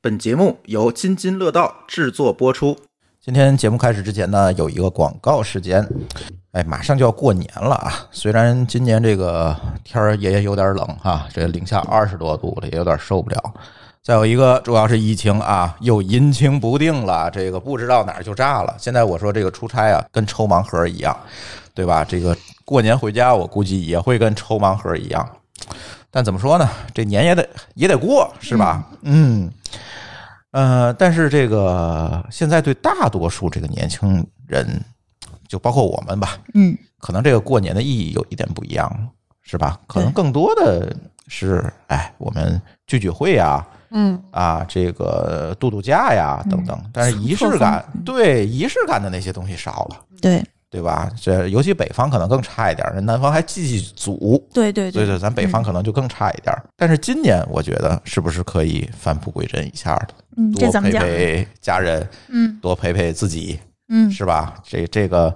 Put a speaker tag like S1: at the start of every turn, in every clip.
S1: 本节目由津津乐道制作播出。
S2: 今天节目开始之前呢，有一个广告时间。哎，马上就要过年了啊！虽然今年这个天儿也有点冷哈、这零下二十多度了，也有点受不了。再有一个，主要是疫情啊，又阴晴不定了，这个不知道哪儿就炸了。现在我说这个出差啊，跟抽盲盒一样，对吧？这个过年回家，我估计也会跟抽盲盒一样。但怎么说呢？这年也得也得过，是吧？嗯呃，但是这个现在对大多数这个年轻人，就包括我们吧，
S3: 嗯，
S2: 可能这个过年的意义有一点不一样，是吧？可能更多的是，哎，我们聚聚会呀、
S3: 嗯，
S2: 啊，这个度度假呀等等，但是仪式感，对仪式感的那些东西少了，
S3: 对
S2: 对吧？这尤其北方可能更差一点，人南方还祭祖，
S3: 对对
S2: 对对，咱北方可能就更差一点。但是今年我觉得是不是可以返璞归真一下的，
S3: 嗯，这
S2: 多
S3: 怎么
S2: 陪
S3: 讲？
S2: 陪家人，
S3: 嗯
S2: 多陪陪自己，
S3: 嗯
S2: 是吧？这这个，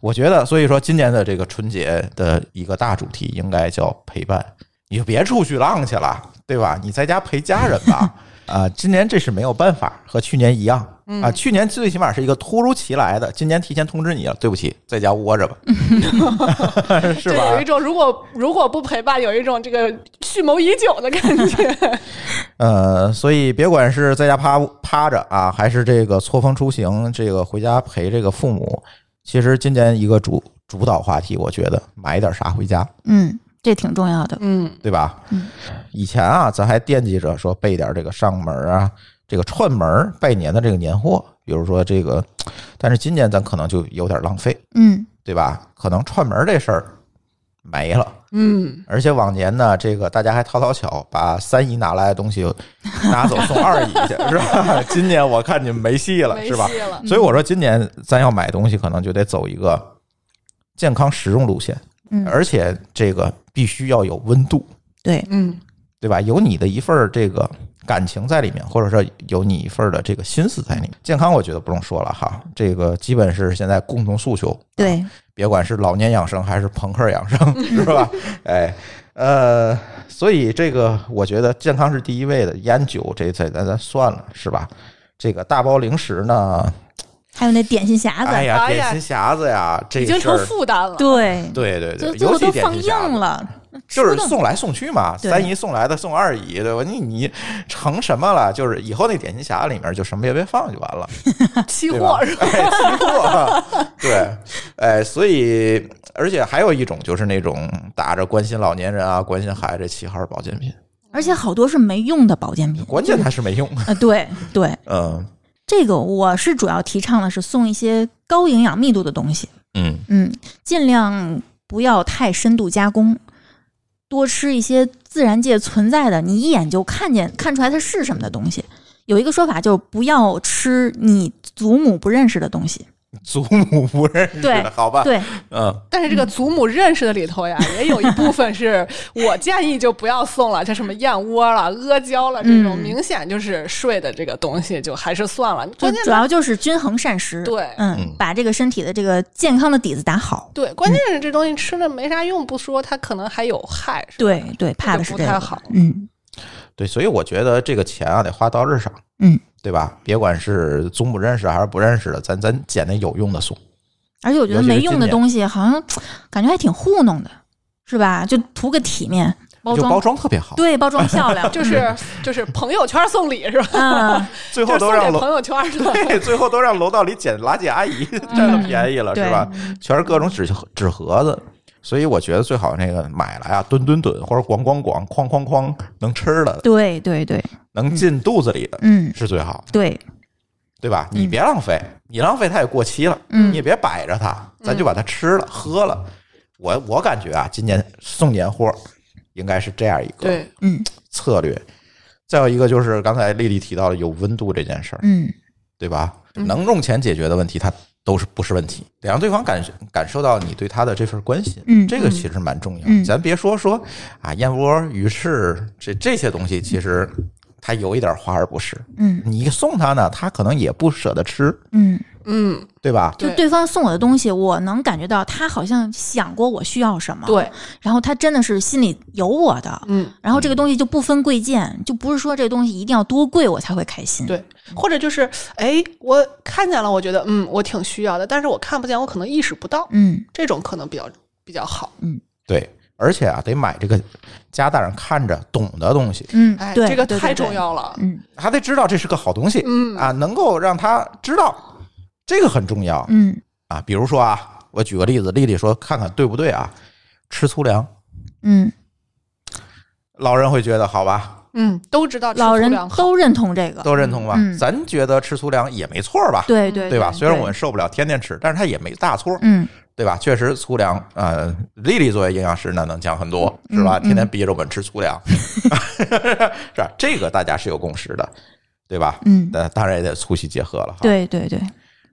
S2: 我觉得，所以说今年的这个春节的一个大主题应该叫陪伴，你就别出去浪去了，对吧？你在家陪家人吧。 啊，今年这是没有办法，和去年一样
S3: 嗯
S2: 啊。去年最起码是一个突如其来的，今年提前通知你了，对不起，在家窝 着吧， 是
S4: 就
S2: 吧？
S4: 有一种如果如果不陪伴，有一种这个蓄谋已久的感觉。
S2: 呃，所以别管是在家趴趴着啊，还是这个错峰出行，这个回家陪这个父母，其实今年一个主主导话题，我觉得买点啥回家，
S3: 嗯，这挺重要的。
S4: 嗯，
S2: 对吧？以前啊，咱还惦记着说备点这个上门啊，这个串门拜年的这个年货，比如说这个，但是今年咱可能就有点浪费，
S3: 嗯
S2: 对吧？可能串门这事儿没了。
S4: 嗯，
S2: 而且往年呢，这个大家还讨讨巧，把三姨拿来的东西拿走送二姨去，是吧？今年我看你们没戏了，
S4: 没
S2: 是吧？
S4: 戏了。
S2: 所以我说，今年咱要买东西，可能就得走一个健康实用路线，
S3: 嗯，
S2: 而且这个必须要有温度，
S3: 对，
S4: 嗯
S2: 对吧？有你的一份儿这个感情在里面，或者说有你一份儿的这个心思在里面。健康，我觉得不用说了哈，这个基本是现在共同诉求。
S3: 对，
S2: 别管是老年养生还是朋克养生， 是吧？哎，呃，所以这个我觉得健康是第一位的，烟酒这这咱咱算了，是吧？这个大包零食呢，
S3: 还有那点心匣子，
S2: 哎呀，
S4: 哎呀
S2: 点心匣子呀，这
S4: 已经
S2: 事
S4: 成
S2: 儿，
S4: 负担了。
S3: 对，
S2: 对对对
S3: 就，最
S2: 尤
S3: 后
S2: 其
S3: 都
S2: 点
S3: 放
S2: 心
S3: 硬
S2: 匣子。
S3: 了，
S2: 就是
S3: 吃不动
S2: 送来送去嘛，
S3: 对
S2: 三姨送来的送二姨，对吧？你你成什么了？就是以后那点心匣子里面就什么也别放就完了。
S4: 期
S2: 对吧
S4: 货是吧？
S2: 哎，期货，对，哎，所以而且还有一种就是那种打着关心老年人啊、关心孩子旗号的保健品，
S3: 而且好多是没用的保健品。
S2: 关键它是没用。
S3: 啊，对对，
S2: 嗯
S3: 这个我是主要提倡的是送一些高营养密度的东西，
S2: 嗯，
S3: 嗯，尽量不要太深度加工，多吃一些自然界存在的，你一眼就看见看出来它是什么的东西。有一个说法就是不要吃你祖母不认识的东西，
S2: 祖母不认识
S3: 对
S2: 的，好吧？
S3: 对，
S2: 嗯，
S4: 但是这个祖母认识的里头呀，也有一部分 是我建议就不要送了，这什么燕窝了、阿胶了这种，
S3: 嗯
S4: 明显就是睡的这个东西，就还是算了。
S3: 就
S4: 关键
S3: 主要就是均衡膳食，
S4: 对
S3: 嗯
S2: 嗯，
S3: 把这个身体的这个健康的底子打好，
S4: 对，关键是这东西吃了没啥用不说，它可能还有害。是吧，
S3: 对对，怕的是
S4: 不
S3: 这个，
S4: 太好
S3: 嗯
S2: 对，所以我觉得这个钱啊得花刀刃上，
S3: 嗯，
S2: 对吧？别管是祖母认识还是不认识的，咱咱捡那有用的送。
S3: 而且我觉
S2: 尤
S3: 得
S2: 其是
S3: 没用
S2: 今
S3: 的
S2: 年
S3: 东西好像感觉还挺糊弄的，是吧？就图个体面，包
S2: 就
S3: 装
S2: 包装特别好，
S3: 对，包装漂 亮，
S4: 就是就是朋友圈送礼是吧？
S3: 嗯，
S2: 最
S4: 就
S2: 后
S4: 是
S2: 都
S4: 送
S2: 让
S4: 给
S2: 楼
S4: 朋友圈 是吧？
S2: 对，最后都让楼道里捡垃圾阿姨占了便宜了，是吧？全是各种纸盒纸盒子，所以我觉得最好那个买来啊，吨吨吨或者咣咣咣、哐哐哐，能吃的、
S3: 对对对，
S2: 能进肚子里的
S3: 嗯，
S2: 是最好的，
S3: 对，
S2: 对吧？你别浪费，你浪费它也过期了，
S3: 嗯
S2: 你也别摆着它，咱就把它吃了、喝了。我我感觉啊，今年送年货应该是这样一个
S4: 对，
S3: 嗯
S2: 策略。再有一个就是刚才丽丽提到的有温度这件事儿，
S3: 嗯，
S2: 对吧？能用钱解决的问题，它都是不是问题，得让对方感感受到你对他的这份关心，
S3: 嗯
S2: 这个其实蛮重要。
S3: 嗯
S2: 咱别说说啊，燕窝、鱼翅这这些东西，其实他有一点华而不实。
S3: 嗯
S2: 你送他呢，他可能也不舍得吃，
S3: 嗯，
S4: 嗯，
S2: 对吧？
S3: 就
S4: 对
S3: 对方送我的东西，我能感觉到他好像想过我需要什么，，
S4: 对，
S3: 然后他真的是心里有我的，
S4: 嗯，
S3: 然后这个东西就不分贵贱，就不是说这个东西一定要多贵我才会开心，
S4: 对，或者就是，哎，我看见了，我觉得，嗯，我挺需要的，但是我看不见，我可能意识不到，
S3: 嗯
S4: 这种可能比较比较好。
S2: 对，而且啊，得买这个家大人看着懂的东西，
S3: 嗯，
S4: 哎，
S3: 对，
S4: 这个
S3: 对
S4: 太重，
S3: 对对
S4: 要了。
S3: 嗯
S2: 还得知道这是个好东西，
S4: 嗯
S2: 啊，能够让他知道，这个很重要
S3: 嗯
S2: 啊。比如说啊，我举个例子，丽丽说，看看对不对啊？吃粗粮，
S3: 嗯，
S2: 老人会觉得好吧，
S4: 嗯，都知道吃
S3: 老
S4: 粗
S3: 人
S4: 粮好
S3: 都认同这个，
S2: 都认同吧？
S3: 嗯
S2: 咱觉得吃粗粮也没错吧？
S3: 对
S4: 嗯
S3: 对
S2: 对吧？虽然我
S3: 对
S2: 们受不了天天吃，但是它也没大错，
S3: 嗯
S2: 对吧？确实粗粮，呃，丽丽作为营养师呢，能讲很多，是吧？
S3: 嗯嗯
S2: 天天逼着我们吃粗 粮，是吧？这个大家是有共识的，对吧？
S3: 嗯，
S2: 那当然也得粗细结合了哈。
S3: 对对对，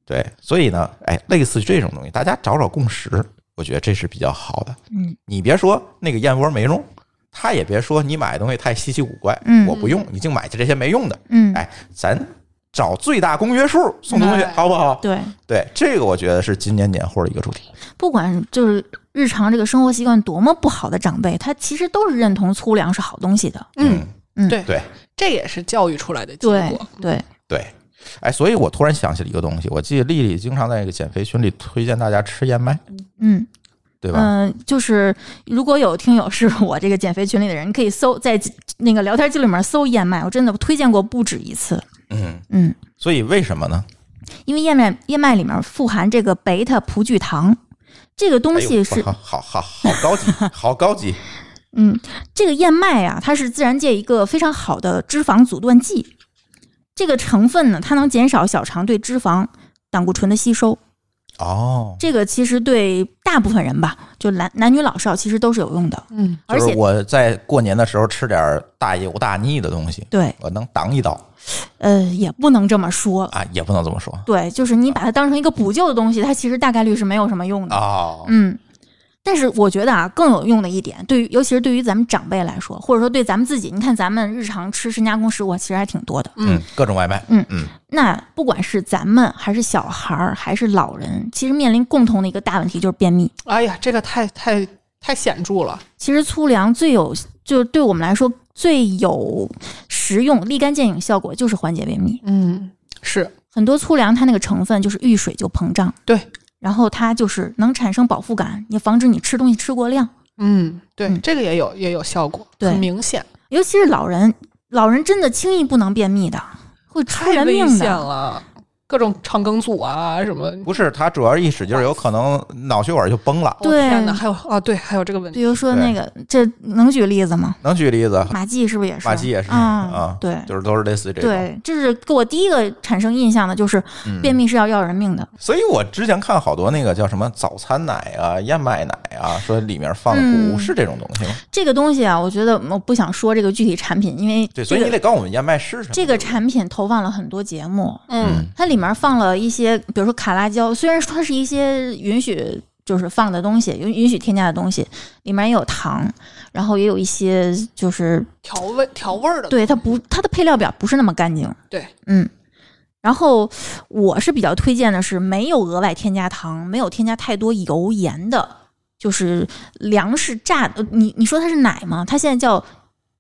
S2: 对，所以呢，哎，类似这种东西，大家找找共识，我觉得这是比较好的。
S3: 嗯，
S2: 你别说那个燕窝没用，他也别说你买的东西太稀奇古怪，
S3: 嗯
S2: 我不用，你净买这些没用的。
S3: 嗯
S2: 哎，咱找最大公约数送东西，
S4: 哎
S2: 好不好？
S3: 对，
S2: 对，这个我觉得是今年年货的一个主题。
S3: 不管就是日常这个生活习惯多么不好的长辈，他其实都是认同粗粮是好东西的。
S4: 嗯，
S3: 嗯
S4: 对
S2: 对
S4: 这也是教育出来的结
S3: 对
S4: 果。
S3: 对，
S2: 对，哎，所以我突然想起了一个东西，我记得丽丽经常在那个减肥群里推荐大家吃燕麦，
S3: 嗯
S2: 对吧？
S3: 嗯、就是如果有听友是我这个减肥群里的人，你可以搜在那个聊天记录里面搜燕麦，我真的推荐过不止一次。
S2: 嗯，
S3: 嗯，
S2: 所以为什么呢？
S3: 因为燕麦燕麦里面富含这个贝塔葡聚糖，这个东
S2: 哎
S3: 西
S2: 呦，
S3: 是、
S2: 好好好好高 级，好高级。
S3: 嗯，这个燕麦啊，它是自然界一个非常好的脂肪阻断剂。这个成分呢，它能减少小肠对脂肪、胆固醇的吸收。
S2: 哦，
S3: 这个其实对大部分人吧，就男男女老少其实都是有用的。
S4: 嗯，
S3: 而
S2: 就是
S3: 且
S2: 我在过年的时候吃点儿大油大腻的东西，
S3: 对，
S2: 我能挡一挡
S3: 呃，也不能这么说。
S2: 啊，也不能这么说
S3: 对，就是你把它当成一个补救的东西，它其实大概率是没有什么用的。
S2: 哦。
S3: 嗯，但是我觉得啊，更有用的一点，对于尤其是对于咱们长辈来说，或者说对咱们自己，你看咱们日常吃深加工食物啊，其实还挺多的。
S2: 嗯，各种外卖，
S3: 嗯
S2: 嗯，
S3: 那不管是咱们还是小孩儿还是老人，其实面临共同的一个大问题就是便秘。
S4: 哎呀，这个太太太显著了。
S3: 其实粗粮最有，就是对我们来说最有实用、立竿见影效果就是缓解便秘。
S4: 嗯，是
S3: 很多粗粮它那个成分就是遇水就膨胀，
S4: 对，
S3: 然后它就是能产生饱腹感，也防止你吃东西吃过量。
S4: 嗯，对，
S3: 嗯
S4: 这个也有也有效果，
S3: 对
S4: 很明显，
S3: 尤其是老人，老人真的轻易不能便秘的，会出
S4: 太
S3: 人
S4: 危
S3: 命
S4: 险
S3: 的。
S4: 了。各种肠梗阻啊，什么？
S2: 不是，他主要一使劲儿，有可能脑血管就崩了。
S4: 我
S3: 对
S4: 天哪，还有啊，对，还有这个问题。
S3: 比如说
S2: 对
S3: 那个，这能举例子吗？
S2: 能举例子？
S3: 马季是不是也是？
S2: 马季也是啊
S3: 嗯，对。
S2: 就是都是类似于这种。嗯
S3: 对，这是给我第一个产生印象的，就是便秘是要要人命的。
S2: 所以我之前看好多那个叫什么早餐奶啊、燕麦奶啊，说里面放谷
S3: 嗯
S2: 是这种东西吗？
S3: 这个东西啊，我觉得我不想说这个具体产品，因为
S2: 对，
S3: 这
S2: 所以你
S3: 个
S2: 得告诉我们燕麦是什么。
S3: 这个产品投放了很多节目，
S4: 嗯，
S3: 它里面放了一些，比如说卡拉胶，虽然说它是一些允许就是放的东西，允允许添加的东西，里面也有糖，然后也有一些就是
S4: 调味调味儿的，
S3: 对它不它的配料表不是那么干净。
S4: 对，
S3: 嗯。然后我是比较推荐的是没有额外添加糖，没有添加太多油盐的，就是粮食榨的。呃你你说它是奶吗？它现在叫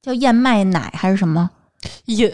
S3: 叫燕麦奶还是什么？
S4: 饮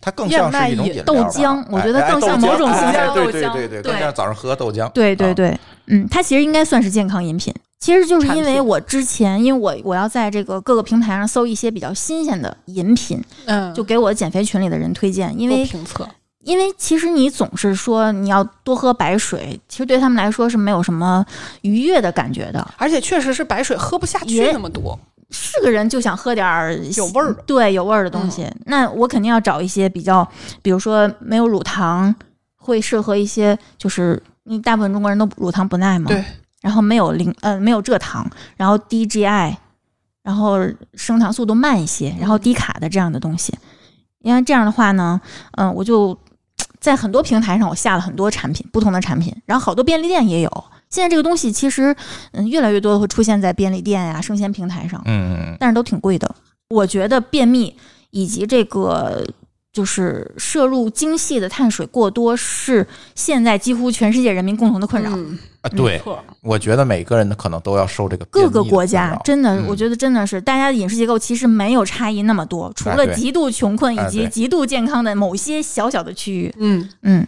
S2: 它更像是一种饮料吧
S3: 豆浆我觉得
S2: 哎
S3: 更像某种
S2: 哎
S4: 形
S2: 哎
S4: 象
S2: 对对对
S4: 豆浆
S2: 对对，更
S4: 对
S2: 像早上喝豆浆。
S3: 对
S4: 啊
S3: 对对，嗯，它其实应该算是健康饮品。其实就是因
S4: 产
S3: 为
S4: 品
S3: 我之前，因为我我要在这个各个平台上搜一些比较新鲜的饮品，
S4: 嗯，
S3: 就给我减肥群里的人推荐，因
S4: 因
S3: 为
S4: 评测，
S3: 因为其实你总是说你要多喝白水，其实对他们来说是没有什么愉悦的感觉的。
S4: 而且确实是白水喝不下去
S3: 也
S4: 那么多，
S3: 是个人就想喝点儿
S4: 有味儿的，嗯
S3: 对，有味儿的东西。那我肯定要找一些比较，比如说没有乳糖，会适合一些就是。因为大部分中国人都乳糖不耐嘛，
S4: 对，
S3: 然后没有零呃没有蔗糖，然后低 GI，然后升糖速度慢一些，然后低卡的这样的东西。因为这样的话呢，嗯、我就在很多平台上我下了很多产品，不同的产品，然后好多便利店也有。现在这个东西其实嗯越来越多的会出现在便利店呀、生鲜平台上，
S2: 嗯，嗯嗯，
S3: 但是都挺贵的。我觉得便秘以及这个就是摄入精细的碳水过多，是现在几乎全世界人民共同的困扰。
S4: 嗯，
S2: 啊，
S4: 没
S2: 对，
S4: 错，
S2: 我觉得每个人的可能都要受这个
S3: 各
S2: 便
S3: 个
S2: 秘的
S3: 国
S2: 困
S3: 家
S2: 扰
S3: 真的，
S2: 嗯
S3: 我觉得真的是大家的饮食结构其实没有差异那么多，除
S2: 啊
S3: 了
S2: 对
S3: 极度穷困
S2: 啊
S3: 以及
S2: 对
S3: 极度健康的某些小小的区域。
S4: 嗯，
S3: 嗯，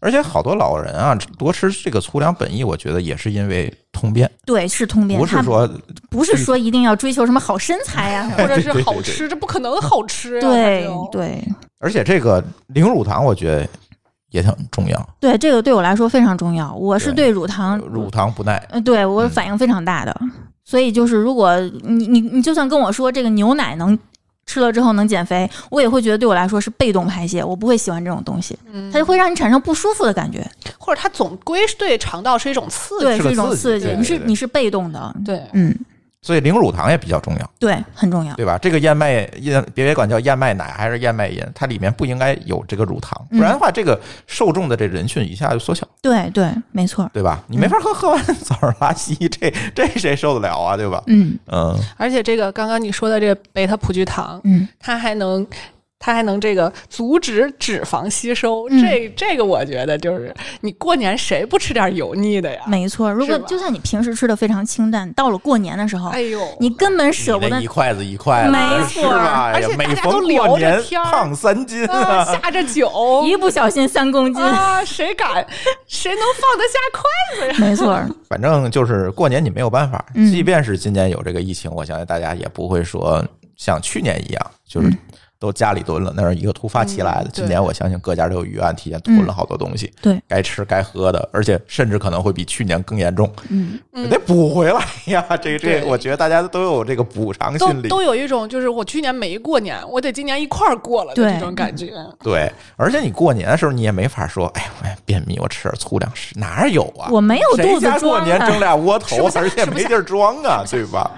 S2: 而且好多老人啊，多吃这个粗粮本意，我觉得也是因为通便，
S3: 对，是通便，
S2: 不是
S3: 它
S2: 说嗯
S3: 不是说一定要追求什么好身材呀、
S4: 或
S3: 或者
S4: 者是
S2: 对对
S4: 好
S2: 对
S4: 吃，这不可能好吃呀，
S3: 对
S4: 反正
S3: 对
S2: 而且这个零乳糖，我觉得也很重要。
S3: 对，这个对我来说非常重要。我是对乳糖，
S2: 乳嗯糖不耐，
S3: 呃，对我反应非常大的。所以就是，如果你你你就算跟我说这个牛奶能吃了之后能减肥，我也会觉得对我来说是被动排泄，我不会喜欢这种东西，它就会让你产生不舒服的感觉。
S4: 或者它总归是对肠道是一种刺激，
S3: 对，
S2: 是
S3: 是
S2: 个
S3: 一种
S2: 刺激
S3: 刺激
S2: 对，
S3: 你
S2: 对
S3: 是
S2: 对
S3: 你是被动的，
S4: 对
S3: 嗯，
S2: 所以零乳糖也比较重要，
S3: 对，很重要。
S2: 对吧？这个燕麦燕，别别管叫燕麦奶还是燕麦饮，它里面不应该有这个乳糖，不
S3: 嗯
S2: 然的话，这个受众的这人群一下就缩小，
S3: 对对，没错。
S2: 对吧？你没法喝，喝完早上拉稀，这这谁受得了啊？对吧？
S3: 嗯
S2: 嗯，
S4: 而且这个刚刚你说的这个贝塔葡聚糖，
S3: 嗯，
S4: 它还能。它还能这个阻止脂肪吸收，
S3: 嗯
S4: 这这个我觉得就是你过年谁不吃点油腻的呀？
S3: 没错。如果
S4: 吧
S3: 就算你平时吃的非常清淡，到了过年的时候，
S4: 哎呦，
S3: 你根本舍不
S2: 你
S3: 得
S2: 那一筷子一筷子，
S3: 没错
S2: 是吧？哎
S4: 而
S2: 呀
S4: 且
S2: 每
S4: 大家
S2: 逢
S4: 都聊
S2: 过
S4: 着
S2: 年
S4: 天儿
S2: 胖三斤
S4: 啊， 下着酒，
S3: 一不小心三公斤，
S4: 啊，谁敢，谁能放得下筷子呀？
S3: 没错。
S2: 反正就是过年你没有办法，
S3: 嗯
S2: 即便是今年有这个疫情，我相信大家也不会说像去年一样，就是都家里蹲了，那是一个突发奇来的。
S4: 嗯嗯对嗯
S2: 今年我相信各家都有预案，提前囤了好多东西，
S3: 对
S2: 该吃该喝的，而且甚至可能会比去年更严重，
S3: 嗯，
S4: 嗯
S2: 得补回来呀。 这个这
S4: 对
S2: 个，我觉得大家都有这个补偿
S4: 都
S2: 心理，
S4: 都有一种就是我去年没过年，我得今年一块儿过了的
S3: 对
S4: 这种感觉。
S2: 对。而且你过年的时候，你也没法说，哎，我便秘，我吃点粗粮食，哪有啊？
S3: 我没有
S2: 谁
S3: 肚子
S2: 家过
S3: 装
S2: 年蒸
S3: 啊。
S2: 俩窝
S4: 吃
S2: 头
S4: 不，下
S2: 而且
S4: 吃不
S2: 没
S4: 下
S2: 地儿装啊，对吧？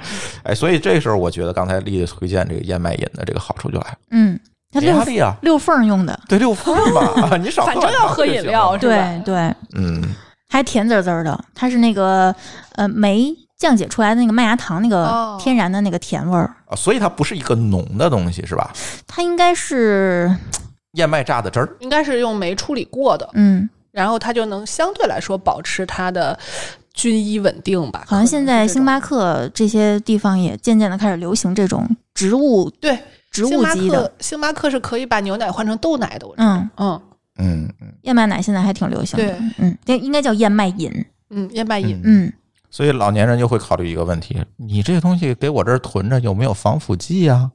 S2: 哎，所以这时候我觉得刚才丽丽推荐这个燕麦饮的这个好处就来了，
S3: 嗯，它
S2: 没
S3: 六
S2: 压力啊，
S3: 六缝儿用的，
S2: 对六分儿嘛， 你少喝
S4: 反正要喝饮料
S2: 碗
S4: 是吧
S3: 对
S2: 汤
S3: 对，
S2: 就行了，嗯，
S3: 还甜滋滋儿的，它是那个呃酶降解出来的那个麦芽糖那个
S4: 哦
S3: 天然的那个甜味儿，
S2: 啊所以它不是一个浓的东西是吧？
S3: 它应该是
S2: 燕麦榨的汁儿，
S4: 应该是用酶处理过的，
S3: 嗯，
S4: 然后它就能相对来说保持它的均一稳定吧。
S3: 好像现在星
S4: 巴
S3: 巴克这些地方也渐渐的开始流行这种植物
S4: 对
S3: 植
S4: 星
S3: 物
S4: 巴
S3: 基的
S4: 克，，星巴克是可以把牛奶换成豆奶的，我知道。
S3: 嗯，
S4: 嗯
S2: 嗯
S3: 燕麦奶现在还挺流行的，
S4: 对
S3: 嗯，那应该叫燕麦饮，
S4: 嗯，燕麦饮，
S2: 嗯。
S3: 嗯，
S2: 所以老年人就会考虑一个问题：你这东西给我这儿囤着有没有防腐剂啊？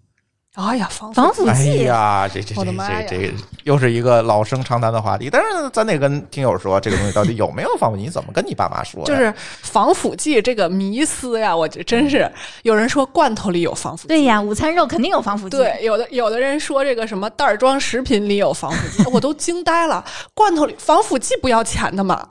S4: 哎呀，防
S3: 防腐
S2: 哎
S3: 剂，
S2: 呀，这这
S4: 我
S2: 这
S4: 的妈呀
S2: 这这个又是一个老生常谈的话题。但是咱得跟听友说，这个东西到底有没有防腐剂？你怎么跟你爸妈说呀？
S4: 就是防腐剂这个迷思呀，我这真是有人说罐头里有防腐剂，
S3: 对呀，午餐肉肯定有防腐 剂，
S4: 对，有的有的人说这个什么袋儿装食品里有防腐剂，我都惊呆了。罐头里防腐剂不要钱的嘛？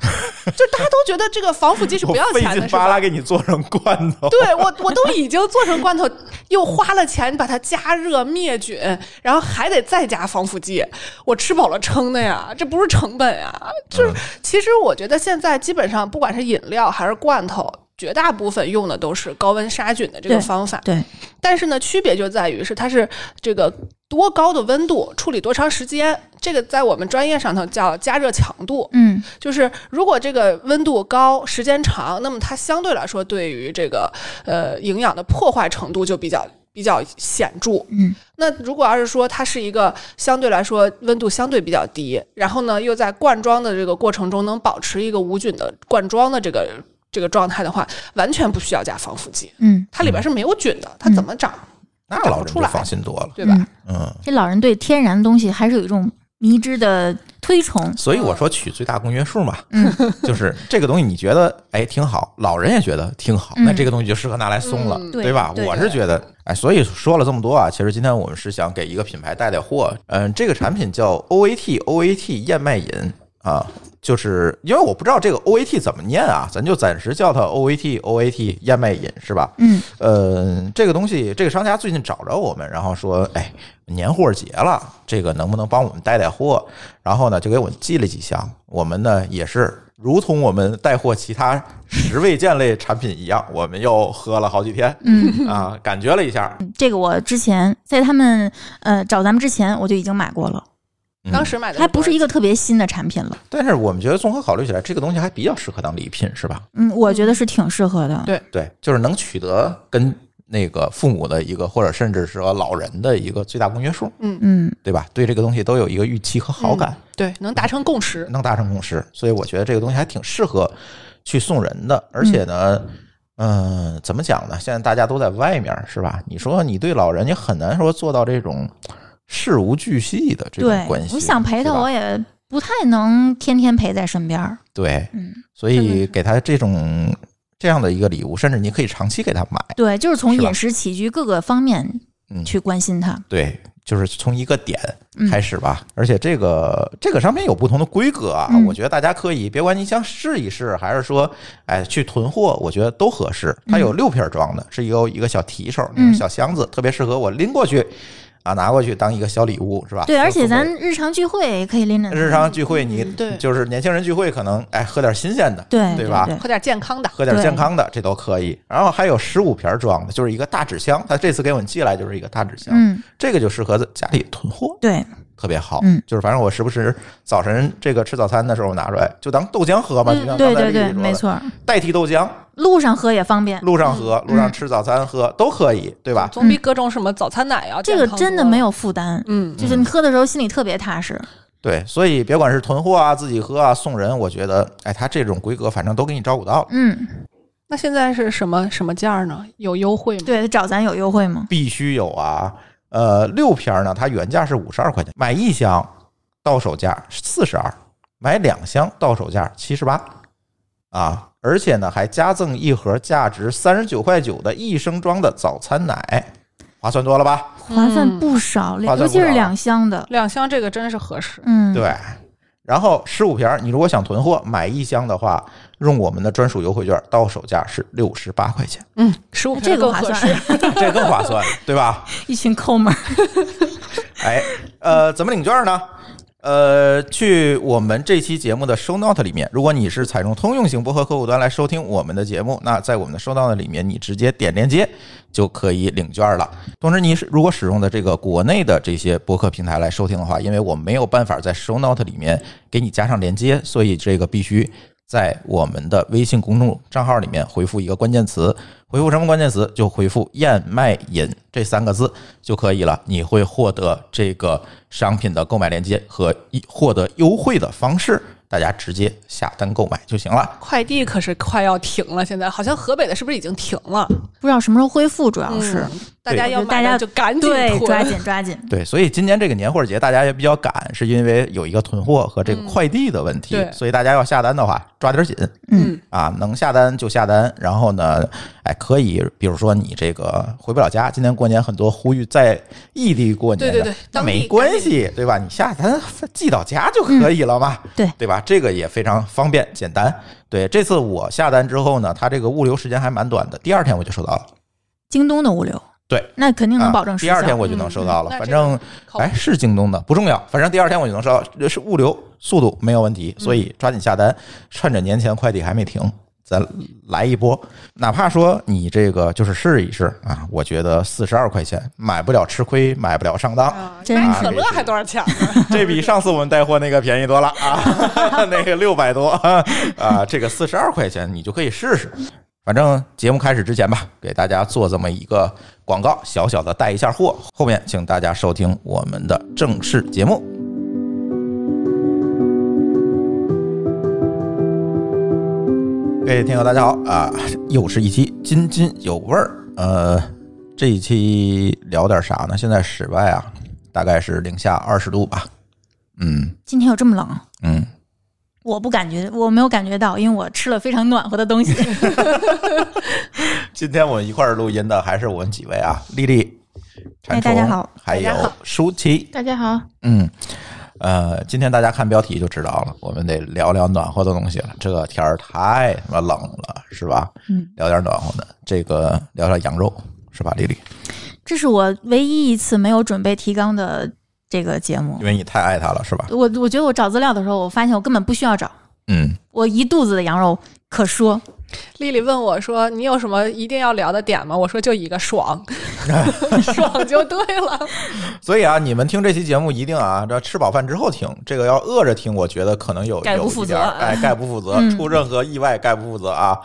S4: 就大家都觉得这个防 腐剂是不要
S2: 费
S4: 钱
S2: 劲
S4: 的，是
S2: 巴
S4: 吧
S2: 拉？给你做成罐头。
S4: 对我，我都已经做成罐头，又花了钱把它加热灭菌，然后还得再加防腐剂，我吃饱了撑的呀，这不是成本呀。
S2: 嗯
S4: 就是，其实我觉得现在基本上不管是饮料还是罐头，绝大部分用的都是高温杀菌的这个
S3: 对
S4: 方法。
S3: 对，
S4: 但是呢，区别就在于是它是这个多高的温度处理多长时间，这个在我们专业上头叫加热强度。
S3: 嗯
S4: 就是如果这个温度高、时间长，那么它相对来说对于这个呃营养的破坏程度就比较比较显著。
S3: 嗯
S4: 那如果要是说它是一个相对来说温度相对比较低，然后呢又在灌装的这个过程中能保持一个无菌的灌装的这个这个状态的话，完全不需要加防腐剂，
S3: 嗯，
S4: 它里边是没有菌的，它怎么长？
S2: 那
S4: 找
S2: 老
S4: 不
S2: 人
S4: 出
S2: 就
S4: 来
S2: 放心多了。
S4: 对吧？
S3: 嗯
S2: 嗯，
S3: 这老人对天然的东西还是有一种迷之的推崇，
S2: 所以我说取最大公约数嘛，
S3: 嗯，
S2: 就是这个东西你觉得哎挺好，老人也觉得挺好，
S3: 嗯
S2: 那这个东西就适合拿来松了，
S4: 嗯
S3: 对
S2: 对吧？
S3: 对
S2: 我是觉得哎，所以说了这么多啊，其实今天我们是想给一个品牌带带货，嗯，这个产品叫 OAT OAT 燕麦饮啊。就是因为我不知道这个 OAT 怎么念啊，咱就暂时叫它 OAT OAT 燕麦饮是吧？
S3: 嗯，
S2: 呃，这个东西，这个商家最近找着我们，然后说，哎，年货节了，这个能不能帮我们带带货？然后呢，就给我们寄了几箱。我们呢也是如同我们带货其他十 味健类产品一样，我们又喝了好几天
S3: 嗯，
S2: 啊，感觉了一下，
S3: 这个我之前在他们呃找咱们之前我就已经买过了，
S2: 嗯
S4: 当时买的
S3: 它不是一个特别新的产品了。
S2: 但是我们觉得综合考虑起来，这个东西还比较适合当礼品，是吧？
S3: 嗯，我觉得是挺适合的。
S4: 对
S2: 对，就是能取得跟那个父母的一个，或者甚至是和老人的一个最大公约数，
S3: 嗯，
S2: 对吧？对这个东西都有一个预期和好感，
S4: 对能达成共识，
S3: 嗯
S2: 能达成共识，所以我觉得这个东西还挺适合去送人的。而且呢，嗯、怎么讲呢？现在大家都在外面，是吧？你说你对老人，你很难说做到这种事无巨细的这
S3: 对
S2: 种关，系。
S3: 我想陪他，
S2: 是吧
S3: 我也不太能天天陪在身边儿。
S2: 对，
S3: 嗯，
S2: 所以给他这种这样的一个礼物，甚至你可以长期给他买。
S3: 对，就是从
S2: 是吧
S3: 饮食起居各个方面
S2: 嗯
S3: 去关心他。
S2: 对，就是从一个点
S3: 嗯
S2: 开始吧。而且这个这个商品有不同的规格啊，
S3: 嗯
S2: 我觉得大家可以，别管你想试一试，还是说哎去囤货，我觉得都合适。它有六片装的，是有一个小提手那种
S3: 嗯
S2: 小箱子，特别适合我拎过去啊，拿过去当一个小礼物是吧？
S3: 对，而且
S2: 送给
S3: 咱嗯日常聚会也可以拎着它。
S2: 日常聚会你
S4: 对
S2: 就是年轻人聚会，可能哎喝点新鲜的，
S3: 对
S2: 对吧
S3: 对
S4: 喝点健康的，
S2: 喝点
S3: 对
S2: 健康的，这都可以。然后还有十五瓶装的，就是一个大纸箱。他这次给我们寄来就是一个大纸箱，
S3: 嗯，
S2: 这个就适合在家里囤货，
S3: 对，
S2: 特别好。
S3: 嗯
S2: 就是反正我时不时早晨这个吃早餐的时候拿出来，就当豆浆喝吧，
S4: 嗯
S2: 就像
S3: 对
S2: 刚才
S3: 对
S2: 丽丽
S3: 对，
S2: 说的
S3: 没，错儿，
S2: 代替豆浆，
S3: 路上喝也方便。
S2: 路上
S3: 嗯
S2: 喝，路上吃早餐喝都可以，对吧？
S4: 总比各种什么早餐奶啊，
S3: 这个
S4: 健康
S3: 真的
S4: 多
S3: 没，有负担，
S4: 嗯，
S3: 就是你喝的时候心里特别踏实。
S2: 对，所以别管是囤货啊、自己喝啊、送人，我觉得，哎，他这种规格反正都给你照顾到了，
S3: 嗯，
S4: 那现在是什么什么价儿呢？有优惠吗？
S3: 对，找咱有优惠吗？
S2: 必须有啊。呃，六片儿呢，它原价是五十二块钱，买一箱到手价四十二，买两箱到手价七十八啊，而且呢还加赠一盒价值三十九块九的一升装的早餐奶，划算多了吧？
S3: 划算
S4: 嗯
S3: 不少，
S2: 划算
S3: 尤其
S2: 不
S3: 是
S2: 少
S3: 两箱的。
S4: 两箱这个真是合适，
S3: 嗯，
S2: 对。然后十五瓶儿，你如果想囤货，买一箱的话，用我们的专属优惠券，到手价是六十八块钱，
S4: 嗯，十五
S3: 这个划算，
S2: 这更划算， 对吧？
S3: 一群抠门儿。
S2: 哎，呃，怎么领券呢？呃，去我们这期节目的 show note 里面，如果你是采用通用型播客客户端来收听我们的节目，那在我们的 show note 里面，你直接点链接就可以领券了。同时，你是如果使用的这个国内的这些播客平台来收听的话，因为我没有办法在 show note 里面给你加上链接，所以这个必须在我们的微信公众账号里面回复一个关键词，回复什么关键词就回复“燕麦饮”这三个字就可以了，你会获得这个商品的购买链接和一获得优惠的方式，大家直接下单购买就行了。
S4: 快递可是快要停了，现在好像河北的是不是已经停了？
S3: 不知道什么时候恢复，主要啊是
S4: 嗯大家
S3: 对
S4: 要
S3: 我觉得大
S4: 买
S3: 家
S4: 的就赶
S3: 嗯
S4: 紧
S3: 对，
S4: 囤嗯
S3: 抓紧抓紧。
S2: 对，所以今年这个年货节大家也比较赶，是因为有一个囤货和这个快递的问题，
S4: 嗯对
S2: 所以大家要下单的话抓点紧。
S3: 嗯
S2: 啊，能下单就下单，然后呢，哎，可以，比如说你这个回不了家，今年过年很多呼吁在异地过年的，
S4: 对对对
S2: 那
S4: 当地嗯
S2: 没关系，对吧？你下单寄到家就可以了嘛，
S3: 对
S2: 对吧？这个也非常方便简单。对，这次我下单之后呢，它这个物流时间还蛮短的，第二天我就收到了，
S3: 京东的物流，
S2: 对，
S3: 那肯定能保证
S2: 啊、
S3: 时
S2: 第
S3: 效。
S2: 二天我就能收到了，
S4: 嗯嗯
S2: 反正
S4: 靠谱
S2: 哎是京东的不重要，反正第二天我就能收到，是物流速度没有问题，
S3: 嗯
S2: 所以抓紧下单，趁着年前快递还没停。咱来一波，哪怕说你这个就是试一试啊，我觉得四十二块钱买不了吃亏，买不了上当，
S4: 啊！
S3: 真
S4: 买
S2: 是
S4: 可乐
S2: 这
S4: 还多少钱啊儿？
S2: 这比上次我们带货那个便宜多了啊， 那个六百多啊，这个四十二块钱你就可以试试。反正节目开始之前吧，给大家做这么一个广告，小小的带一下货。后面请大家收听我们的正式节目。各位听友，大家好啊！又是一期津津有味儿。呃，这一期聊点啥呢？现在室外啊，大概是零下二十度吧。嗯
S3: 今天有这么冷，啊
S2: 嗯，
S3: 我不感觉，我没有感觉到，因为我吃了非常暖和的 东西。
S2: 今天我们一块儿录音的还是我们几位啊，丽丽、
S3: 哎
S2: 馋
S3: 大
S2: 虫，
S3: 家好
S2: 还
S4: 大家
S2: 有
S4: 好
S2: 舒淇。
S3: 大家好，
S2: 嗯，呃，今天大家看标题就知道了，我们得聊聊暖和的东西了。这个天儿太他妈冷了，是吧？
S3: 嗯，
S2: 聊点暖和的，这个聊聊羊肉，是吧，丽丽？
S3: 这是我唯一一次没有准备提纲的这个节目
S2: 因。为你太爱它了，是吧？
S3: 我我觉得我找资料的时候，我发现我根本不需要找，
S2: 嗯，
S3: 我一肚子的羊肉可说，
S4: 丽丽问我说：“你有什么一定要聊的点吗？”我说：“就一个爽，爽就对了。
S2: 所以啊，你们听这期节目一定啊，这吃饱饭之后听，这个要饿着听，我觉得可能有
S4: 概不
S2: 有一
S4: 负责
S2: 点儿 哎，概不负责，
S3: 嗯
S2: 出任何意外概不负责啊。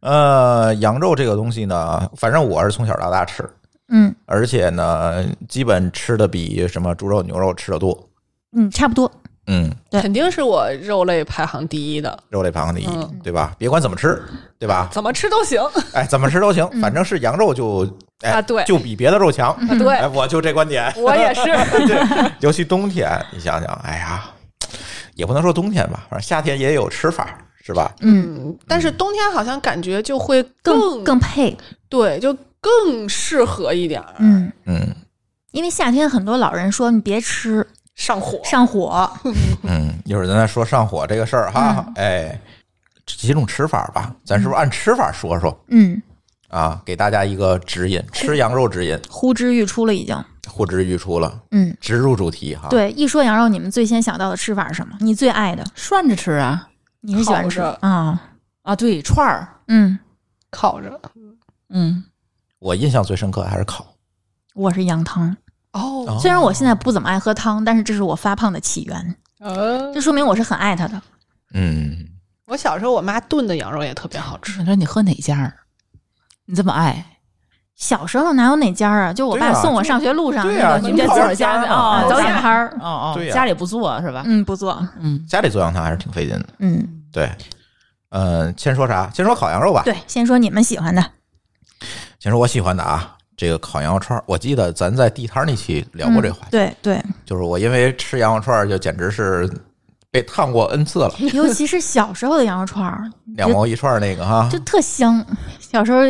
S2: 呃，羊肉这个东西呢，反正我是从小到大吃，
S3: 嗯
S2: 而且呢，基本吃的比什么猪肉、牛肉吃的多。
S3: 嗯，差不多。
S2: 嗯，”
S3: 对
S4: 肯定是我肉类排行第一的，
S2: 肉类排行第一，
S4: 嗯
S2: 对吧？别管怎么吃，对 吧？
S4: 怎么吃都行。
S2: 哎，怎么吃都行，反正是羊肉就哎、
S4: 啊嗯对
S2: 就比别的肉强。
S4: 啊对
S2: 哎，，我就这观点。
S4: 我也 是。
S2: 对，尤其冬天，你想想，哎呀，也不能说冬天吧，反正夏天也有吃法，是吧？
S3: 嗯，
S4: 嗯，但是冬天好像感觉就会
S3: 更
S4: 更
S3: 更配，
S4: 对，就更适合一点儿
S3: 嗯，
S2: 嗯
S3: 因为夏天很多老人说你别吃
S4: 上火。
S3: 上火，
S2: 嗯，一会儿咱再说上火这个事儿哈。
S3: 嗯
S2: 哎，这几种吃法吧，咱是不是按吃法说说
S3: 嗯，
S2: 啊？给大家一个指引，吃羊肉指引，
S3: 呼之欲出了已经，
S2: 呼之欲出了，
S3: 嗯，
S2: 直入主题哈。，
S3: 对，一说羊肉，你们最先想到的吃法是什么？你最爱的，
S5: 涮着吃啊
S3: 你是喜欢
S4: 烤
S3: 吃
S4: 着
S3: 啊？
S5: 啊，对，串儿，
S3: 嗯，
S4: 烤着
S5: 嗯，
S2: 我印象最深刻还是烤。
S3: 我是羊汤，
S4: 哦，
S2: 哦
S3: 虽然我现在不怎么爱喝汤，但是这是我发胖的起源，
S4: 呃
S3: 这，说明我是很爱它的。
S2: 嗯，
S4: 我小时候我妈炖的羊肉也特别好吃。
S5: 你说你喝哪家儿？你这么爱，
S3: 小时候哪有哪家啊？就我
S2: 对
S3: 爸
S2: 啊
S3: 送我上学路上
S2: 对
S3: 那
S2: 啊
S3: 个
S5: 哦
S2: 你
S5: 你
S3: 你
S5: 们
S3: 们
S5: 家
S2: 烤
S5: 自
S3: 家
S5: 个
S2: 早家
S5: 儿家的
S2: 啊
S5: 哦，
S3: 早
S5: 家
S3: 点
S5: 里
S3: 摊儿，
S5: 哦
S2: 对
S5: 哦，
S2: 呀
S5: 家里不做是吧？
S3: 嗯，不做，
S5: 嗯，
S2: 家里做羊汤还是挺费劲的。
S3: 嗯，
S2: 对，呃，先说啥？先说烤羊肉吧。
S3: 对，先说你们喜欢的，
S2: 先说我喜欢的啊，这个烤羊肉串儿，我记得咱在地摊儿那期聊过这话题，
S3: 嗯对对，
S2: 就是我因为吃羊肉串儿就简直是被烫过 n 次了，
S3: 尤其是小时候的羊肉串儿，
S2: 两毛一串儿那个哈
S3: 就，特香。小时候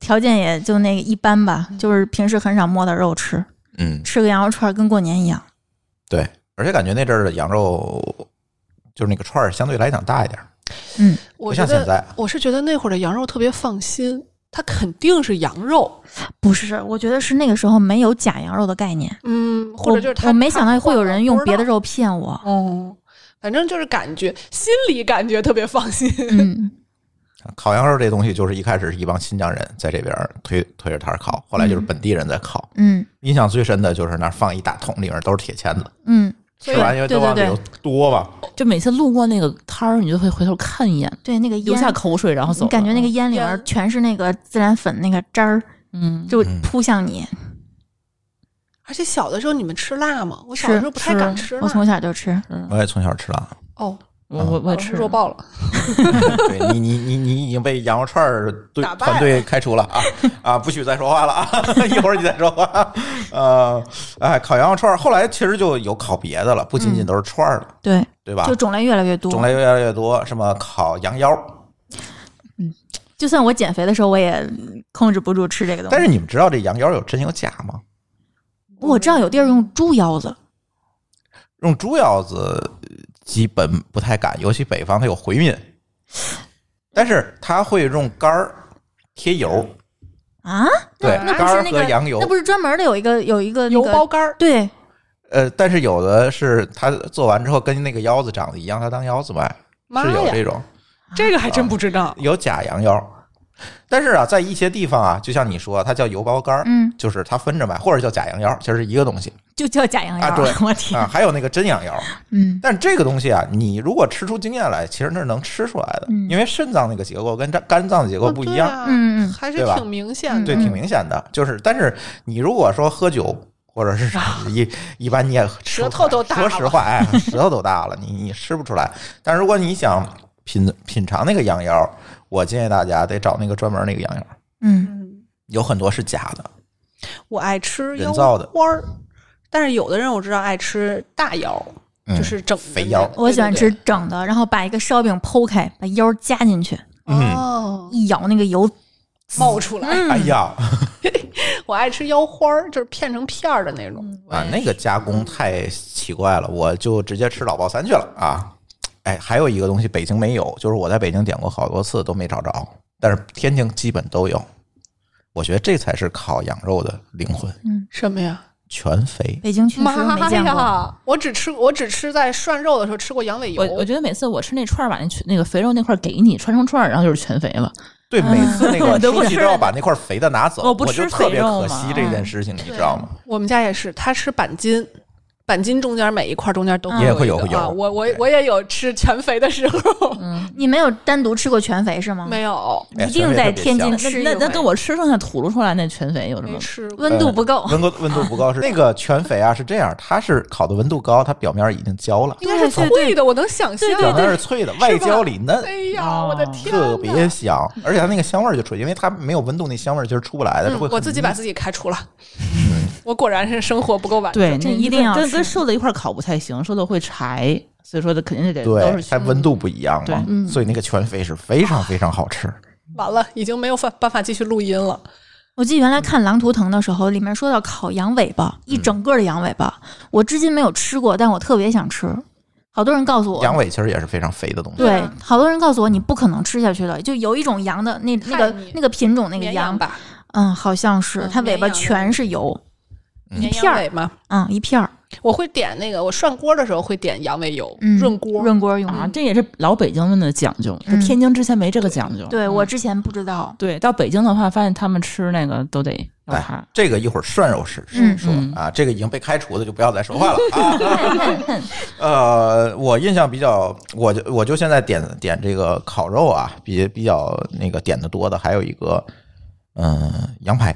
S3: 条件也就那个一般吧，就是平时很少摸到肉吃，
S2: 嗯，
S3: 吃个羊肉串儿跟过年一样。
S2: 对，而且感觉那阵儿的羊肉就是那个串儿相对来讲大一点儿，
S4: 我
S3: 嗯
S2: 不
S4: 觉
S2: 像现
S4: 得
S2: 在，啊
S4: 我是觉得那会儿的羊肉特别放心，它肯定是羊肉，
S3: 不是，我觉得是那个时候没有假羊肉的概念，
S4: 嗯，或者就是
S3: 我
S4: 它
S3: 我没想到会有人用别的
S4: 肉，
S3: 肉骗我。
S4: 嗯，反正就是感觉心里感觉特别放心。
S3: 嗯，
S2: 烤羊肉这东西就是一开始是一帮新疆人在这边儿推推着摊儿烤，后来就是本地人在烤。
S3: 嗯
S2: 印象最深的就是那儿放一大桶，里面都是铁签子，
S3: 嗯，
S2: 吃完因为都往里
S3: 对对
S2: 头多吧，
S5: 就每次路过那个摊儿，你就会回头看一眼，
S3: 对，那个
S5: 流
S3: 烟，
S5: 下口水，然后走
S3: 你
S5: 了。
S3: 感觉那个烟里面
S4: 烟
S3: 全是那个孜然粉那个汁儿，
S5: 嗯，
S3: 就扑向你。
S4: 而且小的时候你们吃辣吗？我小
S3: 吃
S4: 的时候不太敢吃
S3: 我
S4: 辣。
S3: 从小就吃。
S5: 嗯
S2: 我也从小吃辣。
S4: 哦，
S5: 我我我
S4: 我
S5: 也吃
S4: 弱爆了。
S2: 对你，你你你已经被羊肉串儿队
S4: 打败了
S2: 团队开除了啊啊！不许再说话了啊！ 一会儿你再说话。呃，哎，烤羊肉串儿后来其实就有烤别的了，不仅仅都是串儿了，
S3: 对，
S2: 对吧
S3: 嗯就？种类越来越多。
S2: 啊种类越来越多，什么烤羊腰，
S3: 就算我减肥的时候，我也控制不住吃这个东西。
S2: 但是你们知道这羊腰有真有假吗？
S3: 我知道有地儿用猪腰子，
S2: 用猪腰子呃基本不太敢，尤其北方它有回民，但是他会用肝儿贴油，
S3: 啊？
S2: 对，
S3: 那
S2: 肝
S3: 不
S2: 儿
S3: 是那
S2: 和
S3: 个，
S2: 羊油
S3: 那不是专门的有一个有一个、那个、
S4: 油呃包干儿，
S3: 对，
S2: 呃，但是有的是他做完之后跟那个腰子长得一样，他当腰子卖，
S4: 妈
S2: 是有
S4: 呀，啊
S2: 这种
S4: 这个还真不知道。
S2: 有假羊腰。但是啊，在一些地方啊，就像你说，它叫油包干儿，
S3: 嗯，
S2: 就是它分着卖，或者叫假羊腰，其实是一个东西
S3: 就叫假羊腰。
S2: 啊对
S3: 我天，
S2: 啊。还有那个真羊 腰，
S3: 嗯
S2: 但这个东西啊，你如果吃出经验来，其实那是能吃出来的，
S3: 嗯
S2: 因为肾脏那个结构跟肝肝脏的结构不一样，
S4: 哦，对
S3: 嗯
S4: 啊
S3: 嗯，
S4: 还是
S2: 对吧
S4: 挺明显
S2: 对，
S4: 的。
S2: 挺明显的。就是，但是你如果说喝酒或者是一一般你也吃不出来
S4: 啊舌头都大
S2: 说
S4: 了
S2: 实话， 哎，舌头都大了，你你吃不出来。但如果你想品品尝那个羊腰，我建议大家得找那个专门那个羊腰，
S3: 嗯
S4: 嗯，
S2: 有很多是假的。
S4: 我爱吃
S2: 人
S4: 腰
S2: 造的
S4: 花儿，但是有的人我知道爱吃大腰，
S2: 嗯
S4: 就是整的
S2: 肥
S4: 那
S2: 腰
S4: 个
S3: 我喜欢吃。整的，然后把一个烧饼剖开，把腰夹进去，
S2: 嗯
S4: 哦，
S3: 一咬那个油，
S4: 冒出来。
S2: 哎呀
S4: 我爱吃腰花儿，就是片成片儿的那
S5: 嗯
S4: 种。
S2: 啊，那个加工太奇怪了，我就直接吃老爆三去了啊！哎，还有一个东西北京没有，就是我在北京点过好多次都没找着，但是天津基本都有。我觉得这才是烤羊肉的灵魂。
S4: 什么呀？
S2: 全肥。
S3: 北京确实
S4: 妈
S3: 没见过。
S4: 呀！我只吃我只吃在涮肉的时候吃过羊尾油
S5: 我，我觉得每次我吃那串儿，把那全那个肥肉那块儿给你串成串儿，然后就是全肥了。
S2: 对，每次那个
S5: 我都不
S2: 书记
S5: 吃
S2: 都要把那块肥的拿走，
S5: 我
S2: 我
S5: 不吃
S2: 就特别
S5: 肥肉
S2: 可
S5: 嘛
S2: 惜这件事情，你知道吗？
S4: 我们家也是，他吃板筋，板筋中间每一块中间都
S3: 嗯也
S2: 会有
S4: 一个
S2: 有
S4: 啊。我我我也有吃全肥的时候，
S3: 你没有单独吃过全肥是吗？
S4: 没有
S2: 哎
S3: 一定在天津
S5: 那
S3: 吃一
S5: 那
S3: 回。
S5: 那跟我吃嗯剩下吐露出来那全肥有什
S4: 没
S5: 么？
S4: 吃
S2: 嗯
S4: 过。
S3: 温度不够，
S2: 温度温度不高 是那个全肥啊，是这样，它是烤的温度高，它表面已经焦了，
S4: 应该是脆的，我能想象。
S2: 表面是脆的，外焦里嫩，
S4: 哎呀，
S3: 哦
S4: 我的天哪！
S2: 特别香，而且它那个香味儿就出去，因为它没有温度，那香味儿其实出不来的。
S4: 嗯
S2: 它会，
S4: 我自己把自己开除了。
S2: 嗯
S4: 我果然是生活不够完整。
S5: 对，
S3: 这
S5: 那
S3: 一定要
S5: 跟
S3: 吃
S5: 跟瘦的一块儿烤不太行，瘦的会柴，所以说它肯定是得都
S2: 对，
S5: 是
S2: 它温度不一样嘛
S5: 对，
S2: 所以那个全肥是非常非常好吃。
S4: 完了，已经没有办办法继续录音了。
S3: 我记得原来看《狼图腾》的时候，里面说到烤羊尾
S2: 嗯
S3: 巴，一整个的羊尾巴，我至今没有吃过，但我特别想吃。好多人告诉我，
S2: 羊尾其实也是非常肥的东西，
S3: 对，好多人告诉我你不可能吃下去的，就有一种羊的那那个
S4: 看你
S3: 那个品种那个
S4: 绵
S3: 羊，
S4: 吧，
S3: 嗯，好像是
S4: 嗯
S3: 它尾巴
S4: 绵羊的
S3: 全是油，
S4: 绵
S3: 片
S4: 羊
S3: 儿
S4: 尾嘛。
S3: 嗯，一片儿，
S4: 我会点那个，我涮锅的时候会点羊尾油、
S3: 嗯，
S4: 润锅。
S3: 润锅用
S5: 啊，
S3: 的。
S5: 这也是老北京们的讲究。这
S3: 嗯
S5: 天津之前没这个讲究。
S3: 对
S5: 嗯
S3: 我之前不知道，
S5: 对到北京的话，发现他们吃那个都得要
S2: 哎
S5: 它。，
S2: 这个一会儿涮肉是
S3: 嗯
S2: 说
S5: 嗯
S2: 啊，这个已经被开除的就不要再说话了啊。 呃，我印象比较，我就我就现在点点这个烤肉啊，比比较那个点的多的，还有一个嗯、呃羊排，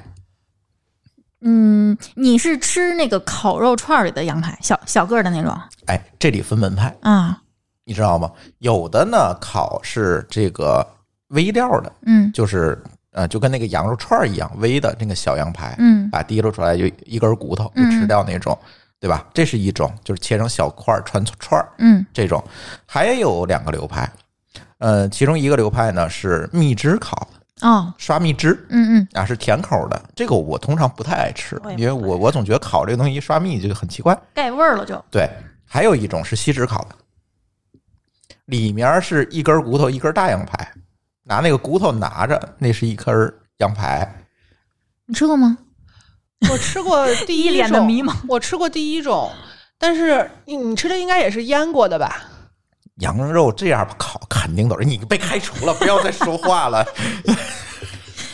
S3: 嗯，你是吃那个烤肉串儿里的羊排，小小个儿的那种
S2: 哎，这里分门派，
S3: 啊，
S2: 你知道吗？有的呢烤是这个微料的，
S3: 嗯
S2: 就是呃就跟那个羊肉串儿一样微的那个小羊排，
S3: 嗯
S2: 把提溜出来就一根骨头就
S5: 嗯
S2: 吃掉那种，对吧？这是一种，就是切成小块儿穿串儿
S3: 嗯
S2: 这种。还有两个流派，呃，其中一个流派呢是蜜汁烤，
S3: 哦，
S2: 刷蜜汁
S3: 嗯嗯，
S2: 啊，是甜口的。这个我通常不太爱吃
S5: 我，也不
S2: 因为我我总觉得烤这个东西一刷蜜就很奇怪。
S3: 盖味儿了就，
S2: 对，还有一种是锡纸烤的，里面是一根骨头一根大羊排，拿那个骨头拿着，那是一根羊排。
S3: 你吃过吗？
S4: 我吃过 第
S3: 一脸的
S4: 种
S3: 迷茫，
S4: 我吃过第一种，但是你你吃的应该也是腌过的吧？
S2: 羊肉这样烤肯定都是你被开除了，不要再说话了。嗯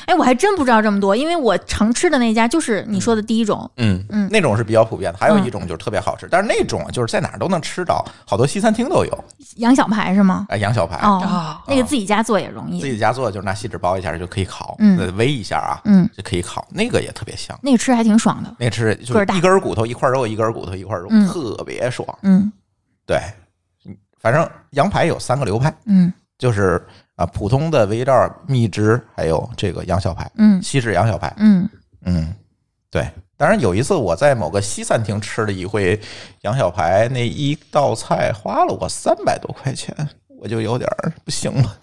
S3: 哎，我还真不知道这么多，因为我常吃的那家就是你说的第一种，
S2: 嗯
S3: 嗯
S2: 那种是比较普遍的，还有一种就是特别好吃，但是那种就是在哪儿都能吃到，好多西餐厅都有。
S3: 羊小排是吗？
S2: 哎，羊小排，
S3: 哦，
S4: 啊，
S3: 那个自己家做也容
S2: 自
S3: 易，
S2: 己家做的就是拿锡纸包一下就可以烤，
S3: 嗯
S2: 呃煨一下啊，
S3: 嗯，
S2: 就可以烤，那个也特别香。
S3: 那个吃还挺爽的，
S2: 那个吃就是
S3: 个儿大
S2: 一根骨头一块肉，一根骨头一块肉，
S3: 嗯
S2: 特别爽。
S3: 嗯
S2: 对，反正羊排有三个流派，
S3: 嗯
S2: 就是啊，普通的微料、蜜汁，还有这个羊小排，
S3: 嗯
S2: 锡纸羊小排。
S3: 嗯，
S2: 嗯，对。当然有一次我在某个西餐厅吃了一回羊小排，那一道菜花了我三百多块钱，我就有点儿不行了。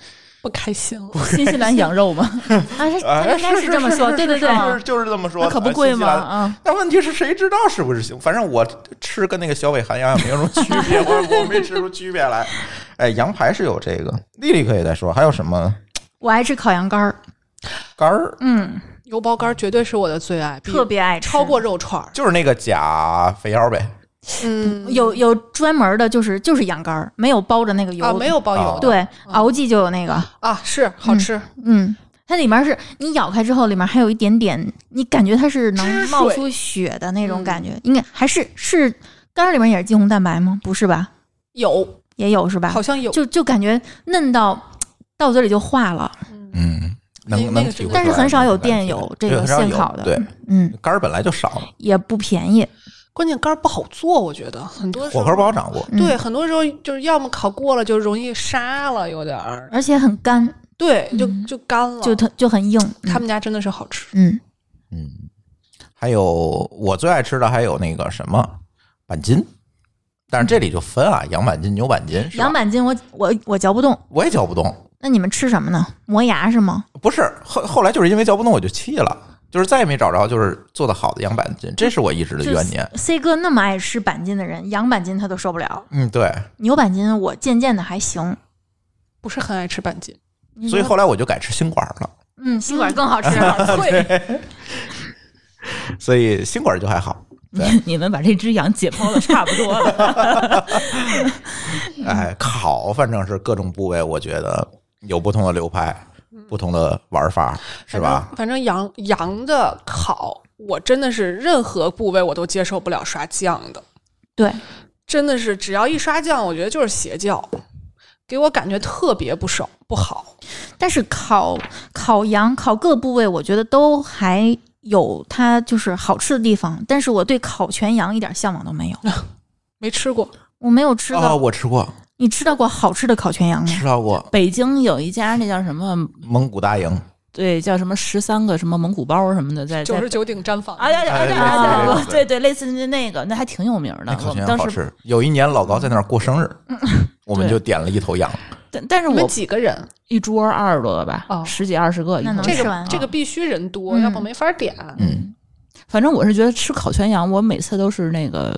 S4: 不开心了。
S5: 新西兰羊肉 嘛，
S3: 啊，是他
S2: 哎
S3: 应该是这么说，对对对，
S2: 是就是这么说
S5: 那
S2: 的，
S5: 可不贵嘛
S2: 新西兰
S5: 啊！
S2: 但问题是谁知道是不是行？反正我吃跟那个小北寒羊也没有什么区别， 我我没吃出区别来。哎，羊排是有这个，丽丽可以再说，还有什么
S3: 我爱吃烤羊肝儿，
S2: 肝儿，
S3: 嗯，
S4: 油包干绝对是我的最爱，比
S3: 特别爱吃，
S4: 超过肉串儿。
S2: 就是那个假肥腰呗。
S4: 嗯
S3: 有有专门的，就是就是羊肝儿，没有包着那个油，
S4: 啊，没有包
S2: 啊
S4: 油的
S3: 对，熬记就有那个，
S4: 啊，是好吃。
S3: 嗯。它里面是你咬开之后，里面还有一点点，你感觉它是
S4: 汁
S3: 能
S4: 水嗯
S3: 冒出血的那种感觉，应该还是是肝儿里面也是肌红蛋白吗？不是吧？
S4: 有，
S3: 也有是吧？
S4: 好像有。
S3: 啊就就感觉嫩到到嘴里就化了，
S2: 嗯，
S4: 那
S2: 能
S4: 个
S2: 能
S4: 真
S2: 体会
S4: 的
S2: 出来。
S3: 但是很少有
S2: 店
S3: 店有这个
S2: 很少
S3: 现
S2: 有
S3: 烤的，
S2: 对，
S3: 嗯，
S2: 肝儿本来就少嘛，
S3: 也不便宜，
S4: 关键肝儿不好做，我觉得很多时
S2: 火
S4: 候
S2: 候不好掌握。
S3: 嗯
S4: 对，很多时候就是要么烤过了就容易沙了，有点儿
S3: 而且很干，
S4: 对，就
S3: 嗯
S4: 就干了。
S3: 就特就很硬。嗯
S4: 他们家真的是好吃，
S3: 嗯，
S2: 嗯，还有我最爱吃的还有那个什么板筋，但是这里就分啊，羊板筋、牛板筋是吧
S3: 羊板筋我我我嚼不动，
S2: 我也嚼不动，
S3: 那你们吃什么呢？磨牙是吗？
S2: 不是后后来就是因为嚼不动我就气了，就是再也没找着就是做的好的羊板筋，这是我一直的
S3: 就
S2: 怨念。
S3: C 哥那么爱吃板筋的人，羊板筋他都受不了，
S2: 嗯，对，
S3: 牛板筋我渐渐的还行。
S4: 不是很爱吃板 筋。
S3: 嗯
S2: 所以后来我就改吃心管了，
S3: 嗯，心管更好吃。
S4: 脆，
S2: 所以心管就还好。
S5: 你你们把这只羊解剖的差不多了，
S2: 哎，烤反正是各种部位，我觉得有不同的流派，不同的玩法，是吧？
S4: 反正羊羊的烤，我真的是任何部位我都接受不了刷酱的，
S3: 对，
S4: 真的是只要一刷酱，我觉得就是邪教，给我感觉特别不爽不好。
S3: 但是烤烤羊、烤各部位，我觉得都还有它就是好吃的地方。但是我对烤全羊一点向往都没有，
S4: 没吃过，
S3: 我没有吃
S2: 啊、
S3: 到。
S2: 我吃过，
S3: 你吃到过好吃的烤全羊吗？
S2: 吃到过
S5: 北京有一家那叫什么？
S2: 蒙古大营，
S5: 对，叫什么十三个什么蒙古包什么的，在
S4: 九
S5: 在
S4: 十九顶毡房
S5: 啊呀
S2: 哎
S5: 呀
S2: 对对
S5: 呀
S2: 对
S5: 对对对，类似于那个，那还挺有名
S2: 那
S5: 的。
S2: 烤
S5: 我
S2: 全
S5: 们
S2: 羊
S5: 当
S2: 好
S5: 时，
S2: 吃。有一年老高在那儿过生日，我们就点了一头羊，
S5: 但但是
S4: 你们
S5: 我
S4: 几个人？
S5: 一桌二十多个吧
S4: 哦，
S5: 十几二十个一
S3: 那
S5: 块
S3: 能
S5: 儿
S3: 吃
S4: 这
S5: 吃。
S4: 个
S3: 完
S4: 这个必须人多，
S3: 嗯
S4: 要不没法点。
S2: 嗯，
S5: 反正我是觉得吃烤全羊，我每次都是那个，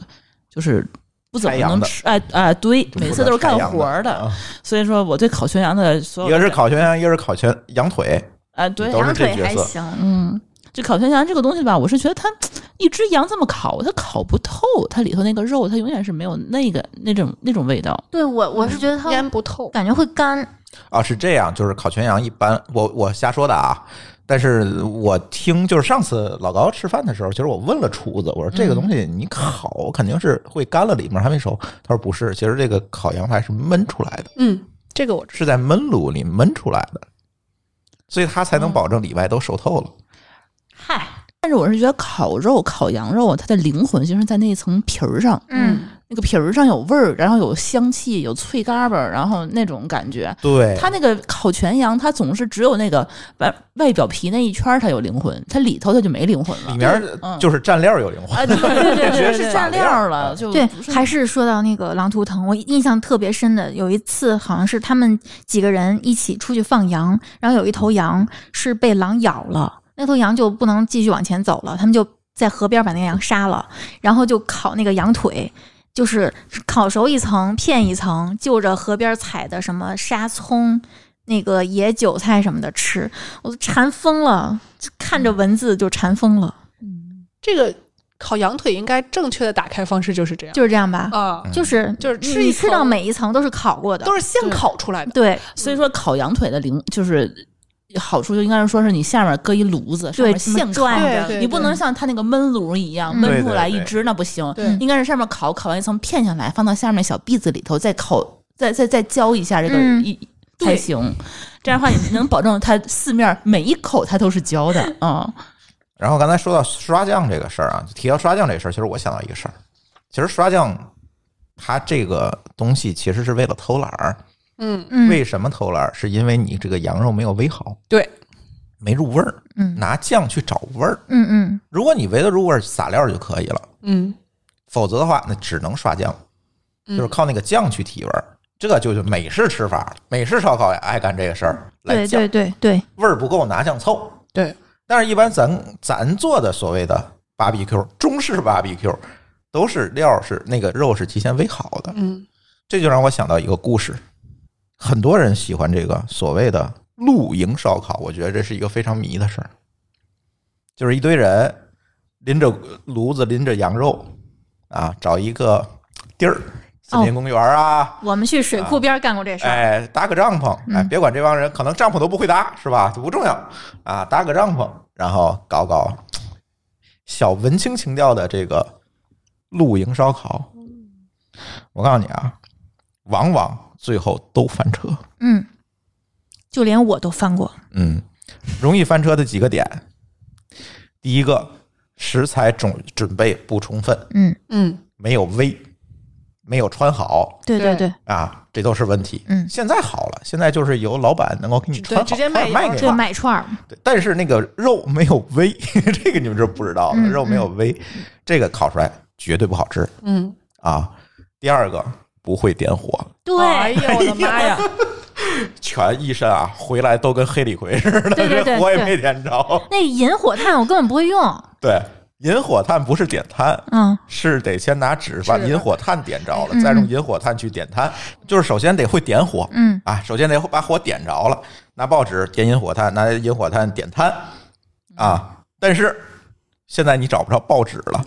S5: 就是不怎么
S2: 拆羊
S5: 能
S2: 的
S5: 吃，哎哎，对，
S2: 中国
S5: 每次都
S2: 的
S5: 是干
S2: 拆羊的啊
S5: 活儿的，所以说我对烤全羊的所有
S2: 一
S5: 的
S2: 个是烤全羊，一个是烤全羊腿，
S5: 哎，对，
S2: 都是
S3: 羊
S2: 这
S3: 腿
S2: 角
S3: 还
S2: 色
S3: 行，
S5: 嗯，这烤全羊这个东西吧，我是觉得它一只羊这么烤，它烤不透，它里头那个肉，它永远是没有那个那种那种味道。
S3: 对我我是觉得它
S4: 腌不透，
S3: 感觉会干，
S2: 啊，是这样，就是烤全羊一般，我我瞎说的啊。但是我听就是上次老高吃饭的时候，其实我问了厨子，我说这个东西你烤肯定是会干了，里面还没熟。他说不是，其实这个烤羊排是焖出来的，
S4: 嗯，这个我知
S2: 是在焖炉里焖出来的，所以它才能保证里外都熟透了。
S3: 嗨，
S5: 但是我是觉得烤肉、烤羊肉，啊它的灵魂就是在那一层皮儿上，
S3: 嗯，
S5: 那个皮儿上有味儿，然后有香气，有脆嘎巴儿，然后那种感觉。
S2: 对，
S5: 它那个烤全羊，它总是只有那个外外表皮那一圈儿它有灵魂，它里头它就没灵魂了
S2: 里。面
S5: 嗯
S2: 就是蘸料有灵魂。
S5: 啊，对 对对
S2: 觉得
S5: 对，
S2: 是
S5: 是
S2: 蘸
S5: 蘸
S2: 料啊
S5: 料了，就
S3: 对
S5: 哦不，是
S3: 还是说到那个狼图腾，我印象特别深的，有一次好像是他们几个人一起出去放羊，然后有一头羊是被狼咬了，那头羊就不能继续往前走了，他们就在河边把那个羊杀了，然后就烤那个羊腿。就是烤熟一层片一层，就着河边采的什么沙葱、那个野韭菜什么的吃，我都馋疯了，就看着文字就馋疯了，
S4: 这个烤羊腿应该正确的打开方式就是这样
S3: 就是这样吧，
S4: 啊，
S3: 就是
S4: 就是
S3: 你
S4: 吃一
S3: 你吃
S4: 层
S3: 到每一层都是烤过的，
S4: 都是现烤出来的。
S3: 对
S5: 所以说烤羊腿的灵就是好处，就应该是说是你下面搁一炉子，上
S3: 对
S5: 面现烤
S3: 转
S4: 对对
S5: 你不能像它那个焖炉一样
S3: 嗯
S5: 焖出来一只，那不行。
S4: 对
S5: 应该是上面烤，烤完一层片下来，放到下面小篦子里头，再烤，再再再浇一下这个
S3: 嗯
S5: 一才行。这样的话，你能保证它四面每一口它都是 焦的啊。
S2: 然后刚才说到刷酱这个事儿啊，提到刷酱这个事儿，其实我想到一个事儿，其实刷酱它这个东西其实是为了偷懒儿。
S4: 嗯，
S3: 嗯
S2: 为什么偷懒儿？是因为你这个羊肉没有煨好，
S4: 对，
S2: 没入味儿，
S3: 嗯
S2: 拿酱去找味儿。
S3: 嗯嗯，
S2: 如果你围得入味儿，撒料就可以了，
S4: 嗯，
S2: 否则的话，那只能刷酱，
S4: 嗯
S2: 就是靠那个酱去提味儿。这就是美式吃法，美式烧烤也爱干这个事儿，来
S3: 对
S2: 酱
S3: 对对对，
S2: 味儿不够拿酱凑。
S4: 对，
S2: 但是，一般咱咱做的所谓的 BBQ 中式 BBQ，都是料是那个肉是提前煨好的，
S4: 嗯，
S2: 这就让我想到一个故事，很多人喜欢这个所谓的露营烧烤，我觉得这是一个非常迷的事儿，就是一堆人拎着炉子拎着羊肉啊，找一个地儿，森林公园啊，
S3: 我们去水库边干过这事儿，
S2: 哎，搭个帐篷，
S4: 嗯
S2: 哎，别管这帮人可能帐篷都不会搭，是吧？不重要啊，搭个帐篷，然后搞搞小文青情调的这个露营烧烤。我告诉你啊，往往最后都翻车。
S3: 嗯，就连我都翻过，
S2: 嗯，容易翻车的几个点，第一个，食材准准备不充分，
S3: 嗯，
S4: 嗯，
S2: 没有煨，没有穿好，
S3: 对对
S4: 对
S3: 对，
S2: 啊，这都是问题。
S3: 嗯
S2: 现在好了，现在就是由老板能够给你
S4: 嗯对
S2: 穿好，
S4: 直接卖
S2: 卖
S4: 羊
S2: 给
S3: 对
S2: 你。
S3: 买串儿，
S2: 对但是那个肉没有煨， 这个你们是不知道的，
S3: 嗯
S2: 肉没有煨，这个烤出来绝对不好吃
S4: 嗯，
S2: 啊。第二个不会点火，
S4: 哎
S3: 对
S4: 呀，我的妈呀！
S2: 全一身啊，回来都跟黑李逵似的，
S3: 对对对
S2: 这火也
S3: 对
S2: 没点着。
S3: 那引火炭我根本不会用，
S2: 对，引火炭不是点炭，
S3: 嗯，
S2: 是得先拿纸把
S4: 是的
S2: 引火炭点着了，
S3: 嗯
S2: 再用引火炭去点炭。就是首先得会点火，
S3: 嗯
S2: 啊，首先得把火点着了，拿报纸点引火炭，拿
S3: 嗯
S2: 引火炭点炭啊。但是现在你找不着报纸了，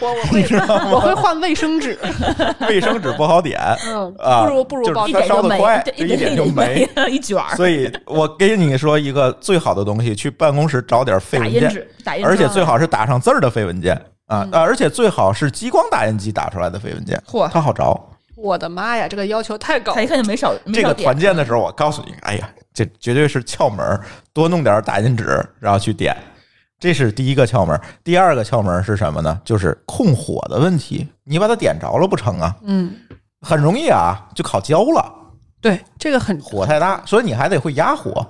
S4: 我我会 我会换卫生纸，
S2: 卫生纸不好点
S4: 嗯，
S2: 啊，
S4: 不如不如
S2: 就
S4: 报
S2: 是
S4: 纸
S2: 它烧的快，就一点就没。
S5: 了，一卷儿。
S2: 所以我给你说一个最好的东西，去办公室找点废
S5: 打
S2: 文
S5: 印
S2: 件，
S5: 纸，打印纸，嗯
S2: 而且最好是打上字儿的废文件啊，呃而且最好是激光打印机打出来的废文件，
S5: 嚯
S2: 它好找。
S4: 我的妈呀，这个要求太高
S5: 他一看就没少没
S2: 这
S5: 少
S2: 个
S5: 点嗯
S2: 团建的时候，我告诉你，哎呀，这绝对是窍门儿，多弄点打印纸，然后去点，这是第一个窍门儿。第二个窍门儿是什么呢？就是控火的问题，你把它点着了不成啊？
S4: 嗯，
S2: 很容易啊，就烤焦了，
S4: 对，这个很
S2: 火太大，所以你还得会压火，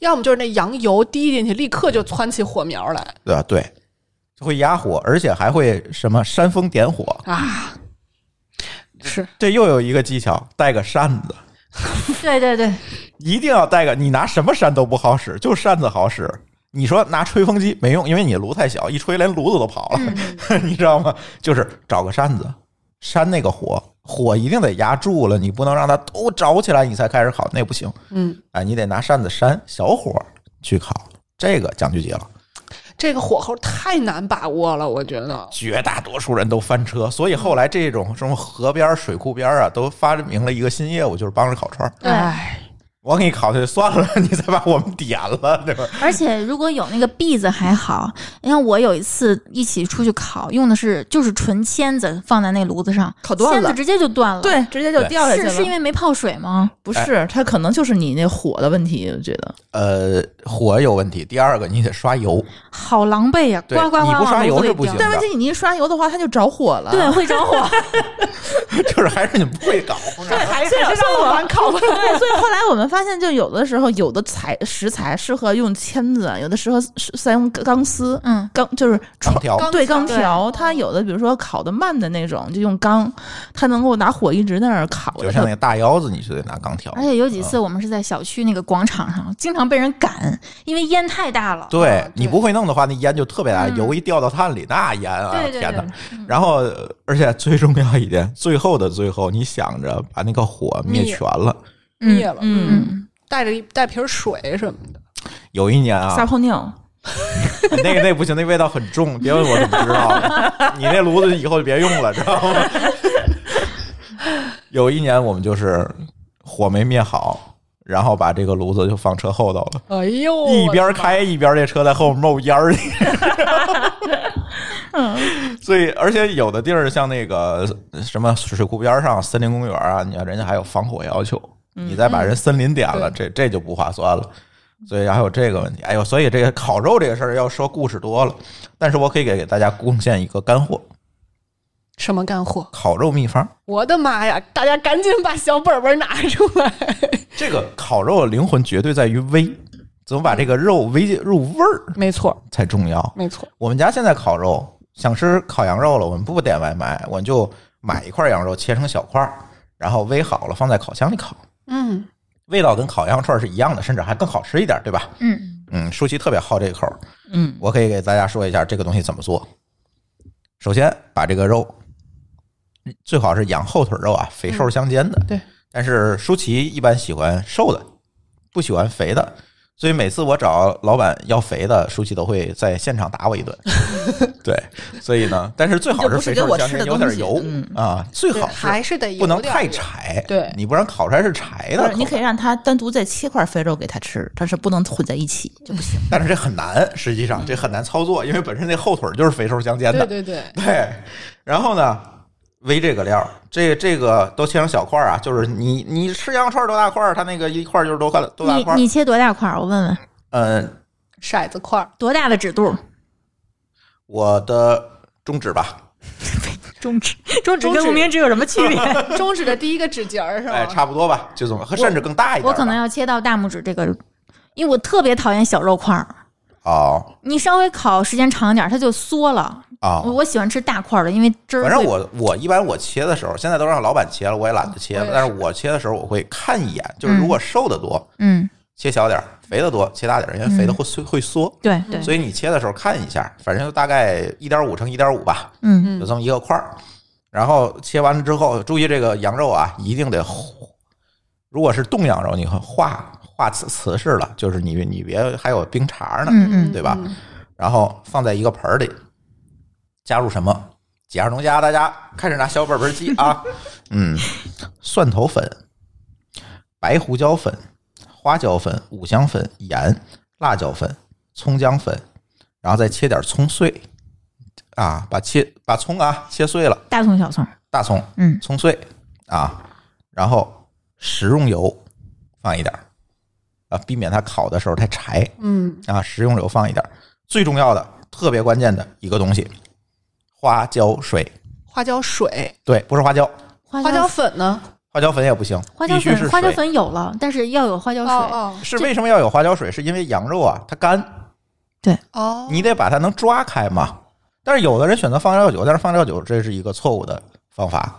S4: 要么就是那羊油滴进去，立刻就窜起火苗来
S2: 对吧？对，就会压火，而且还会什么煽风点火，
S4: 啊！是
S2: 这又有一个技巧，带个扇子。
S3: 对对对，
S2: 一定要带个，你拿什么扇都不好使，就扇子好使。你说拿吹风机没用，因为你炉太小，一吹连炉子都跑了， 你知道吗？就是找个扇子扇那个火，火一定得压住了，你不能让它都着起来，你才开始烤，那不行。
S4: 嗯，
S2: 哎，你得拿扇子扇小火去烤，这个讲究极了。
S4: 这个火候太难把握了，我觉得。
S2: 绝大多数人都翻车，所以后来这种什么河边儿、水库边儿啊，都发明了一个新业务，就是帮着烤串儿。
S3: 对
S4: 哎，
S2: 我给你烤下去算了，你再把我们点了，对吧？
S3: 而且如果有那个篦子还好，你看我有一次一起出去烤，用的是就是纯签子放在那炉子上，
S5: 烤断
S3: 签
S5: 了
S3: 子直接就断了。，
S5: 对，直接就
S2: 对
S5: 掉下去
S3: 是
S5: 了。
S3: 是因为没泡水吗？
S5: 不
S2: 哎
S5: 是，它可能就是你那火的问题，我觉得。
S2: 呃，火有问题。第二个，你得刷油，
S3: 好狼狈呀、
S2: 对
S3: 呱呱呱
S2: 你不刷
S3: 往
S2: 油
S3: 炉子
S2: 是
S3: 里
S2: 不
S3: 掉
S2: 行
S5: 但问题你一刷油的话，它就着火 了。
S3: 对，会 着火。
S2: 就是还是你不会 搞。
S4: 还是
S5: 所以
S4: 还是让
S5: 所以
S4: 我
S5: 我
S4: 玩烤吧。
S5: 对，所以后来我们发现，就有的时候有的材食材适合用签子，啊有的时候是再用钢丝，
S3: 嗯，
S5: 钢就是
S2: 长条
S4: 钢
S5: 对
S4: 条
S5: 钢
S3: 对
S5: 条。它有的比如说烤的慢的那种，就用钢，它能够拿火一直在那儿烤
S2: 就
S5: 着
S2: 像那
S5: 它。
S2: 个大腰子，你就得拿钢条
S3: 而。且有几次我们是在小区那个广场上，经常被人赶，因为烟太大了。
S2: 对
S4: 啊
S2: 你
S4: 对
S2: 不会弄的话，那烟就特别大，
S3: 哦嗯
S2: 油一掉到炭里，那烟啊，
S3: 对对嗯
S2: 天哪
S3: 对！，
S2: 然后，呃而且最重要一点，最后的最后，你想着把那个火灭全了。
S3: 嗯
S4: 灭了，
S5: 嗯，
S3: 嗯，
S4: 带着一带瓶水什么的，
S2: 有一年
S5: 撒
S2: 啊，
S5: 泡尿，
S2: 那个那不行，那味道很重，别问我怎么知道的。你那炉子以后就别用了，知道吗？ 有一年我们就是火没灭好，然后把这个炉子就放车后头了。
S4: 哎呦，
S2: 一边开一边这车在后面冒烟儿， 所以而且有的地儿像那个什么水库边儿上、森林公园啊，你看人家还有防火要求，你再把人森林点了，这这就不划算了。所以还有这个问题，哎呦，所以这个烤肉这个事儿要说故事多了，但是我可以给给大家贡献一个干货，
S4: 什么干货？
S2: 烤肉秘方。
S4: 我的妈呀！大家赶紧把小本本拿出 来。
S2: 这个烤肉的灵魂绝对在于微，怎么把这个肉微入味儿
S4: 没错，
S2: 才重要。
S4: 没错，
S2: 我们家现在烤肉，想吃烤羊肉了，我们不点外卖，我们就买一块羊肉切成小块儿，然后煨好了放在烤箱里烤，
S4: 嗯，
S2: 味道跟烤羊串是一样的，甚至还更好吃一点，对吧？
S3: 嗯，
S2: 嗯，舒淇特别好这口儿，
S5: 嗯，
S2: 我可以给大家说一下这个东西怎么做。首先把这个肉，最好是羊后腿肉啊，肥瘦相间的。
S5: 嗯
S4: 对，
S2: 但是舒淇一般喜欢瘦的，不喜欢肥的。所以每次我找老板要肥的，舒淇都会在现场打我 一顿。对，所以呢，但是最好
S5: 这
S2: 是
S5: 不是
S2: 肥
S5: 给
S2: 瘦
S5: 我
S2: 相
S5: 吃
S2: 间，
S5: 的
S2: 有
S5: 东
S2: 点
S5: 西
S2: 油、
S5: 嗯
S2: 啊，最
S4: 对
S2: 好
S4: 还是得有
S2: 不能
S4: 点
S2: 太
S4: 油
S2: 柴。
S4: 对
S2: 你不然烤出来是柴
S5: 不
S2: 的
S5: 是，你
S2: 口
S5: 可以让它单独再切块肥肉给它吃，但是不能混在一起，就不行。
S2: 但是这很难，实际上这很难操作，因为本身那后腿就是肥瘦相间的。
S4: 对对对，
S2: 对，然后呢，煨这个料儿，这这个都切成小块儿啊，就是你你吃羊肉串儿多大块儿，它那个一块儿就是多块多大块
S3: 你
S2: 儿。
S3: 你切多大块儿？我问问，
S2: 嗯，
S4: 骰子块儿、
S3: 多大的 指肚？
S2: 我的中指吧，
S3: 中指，中
S4: 指跟无名
S3: 指有什么区 别？
S4: 中指的第一个指节儿是
S2: 哎，
S4: 吗？
S2: 差不多吧，就这么，甚至更大一点吧。
S3: 我可能要切到大拇指这个，因为我特别讨厌小肉块儿。
S2: 哦
S3: 你稍微烤时间长一点，它就缩了。我
S2: 哦，
S3: 我喜欢吃大块儿的，因为汁儿
S2: 反
S3: 会。
S2: 正我我一般我切的时候，现在都让老板切了，我也懒得切了
S4: 我。也
S2: 但是我切的时候，我会看一眼，就是如果瘦的多，
S3: 嗯，
S2: 切小点儿；肥的多，切大点儿，因为肥的会缩会缩。
S3: 对嗯
S4: 嗯
S3: 对，
S2: 所以你切的时候看一下，反正就大概一点五乘一点五吧，
S3: 嗯
S2: 有这么一个块儿。然后切完了之后，注意这个羊肉啊，一定得糊，如果是冻羊肉，你看化化瓷瓷实了，就是你你别还有冰碴儿呢，
S3: 嗯嗯
S2: 对吧？然后放在一个盆儿里，加入什么？解压农家，大家开始拿小本本记 啊。嗯，蒜头粉、白胡椒粉、花椒粉、五香粉、盐、辣椒粉、葱姜粉，然后再切点葱碎啊，把切把葱啊切碎了，
S3: 大葱小葱，
S2: 大葱，
S3: 嗯
S2: 葱碎啊，然后食用油放一点儿啊，避免它烤的时候太柴
S4: 嗯，
S2: 啊，食用油放一点儿。最重要的、特别关键的一个东西，花椒水，
S4: 花椒水、
S2: 对，不是花椒，
S3: 嗯花
S4: 花椒粉呢？
S2: 花椒粉也不行，
S3: 花椒
S2: 必须是
S3: 粉，花椒
S2: 水。
S3: 粉有了，但是要有花椒水。
S4: 哦
S2: 是为什么要有花椒水？是因为羊肉啊，它干，
S4: 哦哦，
S2: 你得把它能抓开嘛。但是有的人选择放料酒，但是放料酒这是一个错误的方法，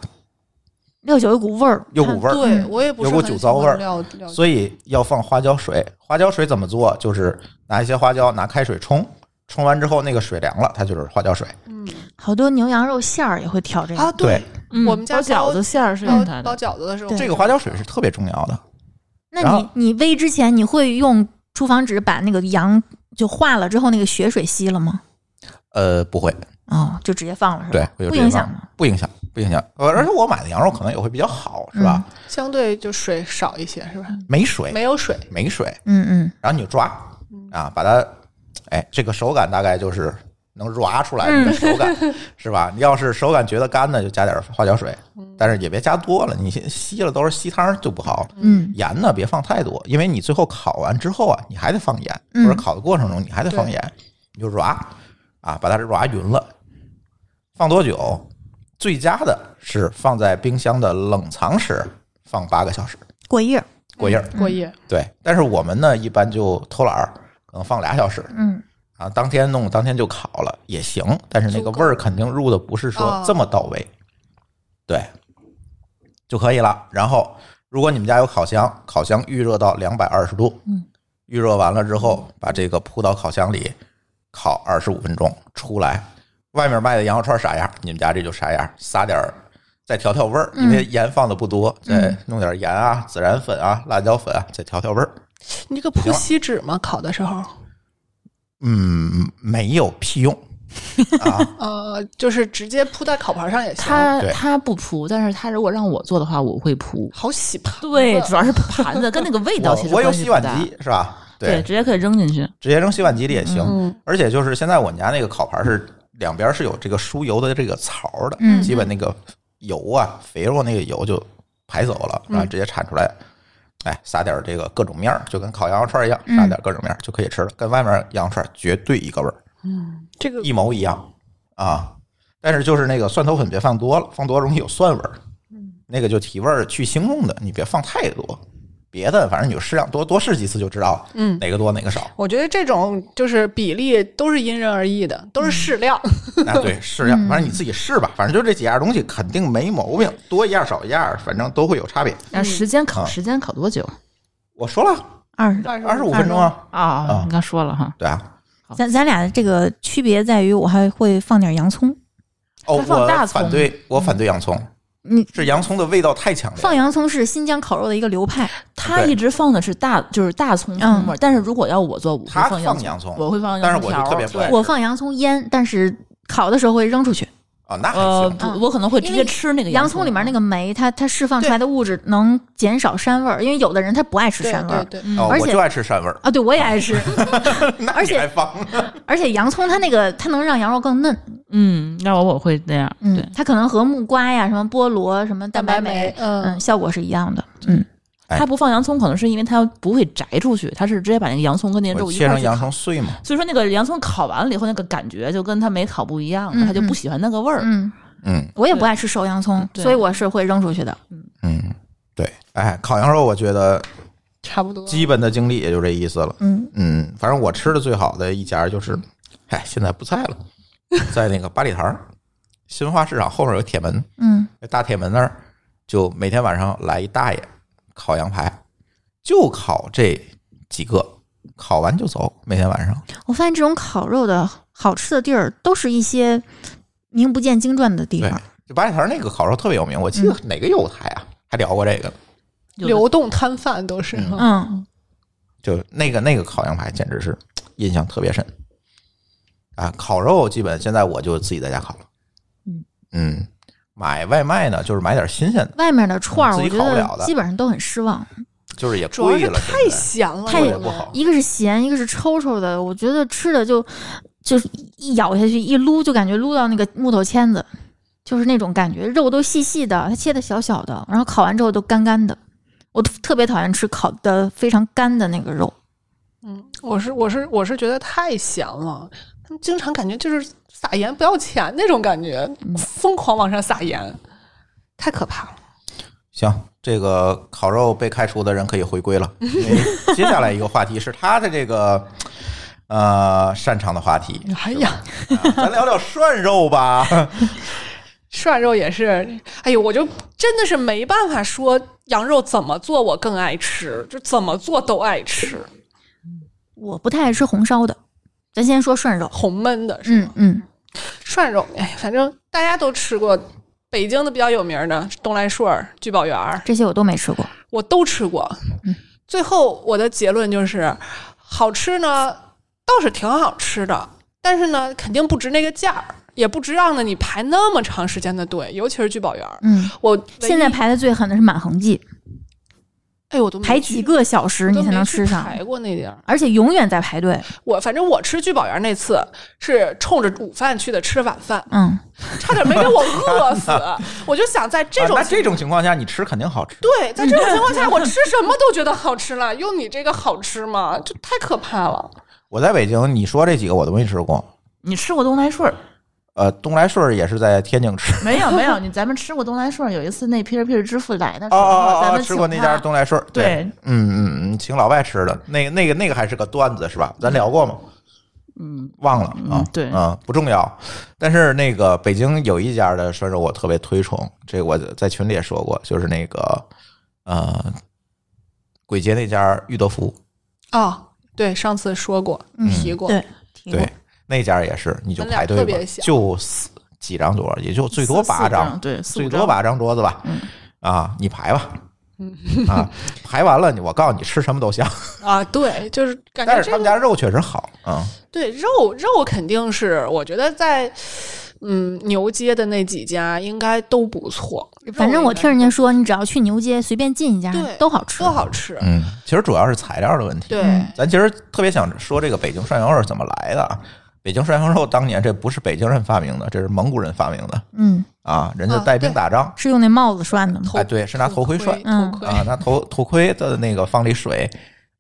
S3: 料酒有股味儿，嗯
S2: 有股味儿。
S4: 对我也不是
S2: 有股
S4: 很
S2: 酒
S4: 喜
S2: 糟
S4: 欢
S2: 味儿
S4: 料料
S2: 所以要放花椒水。花椒水怎么做？就是拿一些花椒，拿开水冲，冲完之后那个水凉了，它就是花椒水。
S4: 嗯
S3: 好多牛羊肉馅儿也会调这个。
S4: 啊，对，
S5: 嗯
S4: 我们家
S5: 包饺
S4: 包
S5: 子馅儿是用它
S4: 包包
S5: 的，
S4: 饺子的时候，
S2: 这个花椒水是特别重要的。然
S3: 那
S2: 后
S3: 你你煨之前，你会用厨房纸把那个羊就化了之后那个血水吸了吗？
S2: 呃，不会，
S4: 嗯
S3: 哦，就直接放了是
S2: 对
S3: 吧？，
S2: 会有
S3: 不
S2: 这个味
S3: 影
S2: 儿
S3: 响吗？
S2: 不影响，不影响。呃，而且我买的羊肉可能也会比较好，是吧？
S4: 相对就水少一些，是吧？
S2: 没水，
S4: 嗯没有水，
S2: 没水，
S3: 嗯嗯，
S2: 然后你就抓啊，把它，哎，这个手感大概就是能抓出来你的手感，是吧？你要是手感觉得干的，就加点花椒水，但是也别加多了，你先吸了都是吸汤就不好。
S3: 嗯，
S2: 盐呢别放太多，因为你最后烤完之后啊，你还得放盐，
S3: 嗯
S2: 或者烤的过程中你还得放盐，你就抓啊，把它抓匀了，放多久？最佳的是放在冰箱的冷藏室放八个小时，
S3: 过夜儿。
S2: 过夜儿。
S4: 过夜。
S2: 对，但是我们呢一般就偷懒儿，可能放俩小时
S3: 嗯，
S2: 啊，当天弄当天就烤了也行，但是那个
S4: 足够
S2: 味儿肯定入的不是说
S4: 哦
S2: 这么到位，对，就可以了。然后如果你们家有烤箱，烤箱预热到两百二十度，
S3: 嗯，
S2: 预热完了之后把这个铺到烤箱里烤二十五分钟，出来外面卖的羊肉串啥样，你们家这就啥样，撒点儿。再调调味儿，
S5: 嗯
S2: 因为盐放的不多，再弄点盐啊、孜然粉啊、辣椒粉啊，再调调味儿。
S4: 你这个铺锡纸吗？烤的时候，
S2: 嗯，没有屁用。
S4: 呃，就是直接铺在烤盘上也行。
S5: 它
S2: 对
S5: 它不铺，但是它如果让我做的话，我会铺。
S4: 好洗盘，
S5: 对，主要是盘子跟那个味道其
S2: 我
S5: 实
S2: 我有
S5: 关系
S2: 洗
S5: 不
S2: 碗
S5: 大。
S2: 机是吧？
S5: 对，直接可以扔进去。
S2: 直接扔洗碗机里也行。
S4: 嗯
S2: 而且就是现在我们家那个烤盘是两边是有这个输油的这个槽的，
S3: 嗯
S2: 基本那个油啊、肥肉那个油就排走了，
S3: 嗯
S2: 然后直接铲出来。哎，撒点这个各种面儿，就跟烤羊肉串一样，
S3: 嗯
S2: 撒点各种面儿就可以吃了，跟外面羊肉串绝对一个味儿，
S4: 嗯，这个
S2: 一毛一样啊。但是就是那个蒜头粉别放多了，放多了容易有蒜味儿，
S3: 嗯
S2: 那个就提味儿去腥用的，你别放太多。别的反正你就适量多多试几次就知道，
S4: 嗯
S2: 哪个多哪个少。
S4: 我觉得这种就是比例都是因人而异的，都是适量。
S2: 啊，对，适
S3: 嗯
S2: 量，反正你自己试吧，反正就这几样东西肯定没毛病，多一样少一样，反正都会有差别。
S5: 然后时间烤
S2: 啊
S5: 时间烤多久
S2: 我说了，
S3: 二十多。
S2: 二十五分钟啊，
S5: 啊
S2: 啊
S5: 你刚说了哈，
S2: 对啊，
S3: 咱咱俩的这个区别在于，我还会放点洋葱。
S2: 哦，
S5: 它放大
S2: 我
S5: 葱
S2: 反对，我反对洋葱，
S3: 你
S2: 是洋葱的味道太强烈
S3: 放
S2: 了，
S3: 洋葱是新疆烤肉的一个流派，
S5: 他
S2: 对
S5: 一直放的是大就是大葱葱味儿，但是如果要我做，我
S2: 他
S5: 会放洋
S2: 放洋葱
S5: 我会放
S2: 但
S5: 洋
S2: 是
S5: 葱
S2: 我就
S5: 条儿。
S2: 特别不爱
S5: 对
S3: 我放洋葱腌，但是烤的时候会扔出去。
S2: 啊，那还
S5: 呃，
S2: 行，
S5: 不
S3: 嗯
S5: 我可能会直接吃那个
S3: 洋
S5: 葱啊
S3: 葱里面那个酶，它它释放出来的物质能减少膻味儿，因为有的人他不爱吃
S4: 对
S3: 膻味
S4: 对
S3: 儿。
S4: 对，
S5: 嗯
S2: 哦，
S3: 而
S2: 我
S3: 且
S2: 就爱吃膻味 儿，
S3: 啊，对我也爱吃，
S2: 那
S3: 而
S2: 你
S3: 且
S2: 还放？
S3: 而且洋葱它那个它能让羊肉更嫩，
S5: 嗯，要我我会那样。对
S3: 嗯，，它可能和木瓜呀、什么菠萝、什么蛋白酶，
S4: 嗯
S3: 嗯，，效果是一样的，嗯，
S2: 哎
S5: 他不放洋葱，可能是因为他不会摘出去，他是直接把那个洋葱跟那个肉
S2: 我
S5: 嗯一
S2: 切
S5: 块儿
S2: 成
S5: 去
S2: 洋
S5: 烤
S2: 葱。碎嘛，
S5: 所以说那个洋葱烤完了以后，那个感觉就跟他没烤不一样
S3: 嗯
S5: 了，他就不喜欢那个味儿。
S3: 嗯，
S2: 嗯
S3: 我也不爱吃熟洋葱，
S5: 对
S3: 所以我是会扔出去的。
S2: 嗯，对，哎，烤羊肉我觉得
S4: 差不多。
S2: 基本的经历也就这意思了。
S3: 嗯
S2: 嗯，反正我吃的最好的一家就是，哎，现在不在了，在那个八里台儿新文化市场后面有个铁门，
S3: 嗯，
S2: 那大铁门那儿就每天晚上来一大爷烤羊排，就烤这几个，烤完就走，每天晚上。
S3: 我发现这种烤肉的好吃的地儿，都是一些名不见经传的地
S2: 对
S3: 方。，
S2: 就八里台儿那个烤肉特别有名，我记得
S4: 嗯
S2: 哪个有台啊，还聊过这个，
S5: 有的
S4: 流动摊贩都是，
S2: 嗯
S3: 嗯，
S2: 就那个那个烤羊排简直是印象特别深。啊，烤肉基本现在我就自己在家烤了。
S5: 嗯
S2: 嗯，买外卖呢，就是买点新鲜的，
S3: 外面的串儿，
S2: 自
S3: 我
S2: 己
S3: 觉
S2: 烤不了
S3: 得
S2: 的
S3: 基本上都很失望。
S2: 就是也
S4: 主要
S2: 贵
S4: 是
S2: 了，
S4: 太
S2: 现
S4: 咸了，
S3: 太
S4: 我
S2: 在味道
S4: 觉得
S2: 也不好。
S3: 一个是咸，一个是抽抽的，我觉得吃的就就是一咬下去一撸，就感觉撸到那个木头签子，就是那种感觉，肉都细细的，它切的小小的，然后烤完之后都干干的。我特别讨厌吃烤的非常干的那个肉，
S4: 嗯，我是我是我是觉得太咸了，他们经常感觉就是撒盐不要钱那种感觉，疯狂往上撒盐，嗯太可怕了。
S2: 行，这个烤肉被开除的人可以回归 了。因为接下来一个话题是他的这个呃擅长的话题，
S4: 哎呀，
S2: 啊咱聊聊涮肉 吧。啊
S4: 涮肉也是，哎呦，我就真的是没办法说羊肉怎么做我更爱吃，就怎么做都爱吃，
S3: 我不太爱吃红烧的。咱先说涮肉，
S4: 红焖的是
S3: 嗯
S4: 吗？
S3: 嗯，
S4: 涮肉，哎，反正大家都吃过。北京的比较有名的东来顺儿、聚宝园儿，
S3: 这些我都没吃过。
S4: 我都吃过。
S3: 嗯
S4: 最后我的结论就是，好吃呢倒是挺好吃的，但是呢肯定不值那个价儿，也不值让呢你排那么长时间的队，尤其是聚宝园儿。
S3: 嗯，
S4: 我唯一
S3: 现在，排的最狠的是满恒记，
S4: 哎，我都没
S3: 排
S4: 去
S3: 几个小时
S4: 我都
S3: 你才能
S4: 没去
S3: 吃上，
S4: 排过那点儿，
S3: 而且永远在排队。
S4: 我反正我吃聚宝园那次是冲着午饭去的，吃晚饭，
S3: 嗯，
S4: 差点没给我 饿死。我就想在这种
S2: 啊那这种情况下，你吃肯定好吃。
S4: 对，在
S3: 嗯
S4: 这种情况下，我吃什么都觉得好吃了，用你这个好吃吗？这太可怕了。
S2: 我在北京，你说这几个我都没吃过。
S5: 你吃过东 来顺儿？
S2: 呃，东来顺儿也是在天津吃。
S5: 没有没有，你咱们吃过东来顺儿。有一次那皮尔皮尔之父来的时
S2: 哦
S5: 候，
S2: 哦
S5: 咱
S2: 哦哦，
S5: 们
S2: 吃
S5: 请
S2: 过那
S5: 他
S2: 家东来顺儿。对，
S5: 对
S2: 嗯嗯嗯，请老外吃的那个那个那个还是个段子是吧？咱聊过吗？
S5: 嗯，
S2: 忘了啊
S5: 嗯，对
S2: 嗯，不重要。但是那个北京有一家的涮肉我特别推崇，这个我在群里也说过，就是那个呃簋街那家裕德福，
S4: 哦，对，上次说过、
S3: 嗯
S4: 提过，
S3: 对，提过
S2: 对，那家也是，你就
S4: 门脸
S2: 排队
S4: 特
S2: 吧
S4: 别，小
S2: 就四几张桌，也就最多
S5: 四四
S2: 八
S5: 张，对，四
S2: 最
S5: 五
S2: 多
S5: 张
S2: 八张桌子吧，
S5: 嗯
S2: 啊，你排吧。
S4: 嗯
S2: 啊，排完了，你我告诉你，吃什么都香。
S4: 啊，对，就是感
S2: 但
S4: 觉
S2: 是
S4: 这
S2: 他
S4: 个
S2: 们家肉确实好啊、
S4: 对肉肉肯定是，我觉得在嗯牛街的那几家应该都不错，
S3: 反正我听人
S4: 家
S3: 家说，你只要去牛街随便进一家
S4: 对
S3: 都好吃
S4: 都。好吃，
S2: 嗯。嗯，其实主要是材料的问题。
S4: 对。
S3: 嗯
S2: 咱其实特别想说这个北京涮羊肉是怎么来的啊。北京涮羊肉当年这不是北京人发明的，这是蒙古人发明的
S3: 嗯，
S2: 啊！人家
S4: 啊
S2: 带兵
S4: 对
S2: 打仗，
S3: 是用那帽子涮的吗？
S4: 头
S2: 哎，对，是拿头盔涮
S3: 嗯
S4: 头盔，
S2: 啊，拿头头盔的那个放里水，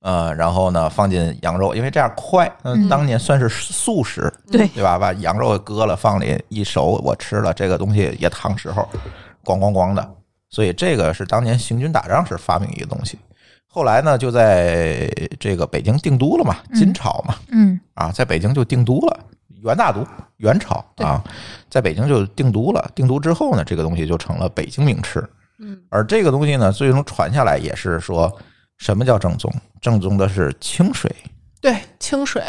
S2: 呃，然后呢放进羊肉，因为这样快。嗯，
S3: 嗯
S2: 当年算是素食，
S4: 嗯
S3: 对
S2: 对吧？把羊肉割了放里一熟，我吃了这个东西也烫时候，咣咣咣的。所以这个是当年行军打仗时发明一个东西。后来呢，就在这个北京定都了嘛，金朝嘛，
S3: 嗯，
S2: 啊，在北京就定都了，元大都，元朝啊，在北京就定都了。定都之后呢，这个东西就成了北京名吃。
S4: 嗯，
S2: 而这个东西呢，最终传下来也是说，什么叫正宗？正宗的是清水，
S4: 对清水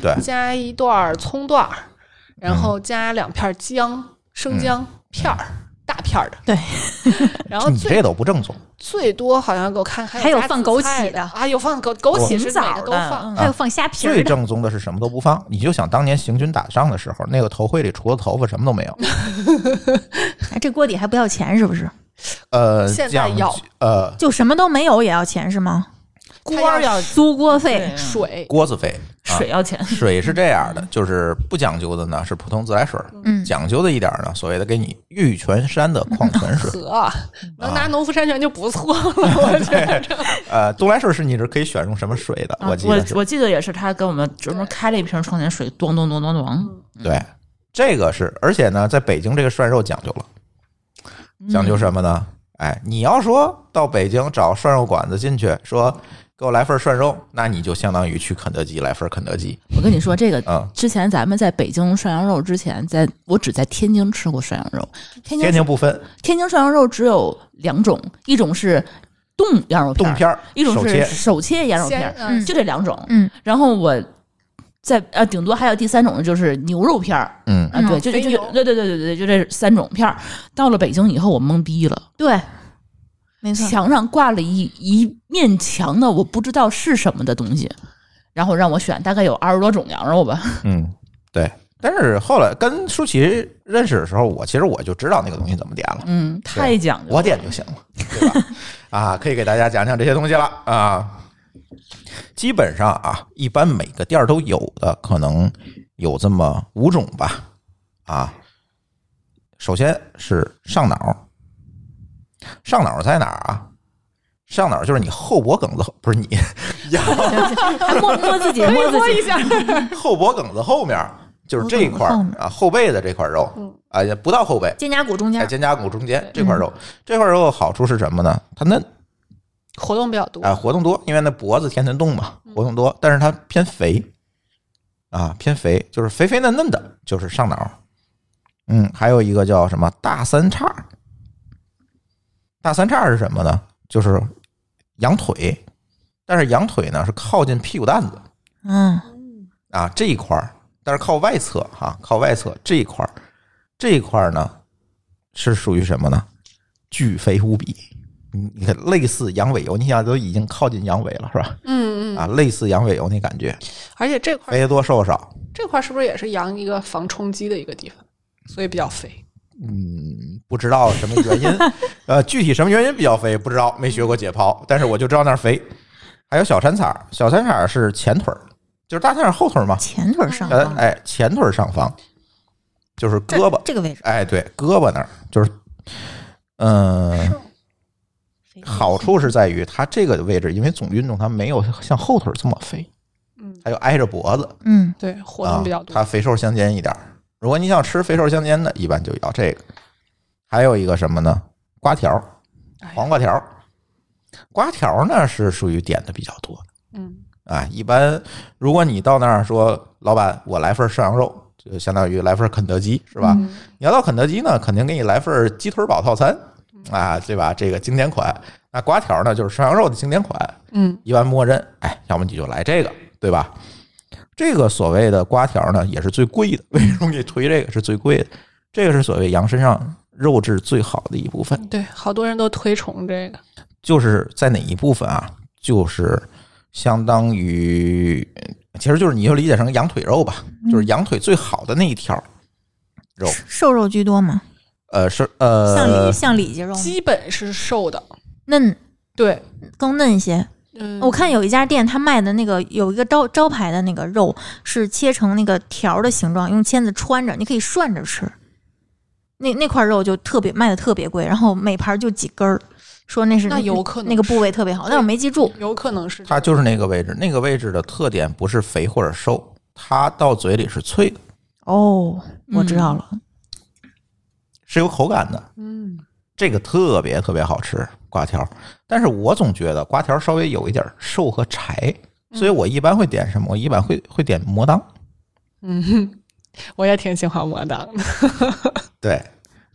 S2: 对，
S4: 加一段儿葱段儿，
S2: 嗯
S4: 然后加两片儿姜生姜片儿。大片儿的，
S3: 对，
S4: 然后
S2: 你
S4: 最
S2: 这都不正宗。
S4: 最多好像给我看还
S3: 还有
S4: 加
S3: 放
S4: 紫
S3: 枸
S4: 菜
S3: 杞
S4: 的
S3: 的
S4: 啊，有放枸枸杞
S5: 挺
S4: 是每
S5: 早
S4: 个都
S5: 的
S4: 放，
S5: 嗯
S3: 还有放虾皮儿
S2: 最
S3: 的，
S2: 正宗的是什么都不放，你就想当年行军打仗的时候，那个头盔里除了头发什么都没有。
S3: 哎这锅底还不要钱是不是？
S2: 呃，
S4: 现在
S2: 讲
S4: 要
S2: 呃
S3: 就什么都没有也要钱是吗？
S4: 锅
S5: 锅儿要
S3: 租锅费
S5: 对，
S4: 水，
S2: 锅子费，啊
S5: 水要钱，
S2: 水是这样的，就是不讲究的呢是普通自来水儿，
S3: 嗯
S2: 讲究的一点儿呢，所谓的给你玉泉山的矿泉水，
S4: 可
S3: 嗯
S4: 能
S2: 啊
S4: 拿农夫山泉就不错了，
S2: 嗯
S4: 我觉得。
S2: 呃，东来顺是你是可以选用什么水的，
S5: 啊
S2: 我记得是
S5: 我我记得也是，他给我们专门开了一瓶矿泉水，咚咚咚咚咚，
S2: 对，这个是，而且呢，在北京这个涮肉讲究了，
S5: 嗯
S2: 讲究什么呢？哎，你要说到北京找涮肉馆子进去说给我来份涮肉，那你就相当于去肯德基来份肯德基，
S5: 我跟你说，这个
S2: 嗯，
S5: 之前咱们在北京涮羊肉之前，在我只在天津吃过涮羊肉。天津
S2: 天津不分
S5: 天津涮羊肉只有两种，一种是冻羊肉片
S2: 冻
S5: 儿，
S2: 片儿、
S5: 一种
S2: 手
S5: 是
S2: 切，
S5: 手切羊肉片
S4: 先
S5: 儿，
S4: 嗯
S3: 嗯
S5: 就这两种。
S3: 嗯，
S5: 然后我在呃，顶多还有第三种就是牛肉片儿
S2: 嗯，
S5: 啊，
S3: 嗯
S5: 对，就
S4: 肥
S5: 就
S4: 牛
S5: 对对对对对，就这三种片儿。到了北京以后，我懵逼了。
S3: 对，没错，
S5: 墙上挂了一一面墙的我不知道是什么的东西，然后让我选，大概有二十多种羊肉吧。
S2: 嗯，对，但是后来跟舒淇认识的时候，我其实我就知道那个东西怎么点了，
S5: 嗯，太讲究了，
S2: 我点就行了，对吧？啊，可以给大家讲讲这些东西了啊。基本上啊，一般每个店儿都有的，可能有这么五种吧。啊，首先是上脑，上脑在哪儿啊？上脑就是你后脖梗子后，不是你
S3: 还摸摸 自己，摸自己，
S4: 下，
S2: 后脖梗子后面儿，就是这一块儿
S5: 后面
S2: 啊，后背的这块肉
S4: 嗯，
S2: 啊，也不到后背，
S3: 肩胛骨中
S2: 在肩
S3: 间，
S2: 胛骨中间哎这块肉，这块肉好处是什么呢？它嫩，
S4: 活动比较多
S2: 啊，活动多，因为那脖子天天动嘛，活动多，但是它偏肥，啊，偏肥，就是肥肥嫩嫩的，就是上脑。嗯，还有一个叫什么大三叉，大三叉是什么呢？就是羊腿，但是羊腿呢是靠近屁股蛋子
S3: 嗯，
S2: 啊这一块儿，但是靠外侧哈、靠外侧这一块儿，这一块儿呢是属于什么呢？巨肥无比，你你看类似羊尾油，你想都已经靠近羊尾了是吧？
S4: 嗯嗯，
S2: 啊，哎类似羊尾油那感觉，
S4: 而且这块
S2: 肥得多瘦少，
S4: 这块是不是也是羊一个防冲击的一个地方？所以比较肥。
S2: 嗯不知道什么原 因，呃，具体什么原因比较肥不知道，没学过解剖，但是我就知道那儿肥。还有小山铲儿，小山铲儿是前腿儿，就是大腿儿后腿儿嘛，
S3: 前腿
S2: 小
S3: 上
S2: 山
S3: 方，
S2: 哎，前腿儿上方就是
S3: 这
S2: 胳膊，
S3: 这个位置，
S2: 哎，对，胳膊那儿就是，嗯、好处是在于它这个位置，因为总运动它没有像后腿儿这么肥，
S4: 嗯，
S2: 它又挨着脖子，
S3: 嗯，
S4: 对，活动比较
S2: 啊，
S4: 多。
S2: 它肥瘦相间一点儿。如果你想吃肥瘦相间的，一般就要这个。还有一个什么呢？瓜条儿，
S4: 哎
S2: 黄瓜条儿。瓜条儿呢是属于点的比较多
S4: 嗯，
S2: 的啊。一般如果你到那儿说，老板，我来份儿涮羊肉，就相当于来份儿肯德基，是吧？
S4: 嗯
S2: 你要到肯德基呢，肯定给你来份儿鸡腿堡套餐啊，对吧？这个经典款。那瓜条儿呢，就是涮羊肉的经典款。
S4: 嗯，
S2: 一般默认，哎，要么你就来这个，对吧？这个所谓的瓜条呢，也是最贵的。为什么给推这个是最贵的？这个是所谓羊身上肉质最好的一部分，
S4: 对，好多人都推崇这个。
S2: 就是在哪一部分啊？就是相当于，其实就是你就理解成羊腿肉吧，就是羊腿最好的那一条。
S3: 瘦肉居多嘛，
S2: 呃，是
S3: 像里
S2: 呃，
S3: 像里脊肉吗
S4: 基本是瘦的。
S3: 嫩，
S4: 对，
S3: 更嫩一些。
S4: 嗯，
S3: 我看有一家店，他卖的那个有一个招招牌的那个肉是切成那个条儿的形状，用签子穿着，你可以涮着吃。那那块肉就特别卖的特别贵，然后每盘就几根儿，说那是
S4: 那有可能
S3: 那个部位特别好，
S4: 对
S3: 但我没记住。
S4: 有可能是
S2: 它就是那个位置，那个位置的特点不是肥或者瘦，它到嘴里是脆的，
S3: 哦，我知道了，
S2: 是有口感的。
S4: 嗯，
S2: 这个特别特别好吃瓜条，但是我总觉得瓜条稍微有一点瘦和柴，所以我一般会点什么？我一般会会点魔当。
S4: 我也挺喜欢魔当的。
S2: 对，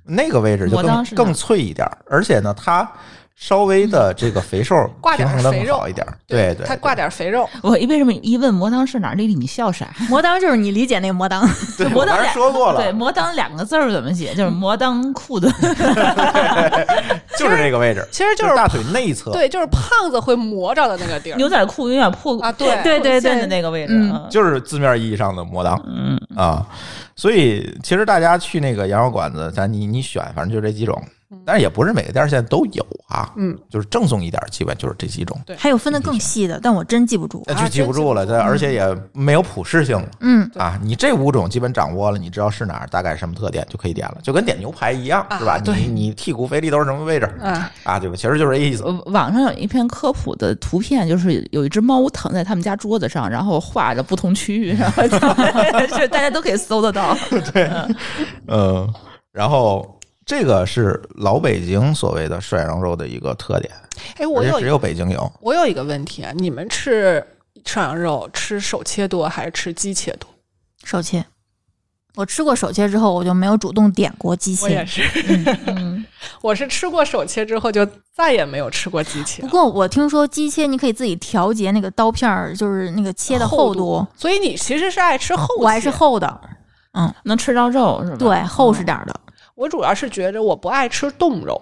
S2: 那个位置就
S5: 魔当
S2: 更
S5: 是哪
S2: 更脆一点，而且呢，它稍微的这个肥瘦
S4: 挂
S2: 平
S4: 点
S2: 衡的
S4: 肥
S2: 更
S4: 肉
S2: 好一点。对对，
S4: 他挂点肥肉，
S5: 我一为什么一问魔当是哪儿，丽丽你笑啥？
S3: 魔当就是你理解那个魔当，
S2: 对，
S5: 魔
S2: 我
S5: 当
S2: 刚才
S5: 俩
S2: 说过
S5: 对，
S2: 了，
S5: 魔当两个字儿怎么写？就是魔当裤子。
S2: 就是这个位置，
S4: 其实
S2: 就
S4: 就
S2: 是是大腿内侧。
S4: 对，就是胖子会磨着的那个地儿。
S5: 牛仔裤永远破
S4: 啊对
S5: 对
S3: 对对
S5: 线的那个位置，
S3: 嗯
S5: 啊
S2: 就是字面意义上的魔当，
S5: 嗯
S2: 啊，所以其实大家去那个羊肉馆子，咱你你选，反正就这几种，但是也不是每个店儿现在都有啊，
S4: 嗯，
S2: 就是正宗一点儿，基本就是这几种，
S4: 对
S3: 还有分的更细的，但我真记不住。
S2: 那
S4: 啊
S2: 就记
S4: 真
S2: 不
S4: 记不
S2: 住了，这而且也没有普适性了
S3: 嗯，
S2: 啊，你这五种基本掌握了，你知道是哪儿，大概什么特点就可以点了，就跟点牛排一样，
S4: 啊
S2: 是吧？
S4: 对
S2: 你你剔骨肥力都是什么位置
S4: 啊，
S2: 啊？对吧？其实就是这意思。
S5: 呃网上有一篇科普的图片，就是有一只猫躺在他们家桌子上，然后画着不同区域，然后 是大家都可以搜得到。
S2: 嗯，然后这个是老北京所谓的涮羊肉的一个特点，
S4: 哎，我
S2: 而
S4: 有
S2: 且
S4: 一
S2: 只有北京有。
S4: 我有一个问题啊，你们吃涮羊肉吃手切多还是吃鸡切多？
S3: 手切。我吃过手切之后，我就没有主动点过鸡
S4: 我也
S3: 切。
S4: 是，
S5: 嗯，
S4: 我是吃过手切之后就再也没有吃过鸡切
S3: 不。过我听说鸡切你可以自己调节那个刀片儿，就是那个切的厚度，
S4: 度，所以你其实是爱吃厚切，
S3: 我还是厚的，
S2: 嗯
S5: 能吃着肉是吧？
S3: 对，厚实点儿的。
S4: 我主要是觉着我不爱吃冻肉，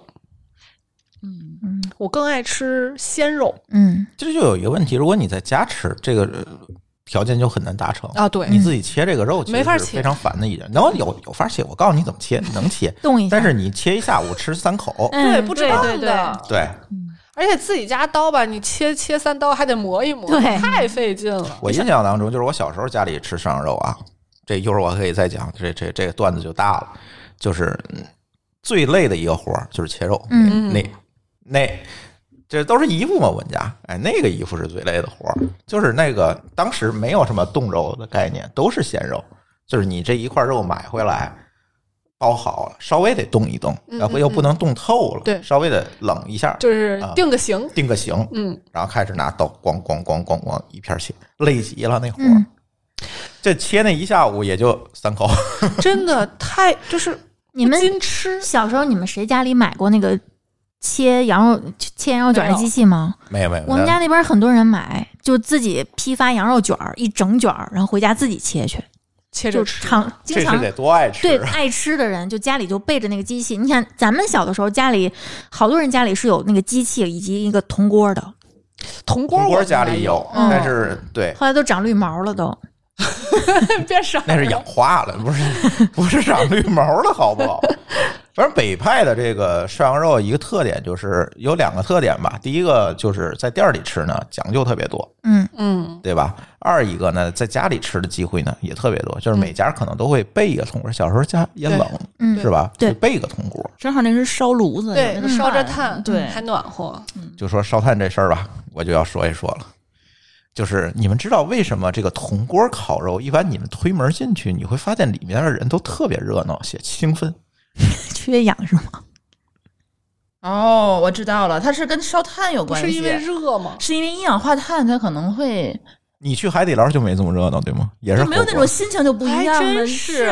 S5: 嗯。
S3: 嗯
S4: 我更爱吃鲜肉。
S3: 嗯，
S2: 这就有一个问题，如果你在家吃，这个呃条件就很难达成。
S4: 啊，对，
S2: 你自己切这个肉，
S4: 没法切
S2: 非常烦的一点。然后有有法切，我告诉你怎么切，能切
S3: 动
S4: 嗯
S3: 一下，
S2: 但是你切一下午吃三口，
S4: 对
S3: 嗯
S4: 不知道
S3: 对对
S4: 的，
S2: 对
S4: 而且自己家刀吧，你切切三刀还得磨一磨，
S3: 对
S4: 太费劲了。
S2: 我印象当中，就是我小时候家里吃涮羊肉啊，这一会儿我可以再讲，这这这个段子就大了，就是嗯最累的一个活儿就是切肉，
S3: 嗯，
S4: 嗯
S2: 那那这都是衣服嘛，我们家哎，那个衣服是最累的活儿，就是那个当时没有什么冻肉的概念，都是鲜肉，就是你这一块肉买回来。包好了，稍微得冻一冻，
S4: 嗯
S2: 然后又不能冻透了，
S4: 对
S2: 稍微得冷一下，
S4: 就是定个型，
S2: 定个型，
S4: 嗯，
S2: 然后开始拿刀咣咣咣咣咣一片切，累极了那活儿。
S3: 嗯
S2: 这切那一下午也就三口，
S4: 真的太就是
S3: 你们
S4: 不禁吃，
S3: 小时候你们谁家里买过那个切羊肉切羊肉卷儿的机器吗？
S2: 没有没有，
S3: 我们家那边很多人买，就自己批发羊肉卷儿一整卷儿，然后回家自己切去，
S4: 切着
S3: 就
S4: 吃。啊
S3: 常
S2: 这
S3: 经
S2: 是
S3: 常
S2: 得多爱吃
S3: 对
S2: 啊！
S3: 爱吃的人，就家里就备着那个机器。你看，咱们小的时候家里好多人家里是有那个机器以及一个铜锅的，
S4: 铜锅
S2: 铜锅
S4: 我
S2: 家
S4: 们
S2: 里
S4: 家
S2: 有，
S3: 嗯
S2: 但是对，
S3: 后来都长绿毛了都。
S4: 变少
S2: 那是氧化了，不 是不是长绿毛了，好不好？反正北派的这个涮羊肉一个特点就是有两个特点吧，第一个就是在店儿里吃呢讲究特别多，
S3: 嗯，
S4: 嗯，
S2: 对吧？二一个呢，在家里吃的机会呢也特别多，
S5: 嗯
S2: 就是每家可能都会备一个铜锅，小时候家也冷，
S3: 嗯
S2: 是吧？
S3: 对
S2: 就备一个铜锅。
S5: 嗯正好那是烧炉子，有
S4: 对嗯
S5: 那，个
S4: 烧着炭，
S5: 对，
S4: 还暖和。
S2: 就说烧炭这事儿吧，我就要说一说了。就是你们知道为什么这个铜锅烤肉，一般你们推门进去，你会发现里面的人都特别热闹且兴奋。
S3: 缺氧是吗？
S5: 哦，我知道了，它是跟烧炭有
S4: 不
S5: 关系，
S4: 是因为热吗？
S5: 是因为一氧化碳，它可能会
S2: 你去海底捞就没这么热闹，对吗？也是
S5: 就没有
S2: 火
S5: 那
S2: 锅
S5: 种心情就不一
S4: 还
S5: 样了，
S4: 真
S5: 是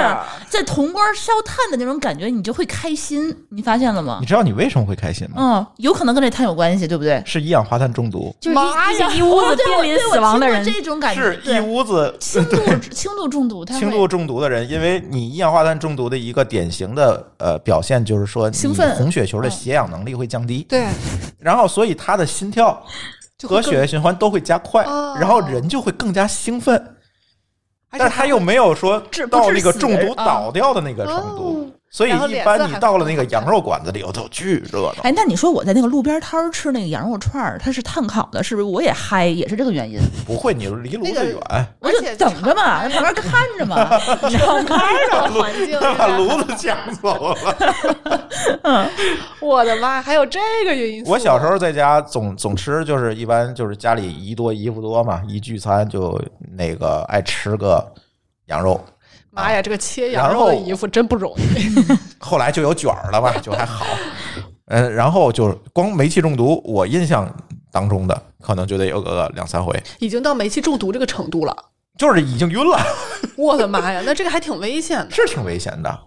S5: 在铜锅烧炭的那种感觉，你就会开心，你发现了吗
S2: 你？知道你为什么会开心吗？
S5: 嗯，有可能跟这碳有关系，对不对？
S2: 是一氧化碳中毒，
S3: 就是
S4: 妈
S3: 一
S4: 呀
S3: 一一屋
S5: 哦
S3: 子
S5: 对我
S3: 濒临
S5: 对我
S3: 死亡的
S5: 听过
S3: 人，
S5: 这种感觉
S2: 是一
S5: 嗯对
S2: 屋子
S5: 轻度轻度中毒，它
S2: 轻
S5: 会
S2: 度中毒的人，因为你一氧化碳中毒的一个典型的呃表现就是说，你
S5: 兴奋
S2: 红血球的
S5: 嗯
S2: 血氧能力会降低，
S4: 对，
S2: 然后所以他的心跳
S4: 就会
S2: 和
S4: 更
S2: 血液循环都会加快，
S4: 哦
S2: 然后人就会更加兴奋。
S4: 而
S2: 但
S4: 且
S2: 是他又没有说
S5: 致不
S2: 到
S5: 致
S2: 那个
S5: 死
S2: 中
S5: 人
S2: 毒
S5: 啊
S2: 倒掉的那个程度，
S4: 哦
S2: 所以
S4: 然后
S2: 一
S4: 脸
S2: 般
S4: 色
S2: 你
S4: 还
S2: 到
S4: 会
S2: 了那个
S4: 好看
S2: 羊肉馆子里头，都巨热闹。
S5: 哎，那你说我在那个路边摊儿吃那个羊肉串儿，它是炭烤的，是不是我也嗨？也是这个原 因，
S2: 不会，你离炉
S4: 那
S2: 子
S4: 个
S2: 远，
S5: 我
S4: 而
S5: 就
S4: 且
S5: 等着嘛，在旁边看着嘛， 你知道吗？
S4: 这种环境
S2: 把炉子抢走了。
S4: 我的妈，还有这个因素。
S2: 我小时候在家总总吃，就是一般就是家里姨多姨夫多嘛，一聚餐就那个爱吃个羊肉。
S4: 妈呀，这个切羊肉的衣服真不容易。
S2: 后来就有卷儿了吧，就还好。呃，然后就是光煤气中毒，我印象当中的可能就得有个两三回，
S4: 已经到煤气中毒这个程度了，
S2: 就是已经晕了，
S4: 我的妈呀，那这个还挺危险的。
S2: 是挺危险的。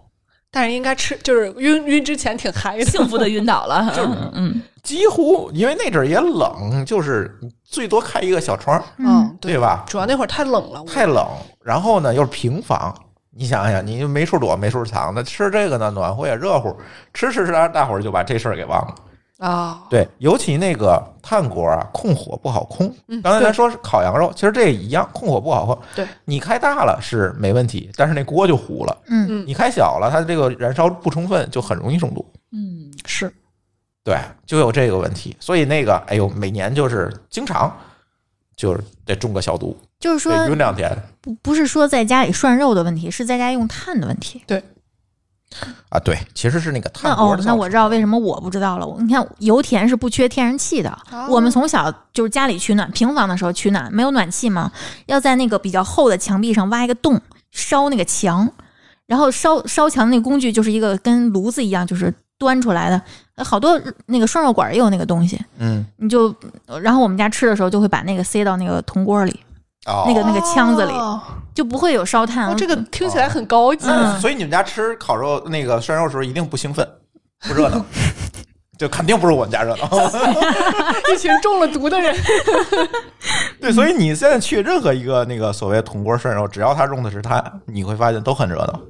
S4: 但是应该吃，就是晕晕之前挺嗨的。
S5: 幸 福的晕倒了，嗯，
S2: 几乎因为那阵儿也冷，就是最多开一个小窗，
S4: 嗯，
S2: 对吧？
S4: 主要那会儿太冷了，我
S2: 太冷，然后呢又是平房，你想想，你就没处躲，没处藏的，吃这个呢暖和也热乎，吃吃吃，大伙儿就把这事儿给忘了。
S4: 啊，
S2: 对，尤其那个炭锅啊，控火不好控。
S4: 嗯
S2: 刚才咱
S4: 对
S2: 说是烤羊肉，其实这也一样，控火不好控。
S4: 对，
S2: 你开大了是没问题，但是那锅就糊了；
S3: 嗯
S2: 你开小了，它这个燃烧不充分，就很容易中毒。
S5: 嗯，
S4: 是
S2: 对，就有这个问题。所以那个，哎呦，每年就是经常就是得中个小毒，
S3: 就是说
S2: 得晕两天
S3: 不不是说在家里涮肉的问题，是在家用炭的问题。
S2: 啊。对，其实是那个
S3: 那
S2: 炭锅
S3: 哦
S2: 的，
S3: 那
S2: 造
S3: 我
S2: 成
S3: 知道为什么我不知道了。我你看，油田是不缺天然气的。
S2: 哦
S4: 啊
S3: 我们从小就是家里取暖，平房的时候取暖，没有暖气嘛，要在那个比较厚的墙壁上挖一个洞，烧那个墙。然后烧烧墙那个工具就是一个跟炉子一样，就是端出来的。呃好多那个涮肉馆也有那个东西，
S2: 嗯，
S3: 你就然后我们家吃的时候就会把那个塞到那个铜锅里，
S2: 哦，
S3: 那个那个腔子里
S4: 哦
S3: 就不会有烧炭。
S4: 哦这个听起来很高级。
S2: 那所以你们家吃烤肉那个涮肉的时候一定不兴奋，不热闹， 就肯定不是我们家热闹。
S4: 一群中了毒的人，
S2: 对，所以你现在去任何一个那个所谓铜锅涮肉，只要它用的是炭，你会发现都很热闹。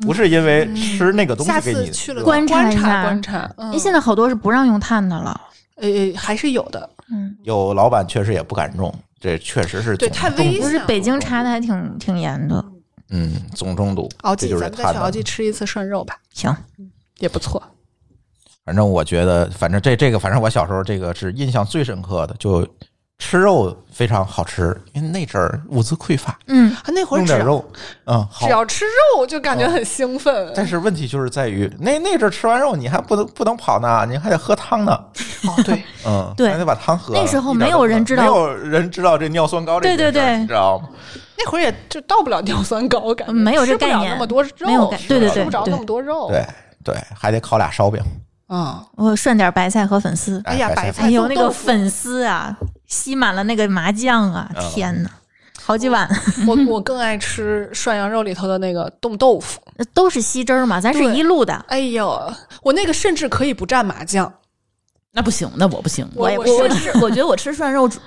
S2: 不是因为吃那个东西
S4: 嗯下
S2: 给
S4: 次
S2: 你
S4: 去了
S2: 热闹
S3: 观察
S4: 察
S3: 一下
S4: 观察。
S3: 因
S4: 嗯
S3: 为现在好多是不让用炭的了。
S4: 呃还是有的，
S3: 嗯
S2: 有老板确实也不敢用，这确实是
S4: 对，
S2: 总
S4: 太危险
S3: 就
S4: 了。
S3: 是北京查的还挺挺严的。
S2: 嗯总中毒，
S4: 熬
S2: 这
S4: 记，
S2: 就是
S4: 哦咱
S2: 碳
S4: 们再去
S2: 的
S4: 熬。记吃一次涮肉吧，
S3: 行，
S4: 也不错。啊
S2: 反正我觉得，反正这这个，反正我小时候这个是印象最深刻的，就吃肉非常好吃，因为那阵儿物资匮乏，
S3: 嗯，
S4: 啊，那会儿
S2: 弄
S4: 只
S2: 点
S4: 要
S2: 肉，嗯，好嗯
S4: 只。要吃肉就感觉很兴奋。
S2: 但是问题就是在于，那那阵儿吃完肉你还不能不能跑呢，你还得喝汤呢，
S4: 哦，对，
S2: 嗯，
S3: 对
S2: 还得把汤喝了。
S3: 那时候
S2: 一点
S3: 没有
S2: 都不
S3: 人
S2: 能
S3: 知道
S2: 没有人知道这尿酸高这
S3: 对对
S2: 件事儿
S3: 对
S2: 你知道吗？
S4: 那会儿也就到不了尿酸高，感觉
S3: 没有这
S4: 吃不了
S3: 概念
S4: 那么多肉，
S3: 没有概对
S2: 对
S4: 吃
S3: 对
S4: 不着
S3: 对
S4: 那么多
S3: 哦
S4: 肉。
S2: 对对，还得烤俩烧饼。
S4: 啊，
S3: 我涮点白菜和粉丝。
S4: 哎呀白菜
S3: 哎呦，
S4: 做
S3: 那
S4: 豆
S3: 个
S4: 腐
S3: 粉丝啊，吸满了那个麻酱啊
S2: 嗯，
S3: 天哪，好几碗
S4: 我我更爱吃涮羊肉里头的那个冻豆腐。
S3: 呃都是吸汁儿嘛，咱是
S4: 对
S3: 一路的。
S4: 哎呦，我那个甚至可以不蘸麻酱，
S5: 那不行，那我不行，
S4: 我
S5: 也
S4: 我
S5: 我
S4: 是
S5: 我吃 我觉得我吃涮肉主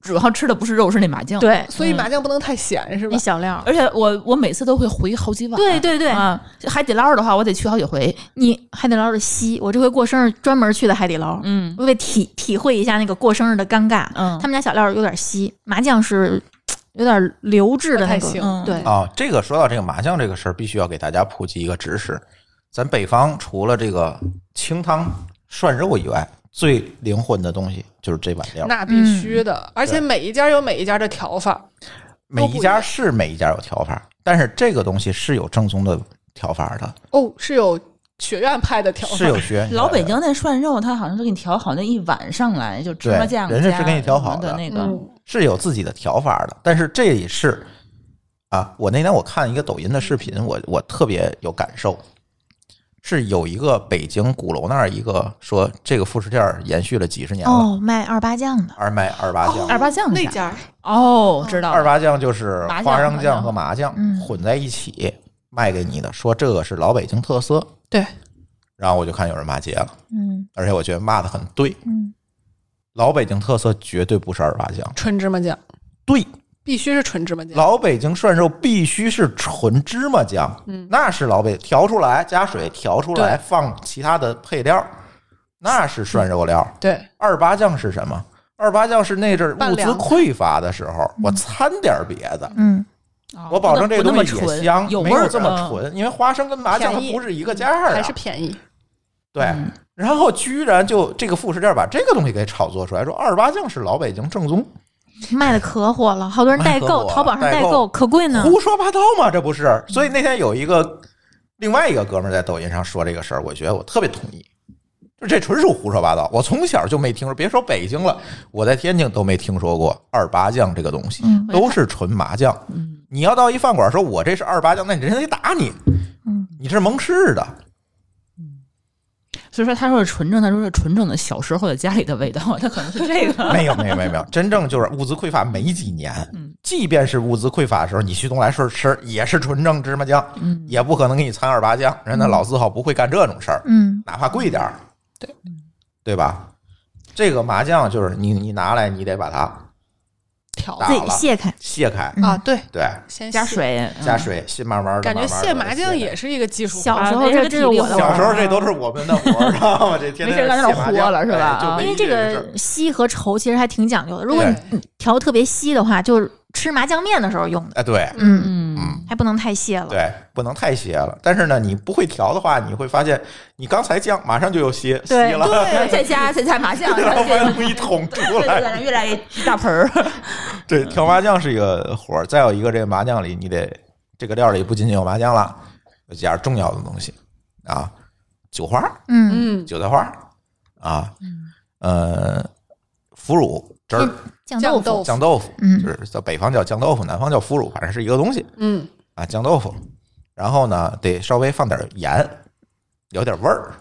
S5: 主要吃的不是肉，是那麻酱。，
S3: 对，
S4: 所以麻酱不能太咸，是吧
S3: 那？小料儿。
S5: 而且我我每次都会回好几碗。
S3: 对对对，
S5: 啊，海底捞的话，我得去好几回。
S3: 你海底捞的西，我这回过生日专门去的海底捞，
S5: 嗯
S3: 我得体体会一下那个过生日的尴尬。
S5: 嗯
S3: 他们家小料儿有点稀，麻酱是嘖有点流质的那
S4: 不太
S3: 个，
S4: 行
S3: 嗯对，
S2: 啊、这个说到这个麻酱这个事儿，必须要给大家普及一个知识。咱北方除了这个清汤涮肉以外，最灵魂的东西就是这碗料。
S4: 那必须的，而且每一家有每一家的调法。
S2: 每一家是每一家有调法，但是这个东西是有正宗的调法的，
S4: 哦，是有学院派的调法，
S2: 是有学员
S5: 老北京那涮肉，他好像是给你调好那一碗上来就芝麻
S2: 对
S5: 酱加
S2: 人家是给你调好
S5: 什么的
S2: 的
S5: 那个，
S4: 嗯，
S2: 是有自己的调法的，但是这也是啊，我那天我看一个抖音的视频，我我特别有感受，是有一个北京鼓楼那儿一个说这个副食店儿延续了几十年了。
S3: 哦，卖二八酱的，
S2: 二卖二八酱，
S3: 哦
S5: 二八酱
S4: 那
S5: 加
S4: 家
S5: 哦，知道了
S2: 二八酱就是
S5: 麻酱
S2: 花生酱和麻酱
S3: 嗯
S2: 混在一起卖给你的，说这个是老北京特色。
S4: 对，
S2: 然后我就看有人骂街了，
S3: 嗯
S2: 而且我觉得骂的很对，
S3: 嗯，
S2: 老北京特色绝对不是二八酱，
S4: 纯芝麻酱
S2: 对，
S4: 必须是纯芝麻酱。
S2: 老北京涮肉必须是纯芝麻酱，
S4: 嗯
S2: 那是老北调出来加水调出来
S4: 对
S2: 放其他的配料，那是涮肉料。
S4: 对，
S2: 二八酱是什么？二八酱是那阵儿
S4: 拌
S2: 物资
S4: 凉的
S2: 匮乏的时候，我掺点儿别的，
S3: 嗯，
S5: 哦
S2: 我保证这
S5: 不那
S2: 东
S5: 么
S2: 西也
S5: 纯
S2: 香，
S5: 有
S2: 没
S5: 味儿
S2: 有这么
S5: 嗯
S2: 纯，因为花生跟麻酱它
S4: 便宜
S2: 不是一个价儿
S4: 还
S2: 啊
S4: 是。便宜。
S2: 对，然后居然就这个副食店把这个东西给炒作出来，说二八酱是老北京正宗，
S3: 卖的可火了，好多人
S2: 卖
S3: 代
S2: 得可
S3: 购，
S2: 火
S3: 淘宝上
S2: 代
S3: 代
S2: 购
S3: 购可
S5: 嗯
S3: 贵呢。
S2: 胡说八道嘛，这不是？所以那天有一个另外一个哥们儿在抖音上说这个事儿，我觉得我特别同意。就这纯属胡说八道，我从小就没听说，别说北京了，我在天津都没听说过二八酱这个东西，
S3: 嗯
S2: 都是纯麻酱。
S5: 嗯
S2: 你要到一饭馆说我这是二八酱，那人家得打你，
S3: 嗯
S2: 你这是蒙吃的。
S5: 所以说他说是纯正，他说是纯正的小时候的家里的味道，他可能是 这个。
S2: 没有没有没有没有，真正就是物资匮乏没几年，即便是物资匮乏的时候，你去东来顺吃也是纯正芝麻酱，也不可能给你掺二八酱，人家老字号不会干这种事儿，
S3: 嗯，
S2: 哪怕贵点儿，对对吧？这个麻酱就是你你拿来，你得把它
S4: 调
S2: 打
S3: 自
S2: 好
S3: 己
S2: 了
S3: 卸开，
S2: 卸开，
S4: 啊，对，
S2: 对，
S4: 先
S5: 加
S4: 卸。
S5: 水，
S2: 加
S5: 嗯。
S2: 水，卸慢慢的，
S4: 感觉
S2: 卸
S4: 卸麻酱也是一个技术活，
S3: 小时候
S5: 啊那
S3: 这
S5: 个
S3: 这
S5: 体
S3: 是
S5: 力
S3: 我
S5: 活
S3: 的
S5: 儿
S2: 小
S3: 玩儿啊
S2: 时候这都是我们的活儿，知道吗？这天
S5: 没事
S2: 天
S5: 儿干点
S2: 卸麻
S5: 活
S2: 酱
S5: 了是
S2: 哎
S5: 吧
S2: 就
S5: 啊
S2: 没
S3: 因为
S2: 意思
S3: 这
S2: 事儿
S3: 个稀和稠其实还挺讲究的。如果
S2: 对
S3: 你调特别稀的话，就是吃麻酱面的时候用的。
S2: 哎对，
S3: 嗯，
S5: 嗯，
S3: 还不能太泄了。
S2: 对，不能太稀了。但是呢，你不会调的话，你会发现你刚才酱马上就又稀稀
S3: 对
S2: 了，
S5: 再加再加麻 酱，
S2: 然后
S5: 对
S2: 把它一桶出
S5: 对
S2: 来。
S5: 对，越来越一大盆儿。
S2: 对，调麻酱是一个活儿。再有一个，这个麻酱里你得这个料里不仅仅有麻酱了，有几样重要的东西啊，酒花、
S3: 嗯，
S4: 嗯，
S2: 韭菜花啊，呃，腐乳汁儿、
S3: 酱
S4: 酱
S3: 豆
S4: 豆
S3: 腐，
S4: 腐，
S2: 酱豆腐，
S3: 嗯
S2: 就是在北方叫酱豆腐，南方叫腐乳，反正是一个东西
S4: 嗯，
S2: 啊，酱豆腐。然后呢，得稍微放点盐，有点味儿。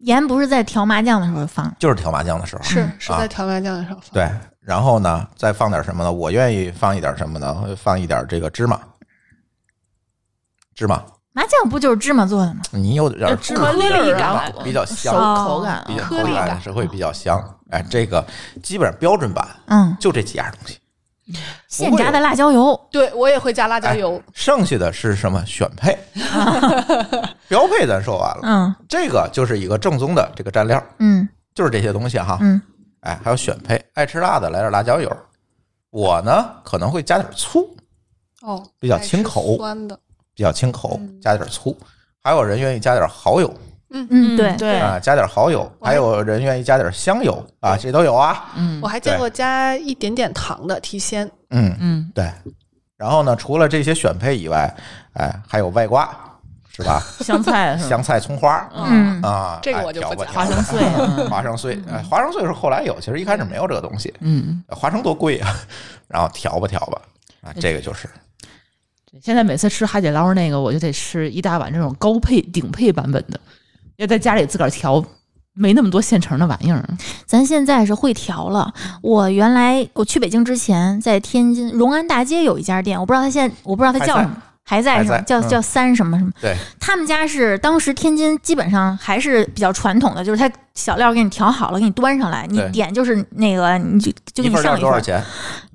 S3: 盐不是在调麻酱的时候放。
S2: 就是调麻酱的时候，
S4: 是
S5: 嗯
S4: 是
S2: 啊
S4: 在调麻酱上放，
S2: 对。然后呢，再放点什么呢？我愿意放一点什么呢？放一点这个芝麻，芝麻，
S3: 麻酱不就是芝麻做的吗？
S2: 你有点
S5: 呃芝麻粒
S2: 儿
S5: 儿
S2: 啊
S5: 啊，
S2: 比较
S5: 熟
S2: 香，
S5: 口感啊，
S2: 比较口
S4: 颗粒
S2: 感
S4: 感
S2: 是会比较香。哎，这个基本上标准版
S3: 嗯，
S2: 就这几样东西，
S3: 现炸的辣椒油，
S4: 对我也会加辣椒
S2: 哎
S4: 油，
S2: 剩下的是什么选 配标配？咱说完了，
S3: 嗯
S2: 这个就是一个正宗的这个蘸料，
S3: 嗯
S2: 就是这些东西哈。
S3: 嗯
S2: 哎，还有选配，爱吃辣的来点辣椒油。我呢可能会加点醋，
S4: 哦，
S2: 比较清口
S4: 爱吃酸的，
S2: 比较清口，
S4: 嗯
S2: 加点醋。还有人愿意加点蚝油
S3: 嗯，对，
S5: 对，
S2: 啊，加点蚝油，
S4: 我还
S2: 还有人愿意加点香油啊，这都有啊。
S5: 嗯
S4: 我还见过加一点点糖的提鲜，
S2: 嗯，
S5: 嗯，
S2: 对。然后呢，除了这些选配以外，哎，还有外挂，是吧？
S5: 香菜是吧
S2: 香菜、葱花
S3: 嗯，
S2: 啊，
S4: 这个
S2: 哎
S4: 我就
S2: 调
S4: 不
S2: 吧
S4: 讲
S2: 调
S5: 花
S2: 吧
S5: 生碎，嗯
S2: 花生碎，哎，花生碎是后来有，其实一开始没有这个东西。
S5: 嗯，
S2: 花生多贵啊，然后调吧调吧啊，这个就是
S5: 对现在每次吃海底捞那个，我就得吃一大碗这种高配顶配版本的，要在家里自个儿调，没那么多现成的玩意儿。
S3: 咱现在是会调了。
S2: 嗯
S3: 我原来我去北京之前，在天津荣安大街有一家店，我不知道它现在我不知道它叫什么，还在
S2: 还
S3: 是吧？
S2: 在
S3: 叫
S2: 嗯
S3: 叫三什么什么？
S2: 对，
S3: 他们家是当时天津基本上还是比较传统的，就是他小料给你调好了，给你端上来，你
S2: 对
S3: 点就是那个你就就
S2: 一
S3: 给你
S2: 份料
S3: 上一
S2: 多少
S3: 份。
S2: 钱？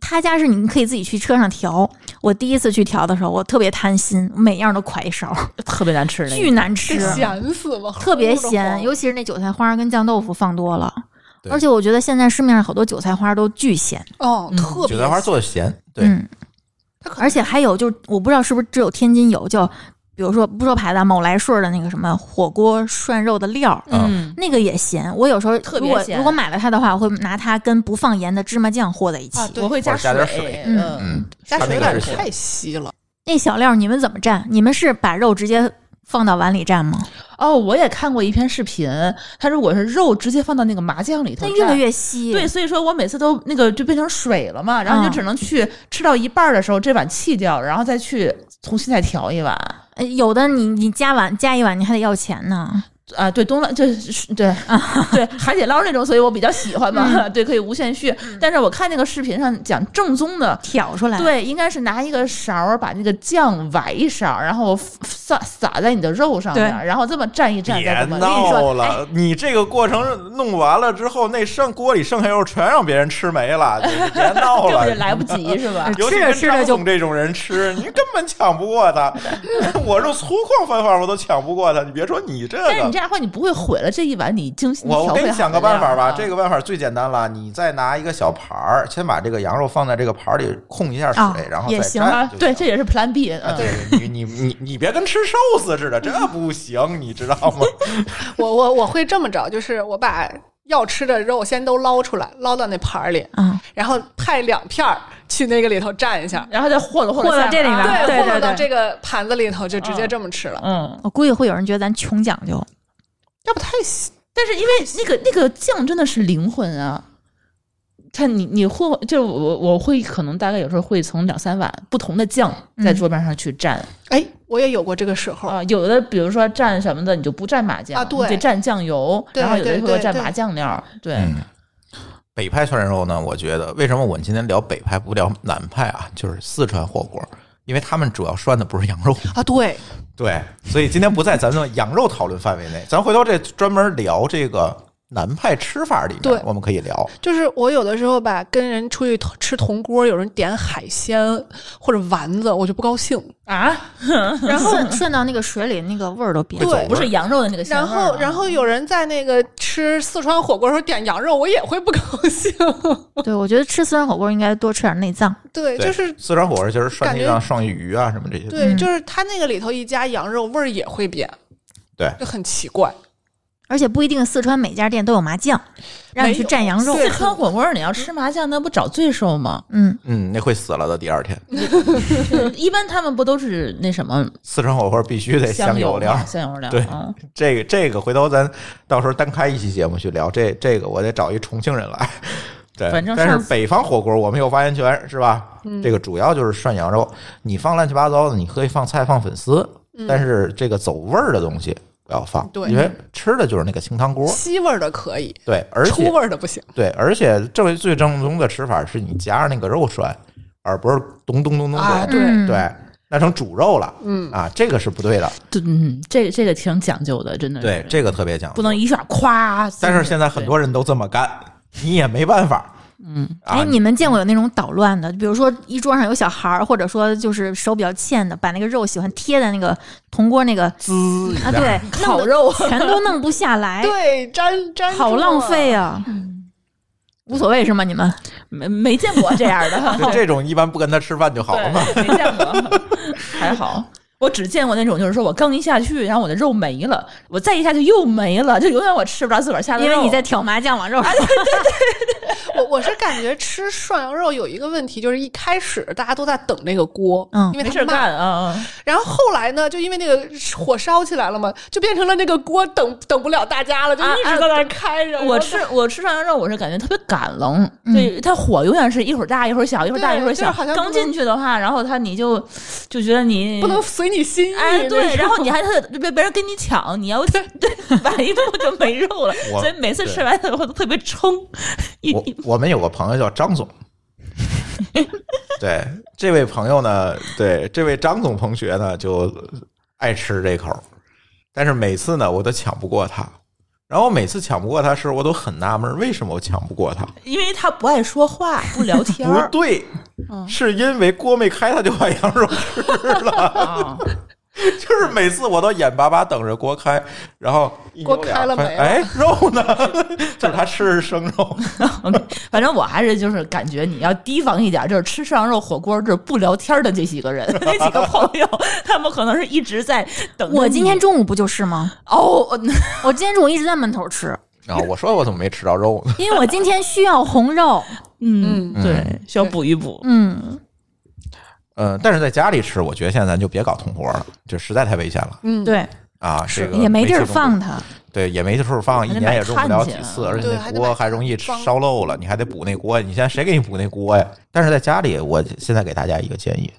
S3: 他家是你可以自己去车上调。我第一次去调的时候，我特别贪心，每样都㧟一勺，
S5: 特别难吃那
S3: 巨
S5: 个，
S3: 难吃
S4: 这，咸死了，
S2: 啊
S3: 特别
S4: 齁得
S3: 咸，
S4: 慌
S3: 尤其是那韭菜花跟酱豆腐放多了。
S2: 对
S3: 而且我觉得现在市面上好多韭菜花都巨咸，
S4: 哦，
S5: 嗯
S4: 特别
S2: 韭菜花做的咸，对，
S3: 嗯，
S4: 它可能
S3: 而且还有就是我不知道是不是只有天津有，叫比如说不说牌子啊，某来顺的那个什么火锅涮肉的料儿，
S5: 嗯，
S3: 那个也咸。我有时候
S5: 特
S3: 如
S5: 别
S3: 果
S5: 咸
S3: 如果买了它的话，我会拿它跟不放盐的芝麻酱和在一起。
S4: 啊对
S5: 我会
S2: 或者加点水
S3: 嗯
S2: 嗯，
S4: 加
S2: 它
S4: 水有
S2: 那个
S4: 点
S2: 是
S4: 太稀了。
S3: 那小料儿你们怎么蘸？你们是把肉直接放到碗里蘸吗？
S5: 哦，我也看过一篇视频，它如果是肉直接放到那个麻酱里头
S3: 它
S5: 蘸，
S3: 越来越稀。
S5: 对，所以说我每次都那个就变成水了嘛，然后你
S3: 嗯
S5: 就只能去吃到一半儿的时候，这碗弃掉，然后再去重新再调一碗。
S3: 呃，有的你你加碗加一碗你还得要钱呢。
S5: 啊，对，东来就是对对海底捞那种，所以我比较喜欢嘛，对，可以无限续。但是我看那个视频上讲正宗的。
S3: 挑出来，，
S5: 对，应该是拿一个勺儿把那个酱崴一勺儿，然后撒撒在你的肉上面儿，然后这么蘸一蘸，
S2: 别
S5: 再这么我跟你说哎
S2: 闹了！你这个过程弄完了之后，那剩锅里剩下肉全让别人吃没了，你你别闹
S5: 根本就
S2: 了。
S5: 来不及是 吧？
S2: 尤其
S3: 吃着
S2: 跟
S3: 吃着
S2: 张
S3: 就
S2: 总这种人吃，你根本抢不过 他。我这粗犷方法我都抢不过他，你别说你这
S5: 但是你
S2: 个
S5: 这。样的话，你不会毁了这一碗你精心
S2: 我我
S5: 调
S2: 给
S5: 配
S2: 你
S5: 好
S2: 想
S5: 的
S2: 个办法
S5: 料
S2: 吧，
S5: 啊
S2: 这个办法最简单了。你再拿一个小盘儿，先把这个羊肉放在这个盘儿里控一下
S3: 啊
S2: 水，然后
S5: 也
S2: 再
S5: 行
S2: 蘸
S5: 啊
S2: 就行。，啊
S5: 对，这也是 Plan B，嗯，
S2: 对，你你你你别跟吃寿司似的，这不行，你知道 吗？
S4: 我我我会这么着，就是我把要吃的肉先都捞出来，捞到那盘儿里，
S3: 嗯，
S4: 然后派两片儿去那个里头蘸一下，
S5: 然后再和了和了
S3: 和到
S5: 下
S3: 这里
S5: 面
S3: 边
S5: 啊
S3: 儿对
S4: 和
S3: 对
S4: 到
S3: 对
S4: 这个盘子里头就直接这么吃了，
S5: 嗯，
S3: 我估计会有人觉得咱穷讲究。
S4: 要不太稀
S5: 但是因为那个那个酱真的是灵魂啊！看你你会就是我我我会可能大概有时候会从两三碗不同的酱在桌面上去蘸啊、
S4: 哎，我也有过这个时候，
S5: 有的比如说蘸什么的你就不蘸麻酱
S4: 哦啊对
S5: 你得蘸酱油，
S4: 对
S5: 然后有的
S4: 对
S5: 会
S4: 对
S5: 蘸
S4: 对
S5: 麻酱料儿，对，
S2: 嗯，北派涮肉呢，我觉得为什么我们今天聊北派不聊南派啊？就是四川火锅，因为他们主要涮的不是羊肉，
S4: 啊，对，
S2: 对，所以今天不在咱们羊肉讨论范围内，咱回头这专门聊这个南派吃法里面，
S4: 对
S2: 我们可以聊。
S4: 就是我有的时候吧，跟人出去吃铜锅，有人点海鲜或者丸子，我就不高兴。
S5: 啊，
S3: 然后涮到那个水里，那个味儿都变
S2: 会
S3: 了。
S2: 走味儿
S5: 不是羊肉的那个
S4: 然
S5: 香味儿啊
S4: 后，然后有人在那个吃四川火锅的时候点羊肉，我也会不高兴。
S3: 对，我觉得吃四川火锅应该多吃点内脏。
S4: 对，
S2: 对
S4: 就是
S2: 四川火锅就是涮
S4: 感
S2: 内
S4: 觉
S2: 脏、涮鱼啊什么这些。
S4: 对，
S3: 嗯
S4: 就是它那个里头一加羊肉，味儿也会变，
S2: 对
S4: 就很奇怪。
S3: 而且不一定四川每家店都有麻酱，让你去蘸羊肉。
S4: 没有
S5: 四川火锅儿你要吃麻酱那不找罪受吗？
S3: 嗯，
S2: 嗯，那会死了的。第二天，
S5: 一般他们不都是那什么
S2: 四川火锅必须得香
S5: 油
S2: 料
S5: 嘛，香油料
S2: 对
S5: 嗯
S2: 这个这个，回头咱到时候单开一期节目去聊这这个，我得找一重庆人来。对，
S5: 反正
S2: 但是
S5: 上次
S2: 北方火锅我们有发言权，是吧？
S4: 嗯
S2: 这个主要就是涮羊肉，你放乱七八糟的，你可以放菜放粉丝，但是这个走味儿的东西不要放，
S4: 嗯对
S2: 因
S5: 嗯
S2: 为吃的就是那个清汤锅。
S4: 吸味儿的可以，
S2: 对，而
S4: 出
S2: 且
S4: 味儿的不行。
S2: 对，而且最最正宗的吃法是你夹着那个肉涮，而不是咚咚咚咚
S4: 啊
S2: 咚，
S4: 对
S3: 嗯
S2: 对，那成煮肉了
S4: 嗯，
S2: 啊，这个是不对的。
S5: 对，嗯，这个这个挺讲究的，真的是
S2: 对，这个特别讲究，
S5: 不能一下夸。
S2: 但
S3: 嗯
S2: 是现在很多人都这么干，你也没办法。
S5: 嗯，
S2: 啊
S3: 哎，，你们见过有那种捣乱的？比如说一桌上有小孩儿，或者说就是手比较欠的，把那个肉喜欢贴在那个铜 锅那个啊，
S2: 滋一下，
S3: 对，弄
S5: 烤
S3: 得
S5: 肉哎
S3: 全都弄不下来，
S4: 对，粘粘
S3: 好
S4: 住
S3: 浪
S4: 了
S3: 费啊！无所谓是吗？你们
S5: 没没见过这样 的，
S2: 就这种一般不跟他吃饭就好了嘛。
S5: 对，没见过，还好。我只见过那种，就是说我刚一下去，然后我的肉没了，我再一下去又没了，就永远我吃不着自个儿下的
S3: 因
S5: 肉。
S3: 为你在挑麻酱往肉上
S4: 我我是感觉吃涮羊肉有一个问题，就是一开始大家都在等那个锅，
S3: 嗯
S4: 因为
S5: 没
S4: 它
S5: 事儿
S4: 慢
S5: 干啊，嗯
S4: 然后后来呢，就因为那个火烧起来了嘛，就变成了那个锅等等不了大家了，就
S5: 啊
S4: 一直在那儿开着。
S5: 我
S4: 然后
S5: 吃我吃涮羊肉，我是感觉特别赶冷，对它火永远是一会儿大一会儿小，一会儿大一会儿
S4: 嗯就
S5: 小。
S4: 是好像不
S5: 刚
S4: 能
S5: 进去的话，然后它你就就觉得你
S4: 不能随你心意。
S5: 哎
S4: 那
S5: 对，
S4: 种
S5: 然后你还得别别人跟你抢，你要对晚一步就没肉了，
S2: 我
S5: 所以每次
S2: 对
S5: 吃完我都特别撑。一
S2: 我我们有个朋友叫张 总，对这位朋友呢，对这位张总同学呢，就爱吃这口儿，但是每次呢，我都抢不过他。然后我每次抢不过他时，我都很纳闷儿，为什么我抢不过他？
S5: 因为他不爱说话，不聊天
S2: 不
S5: 儿
S2: 对，
S3: 嗯
S2: 是因为锅没开，他就把羊肉吃了。
S5: 啊，
S2: 就是每次我都眼巴巴等着锅开，然后一
S4: 锅
S2: 扭脸
S4: 开了
S2: 发
S4: 没
S2: 现
S4: 了
S2: 哎，肉呢？ 就是他吃是生肉，
S5: 反正我还是就是感觉你要提防一点，就是吃涮羊肉火锅就是不聊天儿的这几个人， 那几个朋友，他们可能是一直在等着
S3: 我今天
S5: 你
S3: 中午不就是吗？
S5: 哦，我
S3: 我今天中午一直在门头吃，
S2: 然后我说我怎么没吃着肉呢？
S3: 因为我今天需要红肉。
S5: 嗯，
S2: 嗯
S5: 对，需要补一补。
S3: 嗯，
S2: 嗯，但是在家里吃，我觉得现在咱就别搞同伙了，就实在太危险了
S4: 嗯，
S3: 对，
S2: 啊！这个
S3: 也没地儿
S2: 煤气中毒
S3: 放，它。
S2: 对，也没地儿放，
S5: 还
S2: 一
S5: 得
S2: 年也
S5: 买
S2: 用不了
S5: 炭
S2: 几
S5: 去啊
S2: 次，而且
S4: 对
S2: 那
S4: 还得
S2: 锅
S4: 买
S2: 还容易
S4: 装
S2: 烧漏了，你还得补那锅，你现在谁给你补那锅呀？但是在家里，我现在给大家一个建议，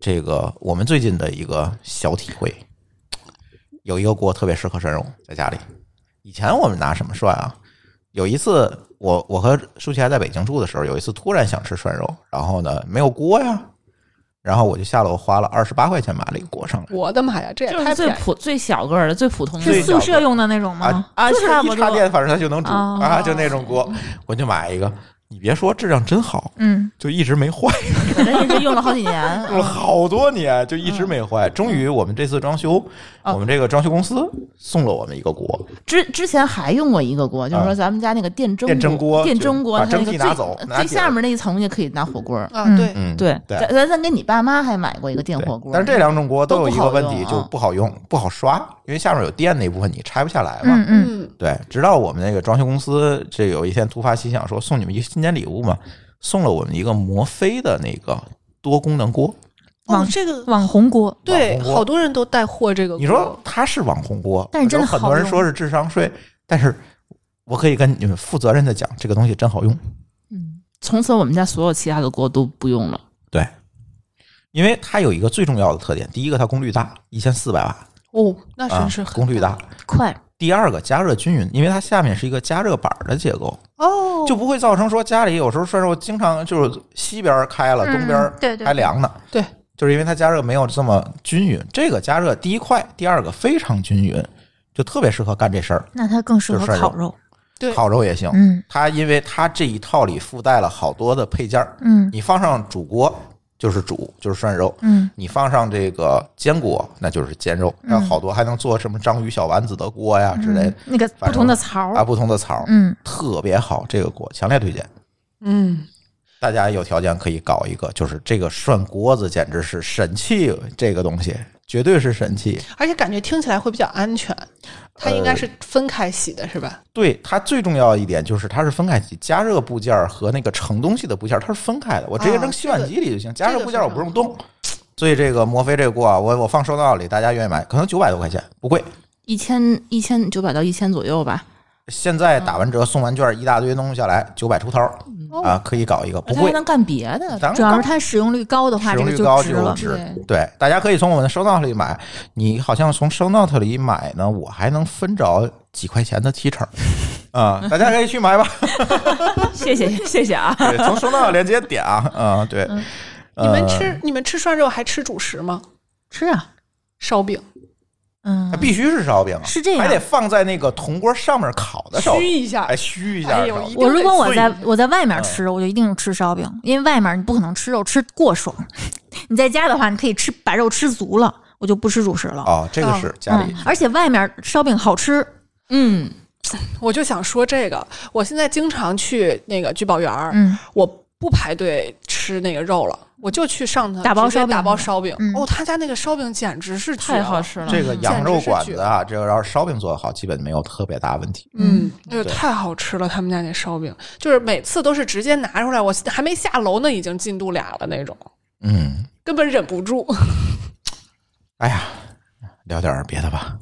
S2: 这个我们最近的一个小体会，有一个锅特别适合涮肉，在家里。以前我们拿什么涮啊？有一次我我和舒淇还在北京住的时候，有一次突然想吃涮肉，然后呢没有锅呀，然后我就下楼花了二十八块钱买了一个锅上来。
S4: 我的妈呀，这也
S5: 就
S4: 嗯太
S5: 是最
S4: 便宜了
S5: 普最小个儿的最普通
S2: 最
S3: 是
S5: 的，
S3: 宿舍用的那种
S2: 啊
S3: 吗？
S5: 啊
S2: 就是
S5: 差不
S2: 一插
S5: 多
S2: 电，反正它就能煮、
S3: 哦
S2: 啊，就那种锅，我就买一个。你别说，质量真好，
S3: 嗯，
S2: 就一直没坏，
S5: 反正一直用了好几年。
S2: 用了好多年，就一
S5: 嗯
S2: 直没坏。终于，我们这次装修，
S5: 哦
S2: 我们这个装修公司送了我们一个锅，
S5: 之之前还用过一个锅，就是
S2: 啊
S5: 说咱们家那个电蒸
S2: 电蒸锅
S5: 电蒸锅，
S2: 就
S5: 它那
S2: 把蒸汽
S5: 个
S2: 拿
S5: 最
S2: 走拿
S5: 最
S2: 起来
S5: 下面那一层就可以拿火锅儿。
S4: 啊！对，
S2: 嗯，
S5: 对，
S2: 对
S5: 咱咱咱给你爸妈还买过一个电
S2: 对
S5: 火锅，
S2: 但是这两种锅都有一个问题，
S5: 都不好
S2: 就
S5: 用
S2: 不
S5: 啊
S2: 好用，不好刷，因为下面有电那部分你拆不下来嘛。
S3: 嗯嗯，
S4: 嗯，
S2: 对，直到我们那个装修公司，这有一天突发奇想说送你们一个新年礼物嘛，送了我们一个摩飞的那个多功能锅。
S4: 哦
S3: 网，
S4: 这个
S3: 嗯网红锅，
S4: 对，
S2: 网红锅
S4: 好多人都带货这个锅。
S2: 你说它是网红锅，
S3: 但是真的
S2: 有很多人
S3: 好用
S2: 说是智商税，但是我可以跟你们负责任的讲，这个东西真好用。
S5: 从此我们家所有其他的锅都不用了。
S2: 对，因为它有一个最重要的特点，第一个它功率大，一千四百瓦
S4: 哦，那
S2: 啊
S4: 真是，很
S2: 功率大。
S3: 快，
S2: 第二个加热均匀，因为它下面是一个加热板的结构，
S4: 哦，
S2: 就不会造成说家里有时候涮肉经常就是西边开了，
S3: 嗯
S2: 啊东边
S3: 对对
S2: 还凉呢。
S4: 对
S2: 就是因为它加热没有这么均匀。这个加热第一快，第二个非常均匀，就特别适合干这事儿。
S3: 那它更适
S2: 就是
S3: 合
S2: 涮肉
S3: 烤肉。
S4: 对
S2: 烤肉也行。
S3: 嗯
S2: 它因为它这一套里附带了好多的配件儿，
S3: 嗯
S2: 你放上煮锅就是煮，就是涮肉。
S3: 嗯，
S2: 你放上这个煎锅，那就是煎肉，还有好多还能做什么章鱼小丸子的锅呀之类的
S3: 嗯那个
S2: 反正
S3: 不同的槽
S2: 啊，
S3: 儿，
S2: 不同的槽儿，
S3: 哦嗯，
S2: 特别好，这个锅强烈推荐。
S4: 嗯，
S2: 大家有条件可以搞一个，就是这个涮锅子简直是神器，这个东西绝对是神器。
S4: 而且感觉听起来会比较安全。它应
S2: 呃
S4: 该是分开洗的，是吧？
S2: 对它最重要一点就是它是分开洗，加热部件儿和那个盛东西的部件儿它是分开的，我直接
S4: 啊
S2: 扔洗碗机里就行，加热部件儿我不用动。
S4: 这
S2: 所以这个摩飞这个锅啊，我我放收纳里，大家愿意买，可能九百多块钱不贵。
S5: 一千一千九百到一千左右吧，
S2: 现在打完折送完券儿一大堆东西下来，九百出头儿
S4: 嗯
S2: 啊，可以搞一个不
S5: 它还
S2: 贵。
S5: 能干别的。
S2: 咱们
S3: 主要是
S2: 刚
S3: 它使用率高的话，
S2: 使
S3: 这
S2: 用
S3: 个
S2: 率高
S3: 值
S2: 就
S3: 了。
S2: 值
S5: 对
S2: 对，大家可以从我们的 show note 里买。你好像从 show note 里买呢，我还能分着几块钱的提成啊、大家可以去买吧。
S5: 谢谢谢谢啊！
S2: 对，从 show note 链接点啊，啊、对。
S3: 嗯
S4: 你们
S2: 呃
S4: 吃你们吃涮肉还吃主食吗？
S3: 吃啊，
S4: 烧饼，
S3: 嗯
S2: 它，必须是烧饼啊，
S3: 是这样
S2: 还得放在那个铜锅上面烤的烧
S4: 虚
S2: 饼，
S4: 一下
S2: 哎，，虚一下
S4: 哎
S2: 的
S4: 呦
S2: 烧
S4: 一
S2: 饼。
S3: 我如果我在
S2: 所
S3: 我在外面
S2: 嗯
S3: 吃，我就一定吃烧饼，因为外面你不可能吃肉吃过爽。 你在家的话，你可以吃把肉吃足了，我就不吃主食了。嗯
S2: 哦，这个是家里
S3: 嗯，而且外面烧饼好吃，
S5: 嗯，
S4: 我就想说这个，我现在经常去那个聚宝园儿，
S3: 嗯，
S4: 我不排队吃那个肉了，我就去上他
S3: 打包
S4: 直接
S3: 烧饼
S4: 打包烧饼。
S3: 嗯
S4: 哦，他家那个烧饼简直是绝
S5: 太好
S4: 了。
S5: 吃了。
S2: 这个羊肉馆
S4: 简直是
S2: 子啊，这个要是烧饼做得好，基本没有特别大问题。
S4: 嗯，哎呦，
S2: 对
S4: 太好吃了！他们家那烧饼，就是每次都是直接拿出来，我还没下楼呢，已经进度俩了那种，
S2: 嗯，
S4: 根本忍不住。
S2: 哎呀，聊点儿别的吧，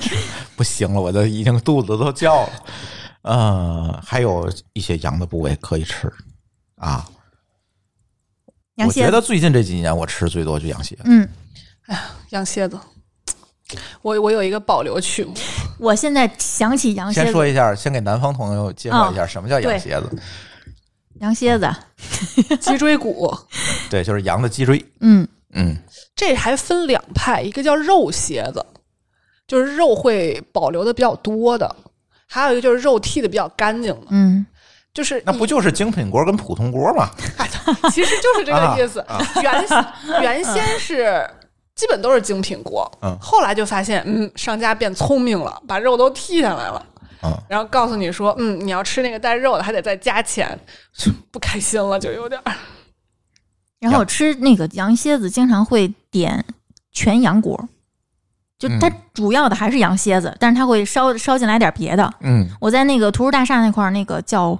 S2: 不行了，我都已经肚子都叫了。呃，还有一些羊的部位可以吃啊。
S3: 羊
S2: 我
S3: 蝎
S2: 觉得
S3: 子，
S2: 最近这几年我吃最多就羊蝎，
S3: 嗯，
S4: 羊蝎子，我我有一个保留曲目，
S3: 我现在想起羊蝎
S2: 先
S3: 子，啊
S2: 说一下，先给南方朋友介绍一下什么叫羊
S3: 对
S2: 蝎子。
S3: 羊蝎子，
S4: 脊椎骨，
S2: 对，就是羊的脊椎。
S3: 嗯，
S2: 嗯，
S4: 这还分两派，一个叫肉蝎子，就是肉会保留的比较多的，还有一个就是肉剔的比较干净的，
S3: 嗯，
S4: 就是
S2: 那不
S4: 就
S2: 就是精品锅跟普通锅吗？
S4: 其实就是这个意思。
S2: 啊
S4: 原原先是。基本都是精品锅，
S2: 嗯
S4: 后来就发现，嗯，商家变聪明了，把肉都剔下来了，
S2: 嗯
S4: 然后告诉你说，嗯，你要吃那个带肉的，还得再加钱，就不开心了，就有点儿。
S3: 然后
S2: 羊
S3: 我吃那个羊蝎子，经常会点全羊锅，就它
S2: 嗯
S3: 主要的还是羊蝎子，但是它会烧烧进来点别的。
S2: 嗯，
S3: 我在那个图书大厦那块儿，那个叫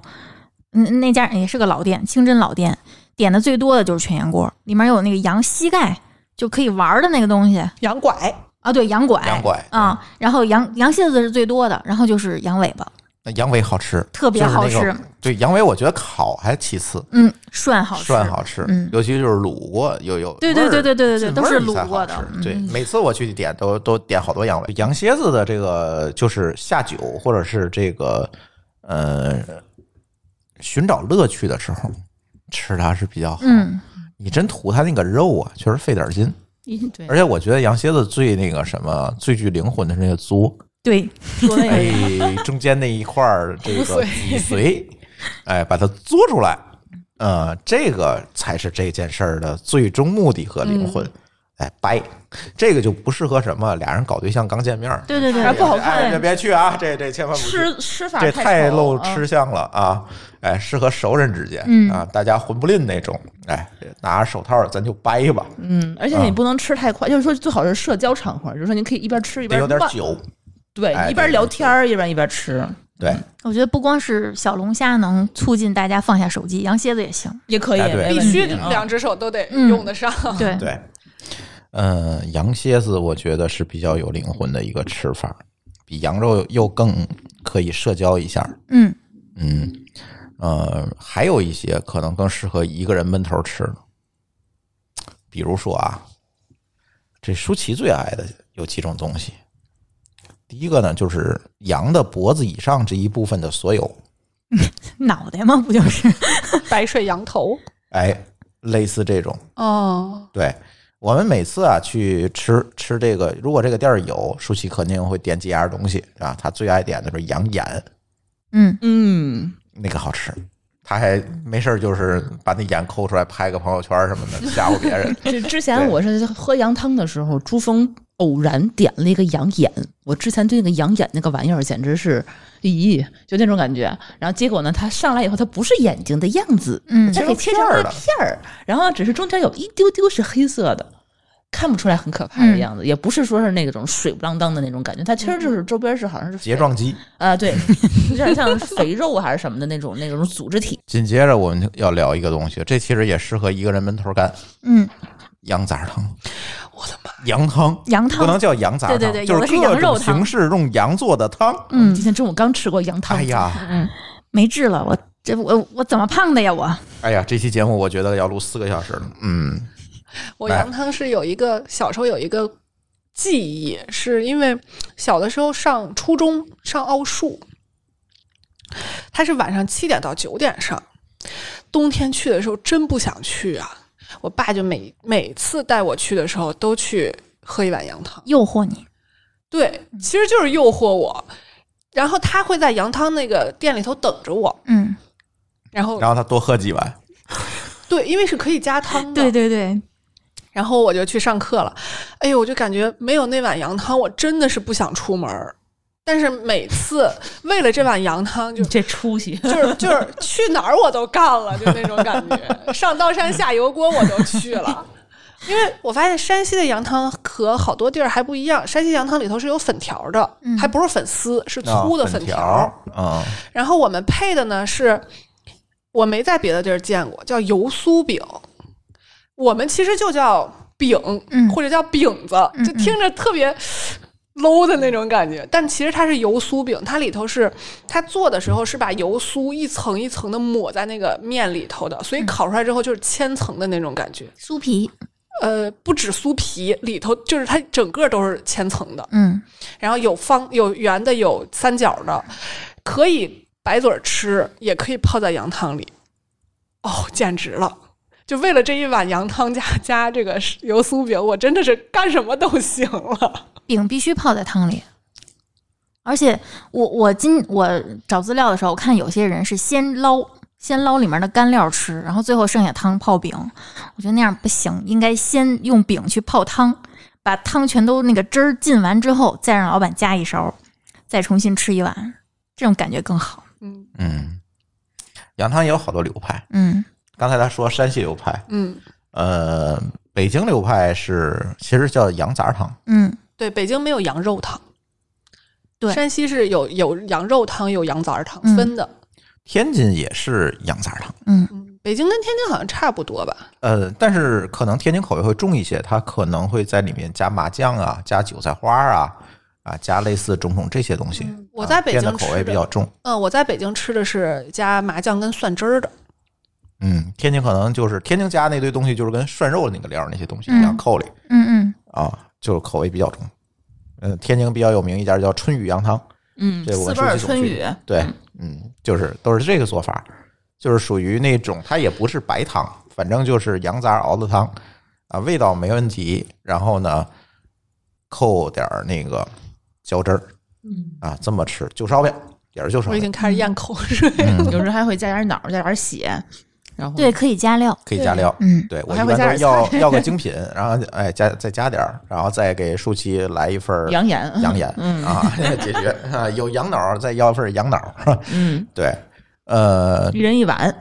S3: 嗯那家也是个老店，清真老店，点的最多的就是全羊锅，里面有那个羊膝盖，就可以玩儿的那个东西
S4: 羊拐，
S3: 啊，对，羊拐，
S2: 羊拐
S3: 啊、然后羊羊蝎子是最多的，然后就是羊尾巴，
S2: 那羊尾好吃，
S3: 特别好吃
S2: 就是那个对，羊尾我觉得烤还其次，
S3: 嗯，涮好吃，
S2: 涮好吃，
S3: 嗯
S2: 尤其就是卤过，有有
S3: 对对
S2: 味儿
S3: 对对对对对
S2: 进
S3: 都
S2: 味儿
S3: 是
S2: 你才
S3: 卤过
S2: 好
S3: 的
S2: 吃
S3: 嗯
S2: 对，每次我去点都都点好多羊尾。羊蝎子的这个就是下酒或者是这个呃寻找乐趣的时候吃它是比较好。
S3: 嗯，
S2: 你真图它那个肉啊，确实费点儿劲。
S5: 咦对
S2: 而，且我觉得羊蝎子最那个什么，最具灵魂的是那个嘬，
S3: 对，
S5: 说那个
S2: 哎，中间那一块儿这
S4: 骨
S2: 个
S4: 髓
S2: 脊 髓，哎，把它嘬出来，呃，这个才是这件事儿的最终目的和灵
S5: 嗯
S2: 魂。哎，掰，这个就不适合什么俩人搞对象刚见面儿，
S3: 对对对
S5: 还不好
S2: 哎，别
S5: 看，
S2: 别去啊，这这千万不去。
S5: 吃吃法
S2: 这
S5: 太
S2: 太
S5: 丑嗯
S2: 露
S5: 了
S2: 吃。相了啊！哎，适合熟人之间、
S3: 嗯
S2: 啊，大家混不吝那种。哎，拿着手套咱就掰吧，
S5: 嗯，而
S2: 啊
S5: 且你不能吃太快，就是说最好是社交场合，就是说你可以一边吃一
S2: 得
S5: 边
S2: 有点
S5: 慢
S2: 酒。
S5: 对
S2: 哎，
S5: 一边
S2: 对
S5: 聊
S2: 对
S5: 天儿一边一边吃
S2: 对，
S3: 我觉得不光是小龙虾能促进大家放下手机，羊蝎子也行。
S5: 也可以，
S2: 哎对
S5: 没
S4: 必
S5: 问
S4: 须
S5: 题啊
S4: 两只手都得
S3: 嗯
S4: 用得上。
S3: 对，
S2: 啊对，嗯、羊蝎子我觉得是比较有灵魂的一个吃法，比羊肉又更可以社交一下。
S3: 嗯，
S2: 嗯，呃，还有一些可能更适合一个人闷头吃，比如说啊，这舒淇最爱的有几种东西。第一个呢，就是羊的脖子以上这一部分的所有，
S3: 脑袋嘛，不就是？
S4: 白水羊头，
S2: 哎，类似这种，
S4: 哦，
S2: 对我们每次啊去吃吃这个，如果这个店儿有，舒淇肯定会点几样东西啊。他最爱点的是羊眼，
S3: 嗯，
S5: 嗯，
S2: 那个好吃。他还没事儿就是把那眼抠出来拍个朋友圈什么的，吓唬别人。
S5: 这之前我是喝羊汤的时候，珠峰偶然点了一个羊眼，我之前对那个羊眼那个玩意儿简直是，咦，就那种感觉。然后结果呢，它上来以后，它不是眼睛的样子，
S3: 嗯
S5: 它给切成了片儿，然后只是中间有一丢丢是黑色的。看不出来很可怕的样子，也不是说是那种水不啷当的那种感觉，它其实就是周边是好像是
S2: 睫状肌。
S5: 啊、对， 有点像肥肉啊还是什么的那种那种组织体。
S2: 紧接着我们要聊一个东西，这其实也适合一个人闷头干，
S3: 嗯，
S2: 羊杂汤。
S4: 我的妈！
S2: 羊汤，
S3: 羊汤
S2: 不能叫羊杂汤，
S3: 对对对
S2: 就
S3: 有的是
S2: 各
S3: 羊肉
S2: 种
S3: 汤
S2: 形式用羊做的汤。
S3: 嗯
S5: 今天中午刚吃过羊汤，嗯
S2: 哎呀，
S3: 没治了，我这我我怎么胖的呀？我
S2: 哎呀，这期节目我觉得要录四个小时了。嗯，
S4: 我
S2: 哎
S4: 羊汤是有一个小时候有一个记忆，是因为小的时候上初中上奥数，它是晚上七点到九点上，冬天去的时候真不想去啊，我爸就每每次带我去的时候都去喝一碗羊汤。
S3: 诱惑你，
S4: 对，其实就是诱惑我。然后他会在羊汤那个店里头等着我，
S3: 嗯，
S4: 然
S3: 哦
S4: 后
S2: 然后他多喝几碗。
S4: 对，因为是可以加汤的，
S3: 对对对，
S4: 然后我就去上课了。哎呦，我就感觉没有那碗羊汤，我真的是不想出门儿。但是每次为了这碗羊汤就
S5: 你。这出息，
S4: 就是就是去哪儿我都干了，就那种感觉，上刀山下油锅我都去了。因为我发现山西的羊汤和好多地儿还不一样，山西羊汤里头是有粉条的，
S3: 嗯
S4: 还不是粉丝，是粗的
S2: 哦粉
S4: 条。
S2: 啊，
S4: 然后我们配的呢是，我没在别的地儿见过，叫油酥饼，我们其实就叫饼，
S3: 嗯
S4: 或者叫饼子，
S3: 嗯
S4: 就听着特别 low 的那种感觉。但其实它是油酥饼，它里头是它做的时候是把油酥一层一层的抹在那个面里头的，所以烤出来之后就是千层的那种感觉。
S3: 酥皮，
S4: 呃，不止酥皮里头，就是它整个都是千层的。
S3: 嗯
S4: 然后有方有圆的，有三角的，可以白嘴儿吃，也可以泡在羊汤里。哦，简直了！就为了这一碗羊汤加加这个油酥饼，我真的是干什么都行了。
S3: 饼必须泡在汤里。而且我我今我找资料的时候，我看有些人是先捞先捞里面的干料吃，然后最后剩下汤泡饼。我觉得那样不行，应该先用饼去泡汤，把汤全都那个汁儿浸完之后，再让老板加一勺，再重新吃一碗，这种感觉更好。
S4: 嗯
S2: 嗯，羊汤也有好多流派。
S3: 嗯
S2: 刚才他说山西流派，
S4: 嗯，
S2: 呃，北京流派是其实叫羊杂汤，
S3: 嗯，
S4: 对，北京没有羊肉汤，
S3: 对
S4: 山西是有有羊肉汤，有羊杂汤
S3: 嗯
S4: 分的。
S2: 天津也是羊杂汤，
S4: 嗯，北京跟天津好像差不多吧？
S2: 呃，但是可能天津口味会重一些，它可能会在里面加麻酱啊，加韭菜花啊，啊，加类似种种这些东西。
S4: 嗯我在北京
S2: 啊变得口味
S4: 吃的
S2: 比较重，
S4: 嗯，我在北京吃的是加麻酱跟蒜汁儿的。
S2: 嗯，天津可能就是天津加那堆东西，就是跟涮肉那个料儿那些东西一样
S3: 嗯
S2: 扣里
S3: 嗯
S2: 啊，就是口味比较重。嗯，天津比较有名一家叫春雨羊汤，
S5: 嗯，
S2: 这我
S5: 四
S2: 们
S5: 贝尔
S2: 熟悉
S5: 春
S2: 总
S5: 雨，
S2: 对，嗯，就是都是这个做法，就是属于那种它也不是白汤，反正就是羊杂熬的汤啊，味道没问题。然后呢，扣点儿那个椒汁儿
S5: 嗯，
S2: 啊，这么吃就烧饼，也是就烧
S4: 我已
S2: 饼
S4: 经，开始咽口水。
S2: 嗯，
S5: 有时候还会加点脑，加点血，然后
S3: 对，可以加料。
S2: 可以加料。
S3: 嗯
S2: 对
S5: 我
S2: 我一
S5: 还
S2: 般
S5: 会
S2: 都是
S5: 加点
S2: 要
S5: 菜
S2: 要个精品，然后哎加再加点儿，然后再给舒淇来一份儿
S5: 养眼，
S2: 羊眼
S5: 嗯
S2: 啊， 解决啊，有羊脑儿再要一份儿羊脑儿，
S5: 嗯，
S2: 对，呃，
S5: 一人一碗，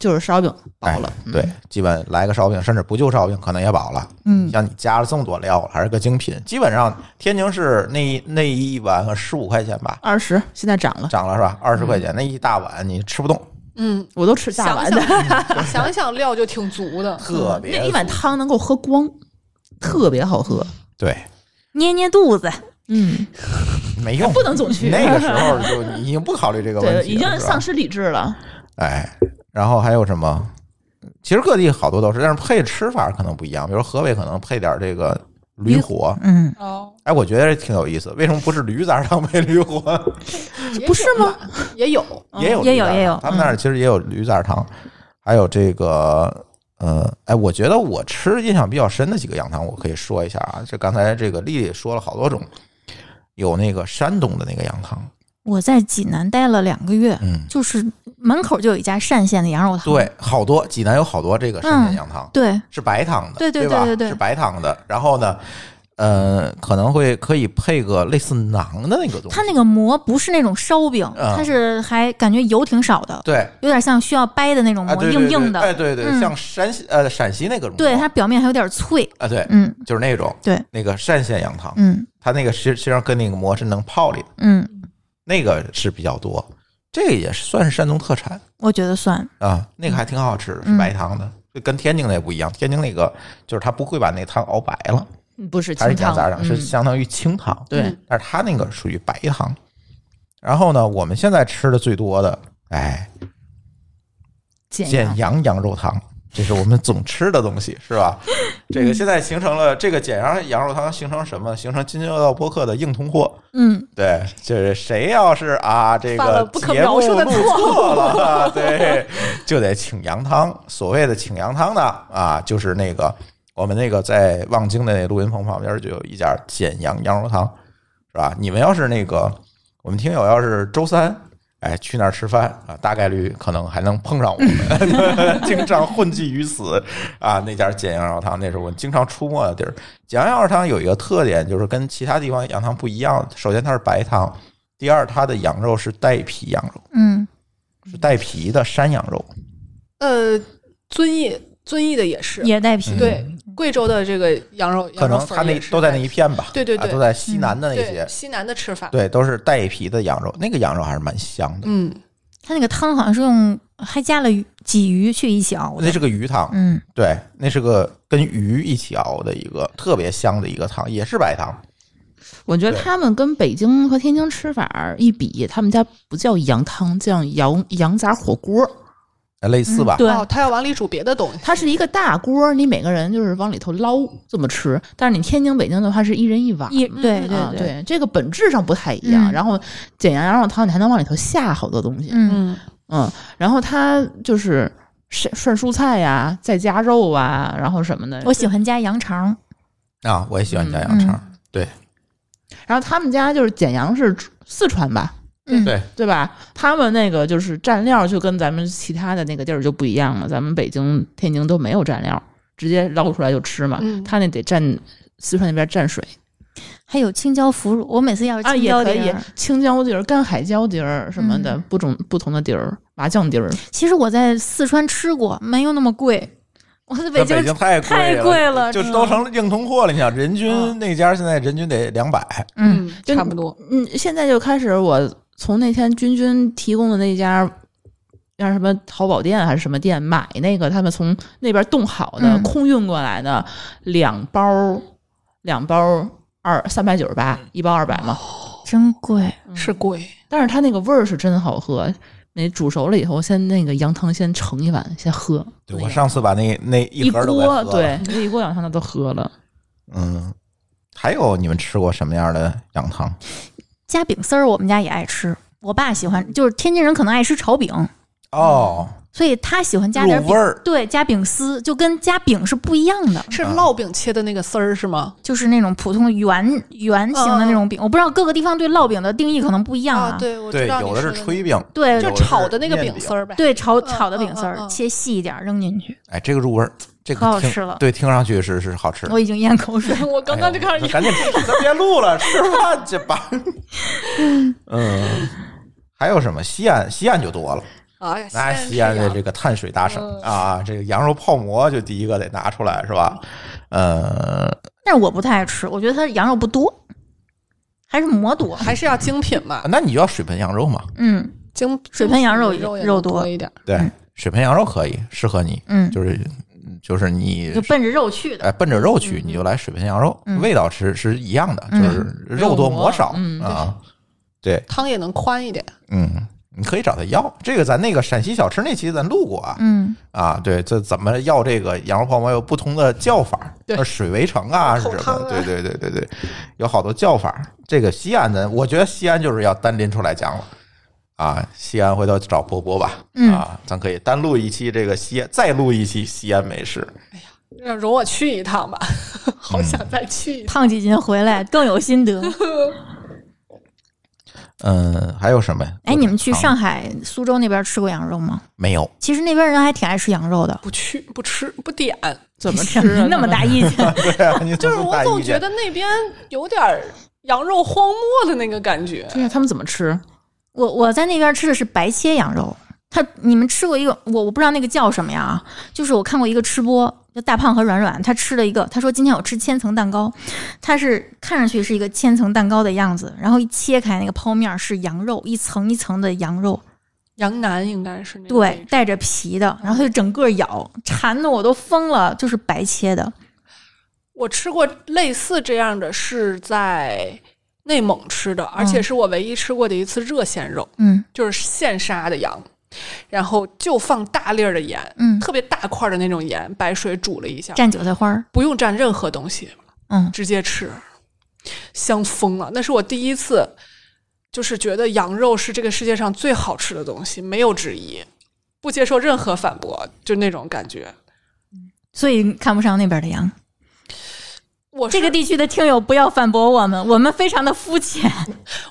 S5: 就是烧饼饱了，
S2: 哎。
S5: 嗯
S2: 对，基本来个烧饼，甚至不就烧饼，可能也饱了。
S3: 嗯
S2: 像你加了这么多料，还是个精品。基本上天津市那一那一碗十五块钱吧，
S5: 二十现在涨了，
S2: 涨了是吧？二十块
S5: 嗯
S2: 钱、那一大碗你吃不动，
S4: 嗯，
S5: 我都吃大碗的，嗯
S4: 想想想料就挺足的。
S2: 特别
S5: 那一碗汤能够喝光，特别好喝。
S2: 对
S3: 捏捏肚子，
S5: 嗯，
S2: 没用，
S5: 不能总去
S2: 那个时 候就你已经不考虑这个问
S5: 对，
S2: 题了，
S5: 已经
S2: 是吧
S5: 丧失理智了。
S2: 哎，然后还有什么？其实各地好多都是，但是配吃法可能不一样。比如河北可能配点这个驴火，
S3: 嗯，
S4: 哦，
S2: 哎，我觉得挺有意思。为什么不是驴杂汤配驴火？
S4: 不是吗？也有，
S2: 也有
S3: 嗯也
S2: 驴
S3: 有
S2: 杂
S3: 也
S2: 汤
S3: 有
S2: 他们那儿其实也有驴杂汤，还有这个呃，哎，我觉得我吃印象比较深的几个羊汤，我可以说一下啊。就刚才这个丽丽说了好多种，有那个山东的那个羊汤，
S3: 我在济南待了两个月，
S2: 嗯，
S3: 就是门口就有一家单县的羊肉汤。
S2: 对，好多济南有好多这个山
S3: 嗯
S2: 鲜羊汤，
S3: 对，
S2: 是白汤的，
S3: 对对
S2: 对吧
S3: 对对对
S2: 是白汤的。然后呢，呃，可能会可以配个类似馕的那个东西，
S3: 它那个馍不是那种烧饼，
S2: 嗯
S3: 它是还感觉油挺少的，
S2: 对。
S3: 有点像需要掰的那种
S2: 啊，
S3: 馍，
S2: 对对
S3: 硬硬
S2: 对，哎，
S3: 的，
S2: 对对，
S3: 嗯
S2: 像山西呃陕西那个馍，
S3: 对，它表面还有点脆。
S2: 啊对，
S3: 嗯
S2: 就是那种
S3: 对，
S2: 那个单县羊汤，
S3: 嗯
S2: 它那个实实际上跟那个馍是能泡里的，
S3: 嗯，
S2: 那个是比较多，这个也算是山东特产
S3: 我觉得算，
S2: 啊，那个还挺好吃
S5: 嗯
S2: 的，是白糖的，就跟天津的也不一样，天津那个就是它不会把那汤熬白了，
S5: 嗯不是
S2: 它是
S5: 清
S2: 羊
S5: 汤
S2: 杂汤，，是
S5: 嗯
S2: 相当于清汤，
S5: 对
S4: 嗯，
S2: 但是它那个属于白糖。然后呢，我们现在吃的最多的，哎，
S5: 健
S2: 简
S5: 康。
S2: 阳羊肉汤，这是我们总吃的东西，是 吧？这个现在形成了这个简阳羊肉汤形成什么？形成津津乐道播客的硬通货。
S3: 嗯，
S2: 对，就是谁要是啊，这
S4: 犯了
S2: 个
S4: 不可
S2: 节目
S4: 描述的
S2: 录
S4: 错误
S2: 错了，啊对，就得请羊汤。所谓的请羊汤呢，啊，就是那个我们那个在望京的那录音棚旁边就有一家简阳羊肉汤，是吧？你们要是那个我们听友要是周三。哎，去那儿吃饭啊，大概率可能还能碰上我们， 经常混迹于此啊。那家简阳羊肉汤，那是我们经常出没的地儿。简阳羊肉汤有一个特点，就是跟其他地方羊汤不一样。首先它是白汤，第二，它的羊肉是带皮羊肉，
S3: 嗯，
S2: 是带皮的山羊肉。
S4: 嗯呃，遵义遵义的也
S2: 啊
S4: 是，
S3: 也带皮，
S4: 对贵州的这个羊肉，
S2: 嗯可能
S4: 羊肉粉
S2: 它
S4: 儿
S2: 那
S4: 也是
S2: 都在那
S4: 带
S2: 一片吧，
S4: 对对
S2: 啊
S4: 对嗯
S2: 都在西南的那
S4: 对
S2: 些，
S4: 西南的吃法，
S2: 对，都是带皮的羊肉，那个羊肉还是蛮香的。
S4: 嗯，
S3: 它那个汤好像是用还加了鱼鲫鱼去一起熬
S2: 那
S3: 的，
S2: 是个鱼汤，
S3: 嗯
S2: 对，那是个跟鱼一起熬的一个特别香的一个汤，也是白汤。
S5: 我觉得
S2: 对
S5: 他们跟北京和天津吃法儿一比，他们家不叫羊汤，叫羊羊杂火锅。
S2: 呃类似吧，
S3: 对，
S4: 哦，他要往里煮别的东西，
S5: 它是一个大锅，你每个人就是往里头捞这么吃。但是你天津、北京的话是一人一碗，
S3: 一对
S5: 嗯啊
S3: 对，
S5: 对，这个本质上不太一样。
S3: 嗯
S5: 然后简羊肉汤你还能往里头下好多东西，
S3: 嗯
S4: 嗯，
S5: 嗯，然后它就是涮涮蔬菜呀、再加肉啊，然后什么的。
S3: 我喜欢加羊肠，
S2: 啊，我也喜欢加
S4: 嗯
S2: 羊肠。
S5: 然后他们家就是简阳是四川吧，
S3: 嗯
S2: 对
S5: 对吧？他们那个就是蘸料就跟咱们其他的那个地儿就不一样了，咱们北京、天津都没有蘸料，直接捞出来就吃嘛。
S4: 嗯
S5: 他那得蘸四川那边蘸水
S3: 还有青椒腐乳，我每次要是
S5: 啊，
S3: 青
S5: 也
S3: 椒
S5: 可
S3: 碟
S5: 以
S3: 儿，
S5: 青椒碟儿、干海椒碟儿什么的，
S3: 嗯
S5: 不种不同的碟儿、麻酱碟儿。
S3: 其实我在四川吃过，没有那么贵，我在
S2: 那
S3: 京
S2: 北京太贵
S3: 太贵了
S2: 就
S3: 真的
S2: 都成硬通货了。你想，人
S4: 嗯
S2: 均那家现在人均得两百，
S3: 嗯，
S5: 就
S4: 差不多，
S5: 嗯，现在就开始，我从那天君君提供的那家。让什么淘宝店还是什么店买那个他们从那边冻好的、
S3: 嗯
S5: 空运过来的两包儿，两包儿二三百九十八，一包二百嘛。
S3: 真贵，
S4: 是贵，
S2: 嗯
S5: 但是它那个味儿是真好喝。那煮熟了以后，先那个羊汤先盛一碗，先喝。
S2: 对我上次把那那一
S5: 一
S2: 盒
S5: 锅
S2: 都给喝了。
S5: 对，那一锅羊汤都喝了。
S2: 嗯，还有你们吃过什么样的羊汤？
S3: 夹饼丝儿我们家也爱吃，我爸喜欢，就是天津人可能爱吃炒饼，
S2: 哦，
S4: 嗯
S3: 所以他喜欢加点
S2: 入味
S3: 饼，
S2: 儿，
S3: 对，加饼丝就跟加饼是不一样的，
S4: 是烙饼切的那个丝儿是吗？
S3: 就是那种普通的圆圆形
S4: 哦
S3: 的那种饼，我不知道各个地方对烙饼的定义可能不一样
S4: 啊，对，我
S2: 对，
S4: 知道
S2: 有
S4: 你
S2: 的
S4: 说
S2: 是
S4: 的
S2: 炊
S4: 那
S2: 饼，
S3: 对
S2: 有
S4: 个，
S2: 的
S4: 就炒
S2: 是
S4: 的那个
S2: 面
S4: 饼丝儿呗，
S3: 对，炒
S4: 嗯
S3: 炒的饼丝
S4: 嗯嗯
S3: 儿
S4: 嗯
S3: 切细一点扔进去，
S2: 哎，这个入味儿，这个
S3: 可好
S2: 听
S3: 吃了
S2: 对，听上去是是好吃的。
S3: 我已经咽口水了。
S4: 我刚刚就看
S2: 哎
S4: 着
S2: 呦
S4: 你，
S2: 赶紧吃，咱别录了，吃饭去吧。嗯，还有什么？西安，西安就多了。
S4: 哎呀，
S2: 那
S4: 西
S2: 西安的
S4: 安
S2: 这个碳水大省
S4: 嗯
S2: 啊，这个羊肉泡馍就第一个得拿出来是吧？呃，
S3: 但是我不太爱吃，我觉得它羊肉不多，还是馍多。
S4: 还是要精品嘛，
S2: 那你就要水盆羊肉嘛，
S3: 嗯，
S4: 精
S3: 水盆羊肉
S4: 精品肉也
S3: 肉
S4: 能
S3: 多
S4: 多一点，
S2: 对，水盆羊肉可以适合你，
S3: 嗯
S2: 就是就是你
S3: 就奔着肉去的。
S2: 哎奔着肉去，你就来水盆羊肉，味道是是一样的，就是肉多馍少
S5: 嗯
S2: 啊，对，
S4: 汤也能宽一点。
S2: 嗯。你可以找他要这个，咱那个陕西小吃那期咱录过啊，
S3: 嗯，
S2: 啊，对，这怎么要这个羊肉泡馍有不同的叫法，
S4: 对
S2: 呃水围城啊是什
S4: 口
S2: 么？
S4: 汤啊
S2: 对对对对对，有好多叫法。这个西安的，我觉得西安就是要单拎出来讲了啊。西安回头找波波吧，
S3: 嗯
S2: 啊，咱可以单录一期这个西，安，再录一期西安美食。
S4: 让容我去一趟吧，好想再去一趟。
S3: 胖几斤回来更有心 得。
S2: 嗯，还有什么呀？
S3: 哎，你们去
S2: 尝
S3: 上海、苏州那边吃过羊肉吗？
S2: 没有？
S3: 其实那边人还挺爱吃羊肉的。
S4: 不去不吃不点，
S5: 怎么吃
S3: 什
S5: 啊、
S3: 么 那么大意见？
S2: 对啊， 你
S4: 就是
S2: 总
S4: 我
S2: 大
S4: 总
S2: 意
S4: 觉
S2: 见
S4: 得那边有点儿羊肉荒漠的那个感觉。
S5: 对呀、他们怎么吃？
S3: 我我在那边吃的是白切羊肉，他你们吃过一个我我不知道那个叫什么呀啊，就是我看过一个吃播，就大胖和软软，他吃了一个，他说今天我吃千层蛋糕，他是看上去是一个千层蛋糕的样子，然后一切开那个剖面是羊肉，一层一层的羊肉，
S4: 羊腩应该是那个位
S3: 对
S4: 置，
S3: 带着皮
S5: 嗯
S3: 的，然后他就整个咬，馋的我都疯了，就是白切的，
S4: 我吃过类似这样的是在内蒙吃的，而且是我唯一吃过的一次热鲜肉，
S3: 嗯
S4: 就是现杀的羊，然后就放大粒儿的盐，
S3: 嗯，
S4: 特别大块儿的那种盐，白水煮了一下，
S3: 蘸韭菜花儿，
S4: 不用蘸任何东西，
S3: 嗯
S4: 直接吃，香疯了。那是我第一次，就是觉得羊肉是这个世界上最好吃的东西，没有之一，不接受任何反驳，就那种感觉。
S3: 所以看不上那边的羊。
S4: 我是
S3: 这个地区的听友不要反驳我们，我们非常的肤浅。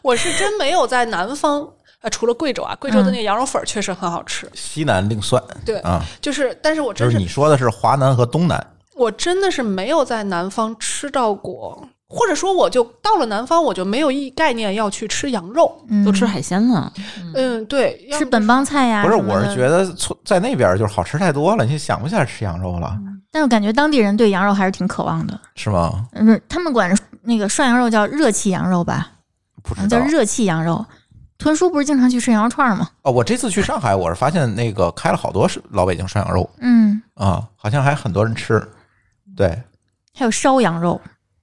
S4: 我是真没有在南方。呃，除了贵州啊，贵
S3: 嗯
S4: 州的那个羊肉粉儿确实很好吃，
S2: 西南另算
S4: 对
S2: 啊，
S4: 就是，但是我
S2: 就
S4: 真
S2: 是
S4: 是
S2: 你说的是华南和东南，
S4: 我真的是没有在南方吃到过或者说我就到了南方，我就没有一概念要去吃羊肉。
S3: 嗯
S5: 都吃海鲜了，
S4: 嗯，对，要
S3: 吃
S4: 不
S3: 本帮菜呀、
S2: 不是，
S3: 什么
S2: 我是
S3: 的
S2: 觉得错在那边就是好吃太多了，你想不起来吃羊肉了，
S3: 但是感觉当地人对羊肉还是挺渴望的。
S2: 是吗？
S3: 嗯，他们管那个涮羊肉叫热气羊肉吧，
S2: 不
S3: 好像
S2: 知
S3: 叫
S2: 道
S3: 热气羊肉。豚叔不是经常去吃羊肉串吗？
S2: 哦，我这次去上海，我是发现那个开了好多是老北京涮羊肉
S3: 嗯，
S2: 啊，好像还很多人吃。对，
S3: 还有烧羊肉。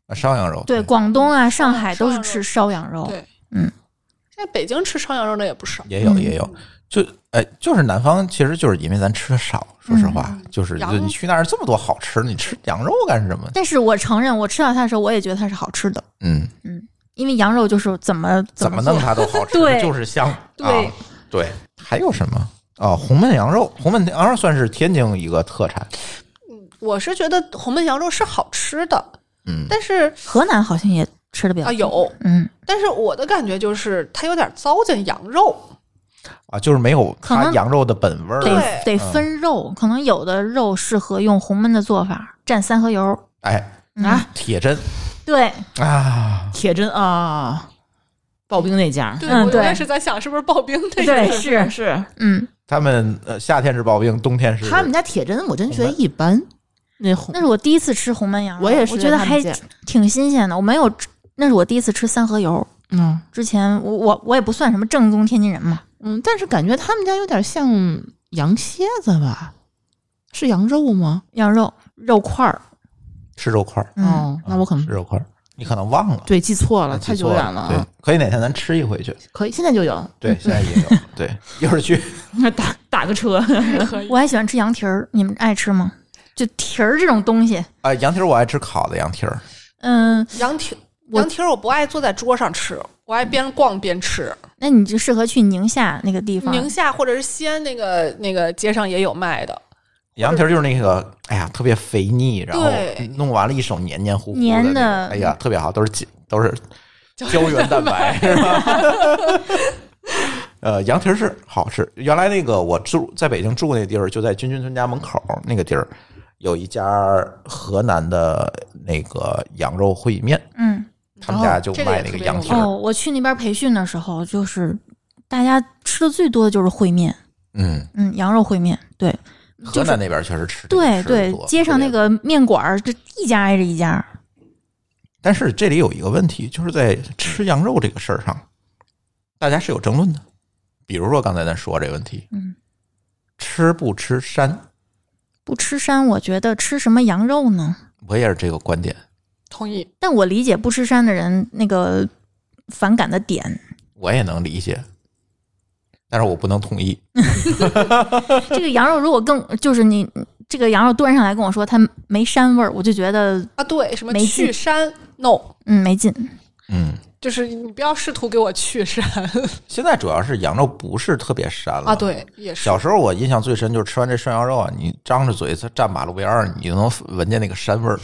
S2: 啊烧羊肉。
S3: 对，广东啊、上海
S4: 烧
S3: 都
S4: 羊
S3: 是吃
S4: 肉
S3: 烧羊肉。
S4: 对，
S3: 嗯，
S4: 现在北京吃烧羊肉的也不少。
S2: 也有
S3: 嗯
S2: 也有，就哎，就是南方，其实就是因为咱吃的少，说实话，
S5: 嗯
S2: 就是
S4: 羊
S2: 就你去那儿这么多好吃，你吃羊肉干什么？
S3: 但是我承认，我吃到它的时候，我也觉得它是好吃的，
S2: 嗯，
S3: 因为羊肉就是怎么
S2: 怎
S3: 么
S2: 么弄
S3: 做
S2: 它都 好吃，
S3: 对
S2: 就是香。
S4: 对
S2: 啊、对，还有什么？哦，红焖羊肉，红焖羊肉算是天津一个特产。
S4: 我是觉得红焖羊肉是好吃的，
S2: 嗯，
S4: 但是
S3: 河南好像也吃的比较
S4: 啊有，
S3: 嗯，
S4: 但是我的感觉就是它有点糟践羊肉。
S2: 啊，就是没有
S3: 可
S2: 它
S3: 能
S2: 羊肉的本味儿。
S4: 对
S3: 得得分肉，可能有的肉适合用红焖的做法，蘸三合油
S2: 哎，
S5: 啊，
S2: 铁针
S3: 对，
S2: 啊，
S5: 铁针啊，刨冰那家，
S4: 对，
S3: 嗯
S4: 我
S3: 对
S4: 原来是在想是不是刨冰这
S3: 对
S4: 个。
S3: 是
S5: 是，
S3: 嗯，
S2: 他们呃夏天是刨冰，冬天是
S5: 他们家铁针我真觉得一般，那红
S3: 那是我第一次吃红焖羊肉，
S5: 我也是
S3: 我觉得
S5: 在他
S3: 还
S5: 们家
S3: 挺新鲜的。我没有吃，那是我第一次吃三合油。
S5: 嗯
S3: 之前我我我也不算什么正宗天津人嘛，
S5: 嗯，但是感觉他们家有点像羊蝎子吧？是羊肉吗？
S3: 羊肉肉块儿，
S2: 吃肉块儿，
S3: 嗯，
S5: 哦，那我可
S2: 吃
S5: 能
S2: 肉块儿，你可能忘了，
S5: 对记错了，
S2: 记
S5: 太久
S2: 错
S5: 远了
S2: 了。
S5: 啊。
S2: 对，可以哪天咱吃一回去。
S5: 可以，现在就有，
S2: 对，现在也有。对，一会儿去。
S5: 打打个车。
S4: 可 以
S3: 我还喜欢吃羊蹄儿，你们爱吃吗？就蹄儿这种东西，
S2: 啊，羊蹄儿我爱吃烤的羊蹄儿，
S3: 嗯，
S4: 羊蹄
S3: 我
S4: 羊蹄儿我不爱坐在桌上吃，我爱边逛边吃。
S3: 那你就适合去宁夏那个地方，
S4: 宁夏或者是西安那个那个街上也有卖的，
S2: 羊蹄儿就是那个，哎呀，特别肥腻，然后
S4: 对
S2: 弄完了一手黏黏糊糊
S3: 黏
S2: 的那
S3: 的
S2: 个，哎呀，特别好，都是胶都是胶原蛋白，是吧？ 呃，羊蹄儿是好吃。原来那个我住在北京住那地儿，就在君君村家门口那个地儿，有一家河南的那个羊肉烩面，
S3: 嗯，
S2: 他们家就
S4: 这个也
S2: 卖那
S4: 特
S2: 个
S4: 别
S2: 羊
S4: 有
S2: 蹄
S4: 名
S2: 儿
S3: 哦，。我去那边培训的时候，就是大家吃的最多的就是烩面，
S2: 嗯，
S3: 嗯，羊肉烩面，对，
S2: 河南那边确实吃这个
S3: 对
S2: 吃得
S3: 对
S2: 多，
S3: 街上
S2: 特
S3: 那
S2: 别
S3: 个面馆儿，这一家挨着一家，
S2: 但是这里有一个问题，就是在吃羊肉这个事儿上，大家是有争论的。比如说刚才咱说这个问题，
S3: 嗯，
S2: 吃不吃膻，
S3: 不吃膻，我觉得吃什么羊肉呢？
S2: 我也是这个观点。
S4: 同意。
S3: 但我理解不吃膻的人那个反感的点，
S2: 我也能理解，但是我不能同意。
S3: 这个羊肉如果更就是你这个羊肉端上来跟我说它没膻味儿，我就觉得
S4: 啊，对，什么
S3: 没劲
S4: 去膻 no，
S3: 嗯没劲。
S2: 嗯，
S4: 就是你不要试图给我去膻
S2: 现在主要是羊肉不是特别膻了
S4: 啊，。对，也是
S2: 小时候我印象最深就是吃完这涮羊肉啊，你张着嘴，它站马路边儿，你就能闻见那个膻味儿，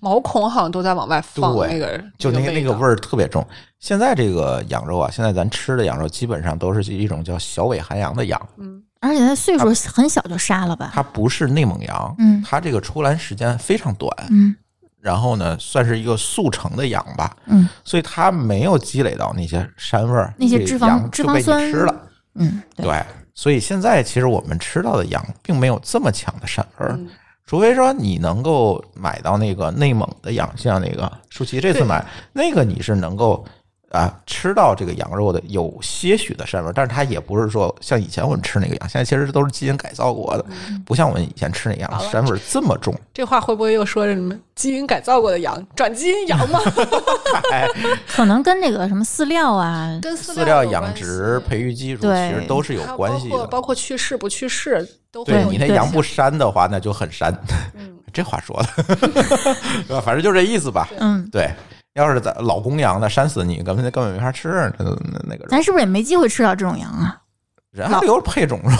S4: 毛孔好像都在往外放
S2: 对
S4: 那个，
S2: 就那
S4: 那
S2: 个那个味
S4: 儿。
S2: 儿特别重。现在这个羊肉啊，现在咱吃的羊肉基本上都是一种叫小尾寒羊的羊，
S3: 而且它岁
S2: 啊
S3: 数很小就杀了吧，
S2: 它不是内蒙羊，
S3: 嗯
S2: 它这个出栏时间非常短，
S3: 嗯
S2: 然后呢，算是一个速成的羊吧，
S3: 嗯
S2: 所以它没有积累到那
S4: 嗯
S2: 些膻味儿，
S3: 那些
S2: 这
S3: 脂肪
S2: 羊
S3: 脂
S2: 就被
S3: 肪酸
S2: 你吃了，
S3: 嗯，对，
S2: 对，所以现在其实我们吃到的羊并没有这么强的膻味儿。
S4: 嗯
S2: 除非说你能够买到那个内蒙的羊，像那个舒淇这次
S4: 对
S2: 买那个，你是能够啊吃到这个羊肉的有些许的膻味儿，但是它也不是说像以前我们吃那个羊，现在其实都是基因改造过的，
S3: 嗯
S2: 不像我们以前吃那羊
S4: 好了
S2: 膻味儿这么重。
S4: 这话会不会又说什么基因改造过的羊，转基因羊吗？
S2: 哎，
S3: 可能跟那个什么饲料啊，
S4: 跟饲
S2: 饲料
S4: 有
S2: 养
S4: 关系
S2: 殖、培育技术
S3: 对
S2: 其实都是有
S4: 还
S2: 关系
S4: 包括
S2: 的。
S4: 包括去世不去世都会
S2: 对
S4: 有
S2: 你
S4: 影
S2: 那
S4: 响。
S2: 羊不膻的话，那就很膻。
S4: 嗯
S2: 这话 说的，对吧？反正就这意思吧。
S3: 嗯，
S2: 对，要是咱老公羊的膻死你，根本根本没法吃那那那个肉
S3: 咱是不是也没机会吃到这种羊啊？
S2: 人还留着配种肉，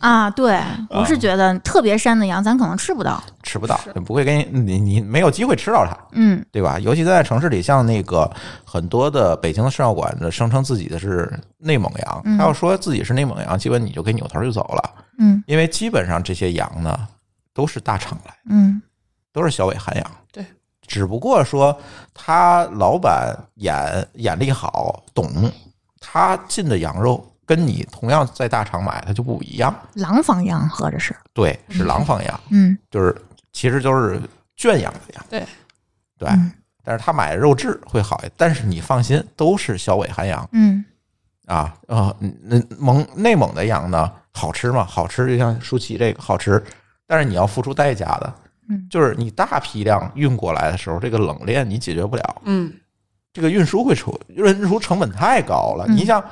S3: 啊，对，我是觉得特别膻的羊咱可能吃不到，
S2: 吃不到，不会给你你你没有机会吃到它，
S3: 嗯
S2: 对吧？尤其在城市里，像那个很多的北京的涮肉馆子声称自己的是内蒙羊，
S3: 嗯
S2: 他要说自己是内蒙羊，基本你就可以扭头就走了，
S3: 嗯
S2: 因为基本上这些羊呢都是大厂来的。
S3: 嗯
S2: 都是小尾寒羊，
S4: 对，
S2: 只不过说他老板眼眼力好，懂他进的羊肉跟你同样在大厂买它就不一样，
S3: 廊坊羊合着是，
S2: 对，是廊坊羊，
S3: 嗯
S2: 就是其实就是圈养的羊，
S4: 对
S2: 对
S3: 嗯，
S2: 但是他买肉质会好一，但是你放心，都是小尾寒羊
S3: 嗯
S2: 啊啊，那、蒙内蒙的羊呢，好吃吗？好吃，就像舒淇这个好吃，但是你要付出代价的，
S3: 嗯
S2: 就是你大批量运过来的时候，这个冷链你解决不了，
S4: 嗯，
S2: 这个运输会出运输成本太高了。
S3: 嗯
S2: 你想，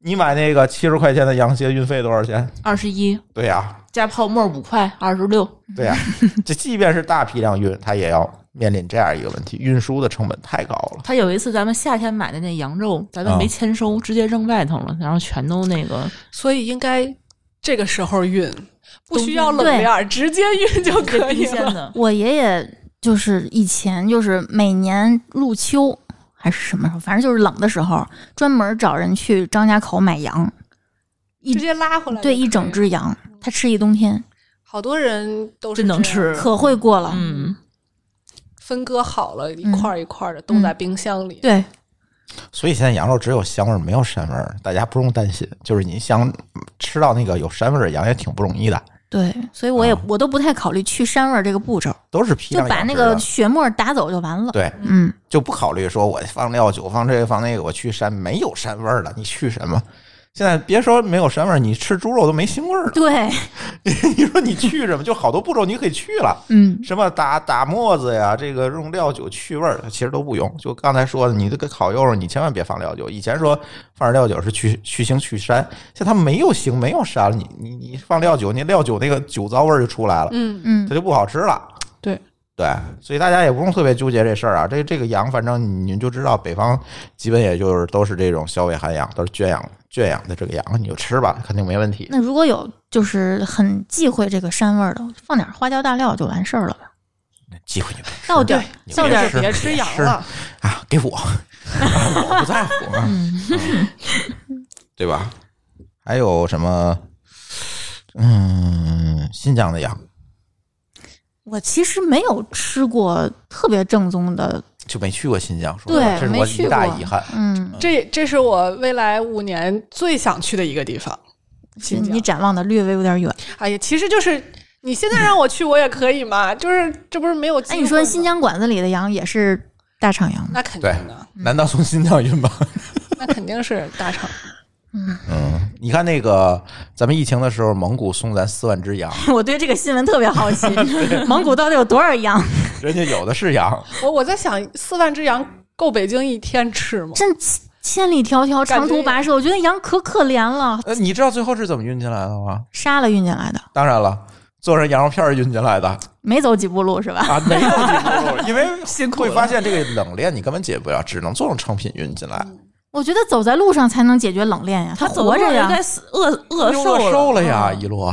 S2: 你买那个七十块钱的羊蝎，运费多少钱？
S5: 二十一
S2: 对呀、
S5: 加泡沫五块，二十六。
S2: 对呀、 这即便是大批量运，它也要面临这样一个问题，运输的成本太高了。
S5: 他有一次咱们夏天买的那羊肉，咱们没
S2: 啊
S5: 签收，直接扔外头了，然后全都那个
S4: 所以应该这个时候运，不需要
S5: 冬
S4: 冷
S3: 天
S4: 链儿，直接运就
S5: 直接
S4: 可以
S5: 冰鲜
S4: 了。
S5: 的。
S3: 我爷爷就是以前就是每年入秋还是什么时候，反正就是冷的时候，专门找人去张家口买羊，一
S4: 直接拉回来就可以了，
S3: 对一整只羊，他吃一冬天，
S4: 好多人都是
S5: 真能
S4: 这样
S5: 吃
S3: 可会过了。
S5: 嗯，
S4: 分割好了，一块儿一块儿的冻在冰箱里。
S3: 嗯对，
S2: 所以现在羊肉只有香味儿，没有膻味儿，大家不用担心。就是你想吃到那个有膻味儿的羊也挺不容易的，
S3: 对，所以我也、我都不太考虑去膻味儿这个步骤，
S2: 都是批
S3: 就
S2: 量
S3: 把
S2: 养
S3: 那
S2: 殖的
S3: 个血沫打走就完了。
S2: 对，
S3: 嗯，
S2: 就不考虑说我放料酒，放这个放那个，我去膻没有膻味儿了，你去什么？现在别说没有膻味儿，你吃猪肉都没腥味儿了。
S3: 对，
S2: 你说你去什么？就好多步骤你可以去了，
S3: 嗯
S2: 什么打打沫子呀，这个用料酒去味儿，其实都不用。就刚才说的，你这个烤肉你千万别放料酒。以前说放点料酒是去去腥去膻，现在它没有腥没有膻了，你你你放料酒，你料酒那个酒糟味儿就出来了。
S4: 嗯，
S3: 嗯
S2: 它，就不好吃了。
S4: 对
S2: 对，所以大家也不用特别纠结这事儿啊。这这个羊，反正你你就知道，北方基本也就是都是这种小尾寒羊，都是圈养圈养的这个羊，你就吃吧，肯定没问题。
S3: 那如果有就是很忌讳这个膻味儿的，放点花椒大料就完事儿了吧？
S2: 忌讳你们
S3: 倒点儿
S2: 你
S3: 倒
S2: 别
S3: 点儿
S2: 吃
S4: 别吃羊了，
S2: 啊，给我， 我不在乎，嗯 对吧？还有什么？嗯，新疆的羊
S3: 我其实没有吃过特别正宗的，
S2: 就没去过新疆，说
S3: 对
S2: 实话这是
S3: 没
S2: 我
S3: 去
S2: 一大
S3: 过
S2: 遗憾。
S3: 嗯，
S4: 这这是我未来五年最想去的一个地方。
S5: 嗯
S4: 新疆
S3: 你展望的略微有点远。
S4: 哎呀，其实就是你现在让我去，我也可以嘛。 就是这不是没有机
S3: 哎，
S4: 会吗？
S3: 你说新疆馆子里的羊也是大厂羊吗？
S4: 那肯定
S2: 对
S4: 的，，
S2: 难道从新疆运吗？
S4: 那肯定是大厂。
S2: 嗯，你看那个，咱们疫情的时候，蒙古送咱四万只羊，
S3: 我对这个新闻特别好 奇，蒙古到底有多少羊？
S2: 人家有的是羊，
S4: 我我在想，四万只羊够北京一天吃吗？
S3: 真千里迢迢长途跋涉，我觉得羊可可怜了，
S2: 呃，你知道最后是怎么运进来的吗？
S3: 杀了运进来的，
S2: 当然了，做成羊肉片儿运进来的
S3: 没走几步路是吧？
S2: 啊，没有进入，因为会发现这个冷链你根本解不了，只能做成成品运进来。
S3: 我觉得走在路上才能解决冷链呀，它
S5: 他
S3: 活着呀
S5: 应，该死饿饿
S2: 又
S5: 呃瘦
S2: 饿瘦了呀，
S5: 嗯
S2: 一路。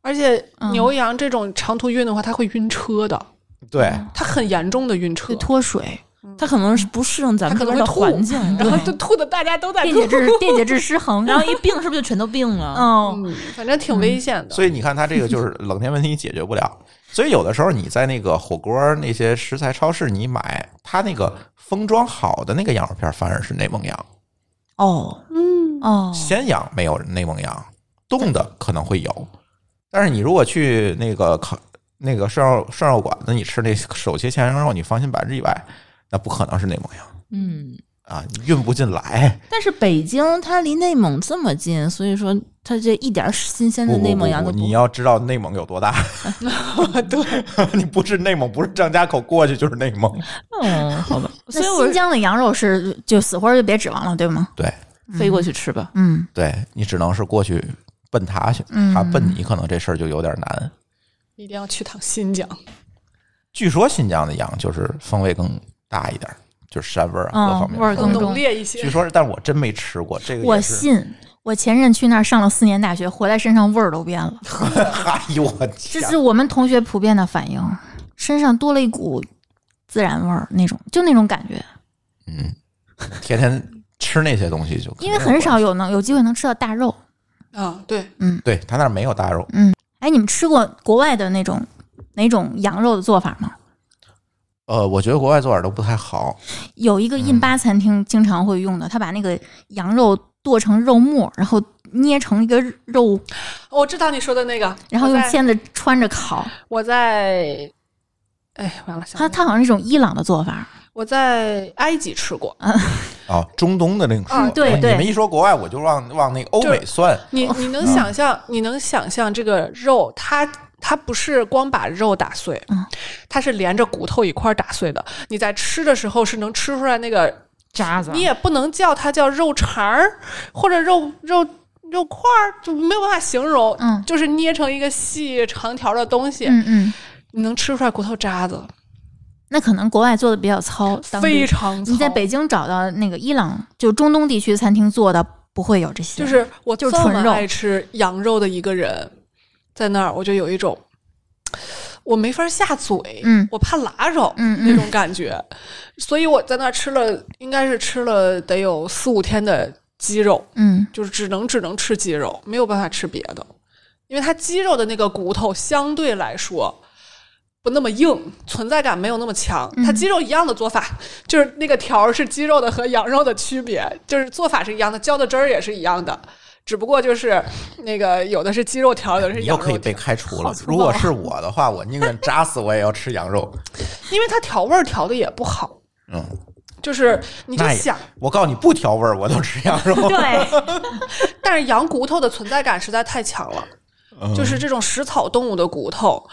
S4: 而且
S3: 嗯
S4: 牛羊这种长途运的话，它会晕车的，
S2: 对，
S5: 嗯
S4: 它很严重的晕车
S3: 对，，脱水，
S5: 他可嗯能是嗯不适应咱
S4: 它
S5: 们
S4: 可
S5: 这
S4: 能
S5: 边
S4: 会
S5: 的
S4: 吐
S5: 环境，
S4: 然后就吐的大家都在
S3: 电
S4: 吐
S3: 解。质电解质失衡，
S5: 然后一病是不是就全都病了？
S3: 哦，
S4: 嗯，反正挺危险的。
S2: 所以你看它这个就是冷链问题解决不了。所以有的时候你在那个火锅儿那些食材超市，你买它那个封装好的那个羊肉片儿，反而是内蒙羊。
S3: 哦，
S4: 嗯，
S3: 哦，
S2: 鲜羊没有内蒙羊，冻的可能会有，但是你如果去那个烤那个涮肉涮肉馆子，你吃那手切鲜羊肉，你放心百分之一百，那不可能是内蒙羊
S5: 嗯，
S2: 啊，你运不进来。
S5: 但是北京它离内蒙这么近，所以说它这一点儿新鲜的
S2: 不
S5: 内蒙羊
S2: 不
S5: 都
S2: 不，你
S5: 不
S2: 要知道内蒙有多大，
S4: 嗯
S2: 对，你不是内蒙，不是张家口过去就是内蒙，
S5: 嗯，好吧，所以
S3: 那
S5: 我
S3: 新疆的羊肉是就死活就别指望了，对吗？
S2: 对
S5: 飞过去吃吧。
S3: 嗯，
S2: 对，你只能是过去奔他去，
S3: 嗯
S2: 他奔你可能这事儿就有点难。
S4: 一定要去趟新疆。
S2: 据说新疆的羊就是风味更大一点儿，就是膻味儿啊各
S3: 嗯
S2: 方面
S3: 味儿
S2: 风
S3: 更重
S4: 浓烈一
S2: 据
S4: 些。
S2: 说是，但我真没吃过这个。
S3: 我，信。我前任去那儿上了四年大学，回来身上味儿都变 了，
S2: 哎呦我
S3: 这
S2: 天！
S3: 是我们同学普遍的反应，身上多了一股自然味儿，那种就那种感觉，
S2: 嗯，天天吃那些东西就
S3: 因为很少有能有机会能吃到大肉。
S4: 啊，对，
S2: 对他那儿没有大肉，
S3: 哎，你们吃过国外的那种哪种羊肉的做法吗？
S2: 呃，我觉得国外做法都不太好。
S3: 有一个印巴餐厅经常会用的，他把那个羊肉剁成肉末，然后捏成一个肉，
S4: 哦我知道你说的那个，
S3: 然后
S4: 我
S3: 用
S4: 在
S3: 签子穿着烤。
S4: 我在，哎，完了，想不
S3: 它
S4: 起
S3: 它好像是一种伊朗的做法，
S4: 我在埃及吃过，
S3: 啊
S2: 哦，中东的另说。
S4: 啊
S3: 对对
S2: 你们一说国外，我就往往那个欧
S4: 就
S2: 美算。
S4: 你
S3: 哦
S4: 你能想象，你能想象这个肉，它它不是光把肉打碎，
S3: 嗯
S4: 它是连着骨头一块儿打碎的。你在吃的时候是能吃出来那个，
S3: 嗯
S5: 渣子啊
S4: 你也不能叫它叫肉肠儿或者肉肉肉块儿，就没有办法形容。
S3: 嗯
S4: 就是捏成一个细长条的东西，
S3: 嗯嗯，
S4: 你能吃出来骨头渣子，
S3: 那可能国外做的比较糙，当地
S4: 非常糙。
S3: 你在北京找到那个伊朗就中东地区餐厅做的不会有这些，
S4: 就是我
S3: 就
S4: 这
S3: 是纯
S4: 么
S3: 肉
S4: 爱吃羊肉的一个人，在那儿我就有一种我没法下嘴，
S3: 嗯
S4: 我怕拉着，
S3: 嗯
S4: 那
S3: 嗯
S4: 种感觉，所以我在那儿吃了，应该是吃了得有四五天的鸡肉，
S3: 嗯
S4: 就是只能只能吃鸡肉，没有办法吃别的，因为它鸡肉的那个骨头相对来说。不那么硬，存在感没有那么强。它
S3: 嗯
S4: 鸡肉一样的做法，就是那个条儿是鸡肉的和羊肉的区别，就是做法是一样的，浇的汁儿也是一样的，只不过就是那个有的是鸡肉条，有的是
S2: 你
S4: 羊
S2: 又
S4: 肉
S2: 可以
S4: 条。
S2: 被开除
S4: 好
S2: 了
S4: 粗。暴
S2: 如果是我的话，我宁愿扎死我也要吃羊肉。
S4: 因为它调味儿调的也不好，
S2: 嗯，
S4: 就是你就
S2: 那也
S4: 想，
S2: 我告诉你，不调味儿我都吃羊肉。
S3: 对，
S4: 但是羊骨头的存在感实在太强了。就是这种食草动物的骨头，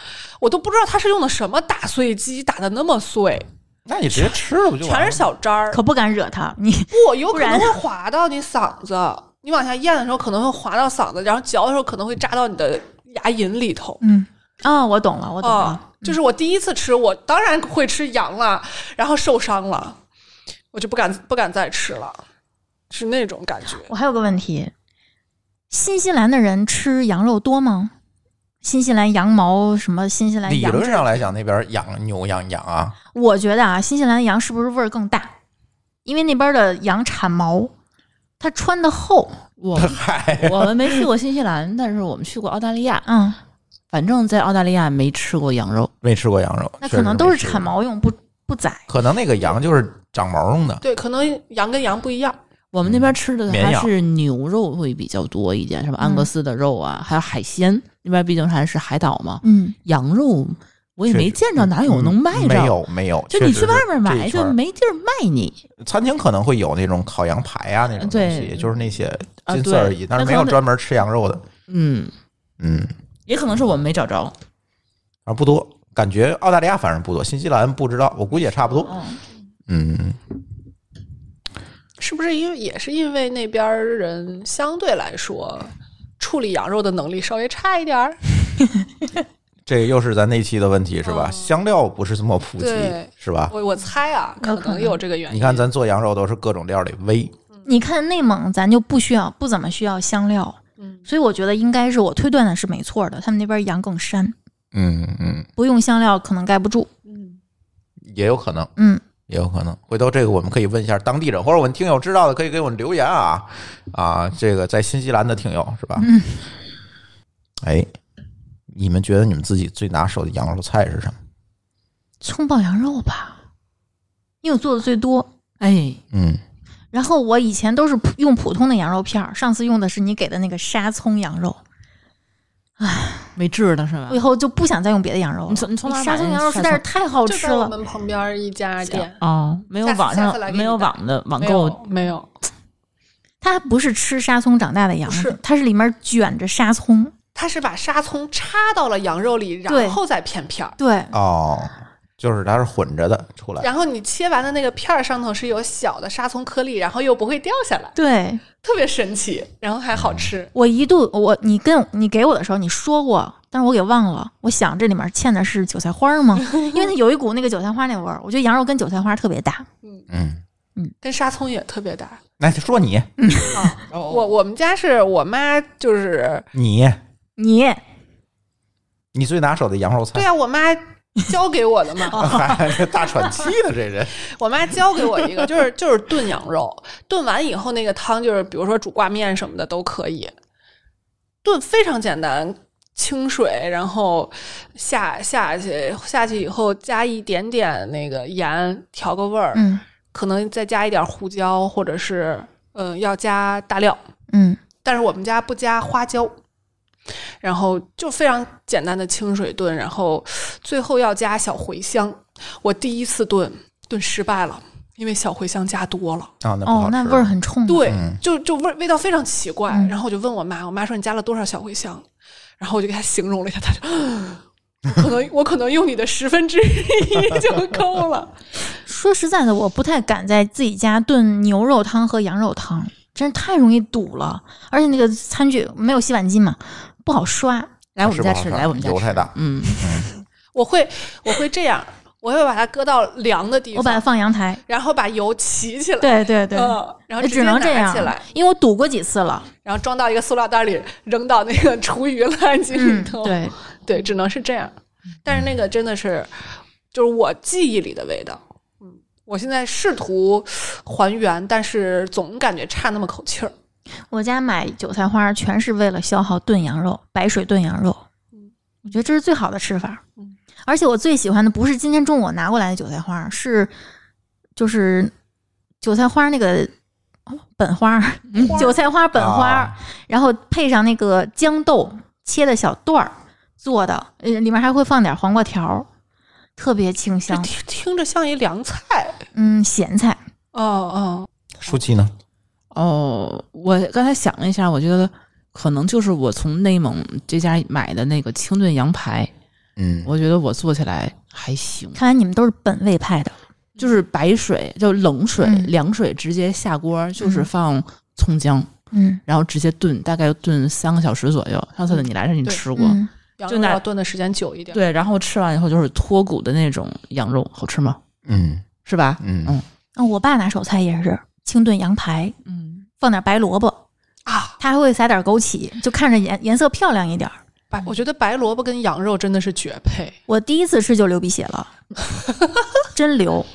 S4: 我都不知道它是用的什么打碎机打的那么碎，
S2: 那你直接吃了不嗯就完了
S4: 全
S2: 吗？
S4: 是小渣儿。
S3: 可不敢惹他，你
S4: 不，有可
S3: 不然
S4: 能会划到你嗓子，你往下咽的时候可能会划到嗓子，然后嚼的时候可能会扎到你的牙龈里头。
S3: 嗯啊、我懂了，我懂
S4: 啊、
S3: 了，
S4: 就是我第一次吃，我当然会吃羊了，然后受伤了，我就不敢不敢再吃了，是那种感觉。
S3: 我还有个问题，新西兰的人吃羊肉多吗？新西兰羊毛什么？新西兰
S2: 理
S3: 羊
S2: 论上来讲，那边养牛养羊啊，
S3: 我觉得啊，新西兰羊是不是味儿更大？因为那边的羊产毛，它穿的厚。
S5: 我
S2: 嗨，
S5: 我们没去过新西兰，但是我们去过澳大利亚，
S3: 嗯，
S5: 反正在澳大利亚没吃过羊肉。
S2: 没吃过羊肉，
S3: 那
S2: 确
S3: 可
S2: 实
S3: 能都
S2: 没
S3: 是
S2: 吃过
S3: 产，毛用，不不宰。
S2: 可能那个羊就是长毛绒的。
S4: 对，可能羊跟羊不一样。
S5: 我们那边吃的
S2: 嗯绵
S5: 还
S2: 羊
S5: 是牛肉会比较多一点，什么安格斯的肉啊，还有海鲜。那边毕竟还是海岛嘛，
S3: 嗯，
S5: 羊肉我也
S2: 确
S5: 哎没
S2: 实嗯
S5: 见着哪有能卖着，
S2: 没有没有，
S5: 就
S2: 确
S5: 你
S2: 实
S5: 去外
S2: 是这
S5: 面
S2: 一
S5: 买
S2: 圈
S5: 就
S2: 儿
S5: 没地儿卖你。
S2: 餐厅可能会有那种烤羊排啊那种东西，
S5: 对
S2: 就是那些
S5: 啊
S2: 仅此
S5: 对
S2: 而已，但是
S5: 那
S2: 没
S5: 可
S2: 有
S5: 能
S2: 专门吃羊肉的。
S5: 嗯，
S2: 嗯，
S5: 也可能是我们没找着。
S2: 啊不多，感觉澳大利亚反正不多，新西兰不知道，我估计也差不多。
S5: 嗯，
S2: 嗯，
S4: 是不是因为也是因为那边儿人相对来说处理羊肉的能力稍微差一点儿？
S2: 这又是咱那期的问题是吧？
S4: 嗯
S2: 香料不是这么普及
S4: 对
S2: 是吧？
S4: 我我猜啊，可
S3: 有可
S4: 能
S3: 能
S4: 有这个原因。
S2: 你看咱做羊肉都是各种料里煨，
S3: 你看内蒙，咱就不需要，不怎么需要香料，
S4: 嗯，
S3: 所以我觉得应该是我推断的是没错的。他们那边羊更膻，
S2: 嗯嗯，
S3: 不用香料可能盖不住。
S4: 嗯，
S2: 也有可能。
S3: 嗯，
S2: 也有可能。回头这个我们可以问一下当地人，或者我们听友知道的可以给我们留言啊啊，这个在新西兰的听友是吧？
S3: 嗯。
S2: 哎，你们觉得你们自己最拿手的羊肉菜是什么？
S3: 葱爆羊肉吧，因为我做的最多。
S5: 哎，
S2: 嗯，
S3: 然后我以前都是普用普通的羊肉片儿，上次用的是你给的那个沙葱羊肉，
S5: 没治了是吧
S3: 我以？后就不想再用别的羊肉了。
S5: 你从你从哪儿买
S3: 沙葱羊肉实在是太好
S4: 就
S3: 吃
S4: 在我
S3: 了，
S4: 们旁边儿一家店，
S5: 哦，没有
S4: 下次
S5: 网
S4: 下次来给
S5: 上
S4: 你
S5: 没有
S4: 打
S5: 网的网
S4: 没
S5: 购
S4: 有没有，
S3: 它不是吃沙葱长大的羊
S4: 不是
S3: 肉，它是里面卷着沙葱。
S4: 他是把沙葱插到了羊肉里，
S3: 对
S4: 然后再片片儿。
S3: 对，
S2: 哦，就是它是混着的出
S5: 啊
S2: 来。
S4: 然后你切完的那个片儿上头是有小的沙葱颗粒，然后又不会掉下来，
S3: 对
S4: 特别神奇，然后还好
S2: 嗯
S4: 吃。
S3: 我一度我你跟你给我的时候你说过，但是我给忘了。我想这里面嵌的是韭菜花 吗？因为它有一股那个韭菜花那味儿，我觉得羊肉跟韭菜花特别搭。
S2: 嗯，
S4: 跟沙葱也特别搭。
S2: 来说你哦
S4: 我我们家是我妈
S2: 啊
S4: 就是
S2: 你
S3: 你
S2: 你最拿手的羊肉菜
S4: 对， 啊，我妈教给我 的嘛。
S2: 还大喘气的这 人，
S4: 我妈教给我一个，就是就是炖羊肉，炖完以后那个汤就是，比如说煮挂面什么的都可以，炖非常简单，清水，然后下下去下去以后加一点点那个盐调个味儿，
S3: 嗯
S4: 可能再加一点胡椒，或者是嗯、呃要加大料，
S3: 嗯
S4: 但是我们家不加花椒，然后就非常简单的清水炖，然后最后要加小茴香。我第一次炖炖失败了，因为小茴香加多了，
S2: 啊，那不好
S3: 哦
S2: 吃，
S3: 那味儿很冲的，
S4: 对，
S2: 嗯
S4: 就就味味道非常奇怪。
S3: 嗯
S4: 然后我就问我妈，我妈说你加了多少小茴香？然后我就给她形容了一下，她说。我可能我可能用你的十分之 一就够了，
S3: 说实在的，我不太敢在自己家炖牛肉汤和羊肉汤，真是太容易堵了。而且那个餐具没有洗碗机嘛，不好刷。
S5: 来我们家
S2: 是
S5: 吃，
S2: 不好
S5: 来我们家
S2: 油
S5: 吃，
S2: 太大
S5: 嗯，
S4: 我会我会这样，我会把它搁到凉的地
S3: 我把它
S4: 方，
S3: 放阳台。
S4: 然后把油齐起来，
S3: 对对对，
S4: 嗯，然后直接
S3: 只能这
S4: 拿
S3: 样
S4: 起来，，
S3: 因为我堵过几次了。
S4: 然后装到一个塑料袋里，扔到那个厨余垃圾里
S3: 嗯，
S4: 头。
S3: 对，
S4: 对只能是这样。但是那个真的是，就是我记忆里的味道。嗯，我现在试图还原，但是总感觉差那么口气儿。
S3: 我家买韭菜花全是为了消耗炖羊肉，白水炖羊肉。我觉得这是最好的吃法
S4: 嗯。
S3: 而且我最喜欢的不是今天中午我拿过来的韭菜花，是就是韭菜花那个本花，韭菜花本花，
S2: 啊
S3: 然后配上那个豇豆切的小段儿做的，呃，里面还会放点黄瓜条儿，特别清
S4: 这
S3: 香。
S4: 听听着像一凉菜。
S3: 嗯，咸菜，
S4: 哦哦，
S2: 舒淇呢？
S5: 哦，我刚才想了一下，我觉得可能就是我从内蒙这家买的那个清炖羊排，
S2: 嗯，
S5: 我觉得我做起来还行，
S3: 看来你们都是本味派的。
S5: 就是白水，就冷水、
S3: 嗯
S5: 凉水直接下锅，就是
S3: 嗯
S5: 放葱姜，
S3: 嗯，
S5: 然后直接炖，大概炖三个小时左右。上次的你来这你
S4: 对
S5: 吃过，
S3: 嗯，
S4: 羊
S5: 就
S4: 肉
S5: 那
S4: 要炖的时间久一点。
S5: 对，然后吃完以后就是脱骨的那种羊肉，好吃吗？
S2: 嗯
S5: 是吧？
S2: 嗯
S5: 嗯
S3: 啊我爸拿手菜也是清炖羊排，
S5: 嗯，
S3: 放点白萝卜，
S4: 啊，
S3: 他还会撒点枸杞，就看着颜颜色漂亮一点儿。
S4: 白，我觉得白萝卜跟羊肉真的是绝配。
S3: 我第一次吃就流鼻血 了，真流。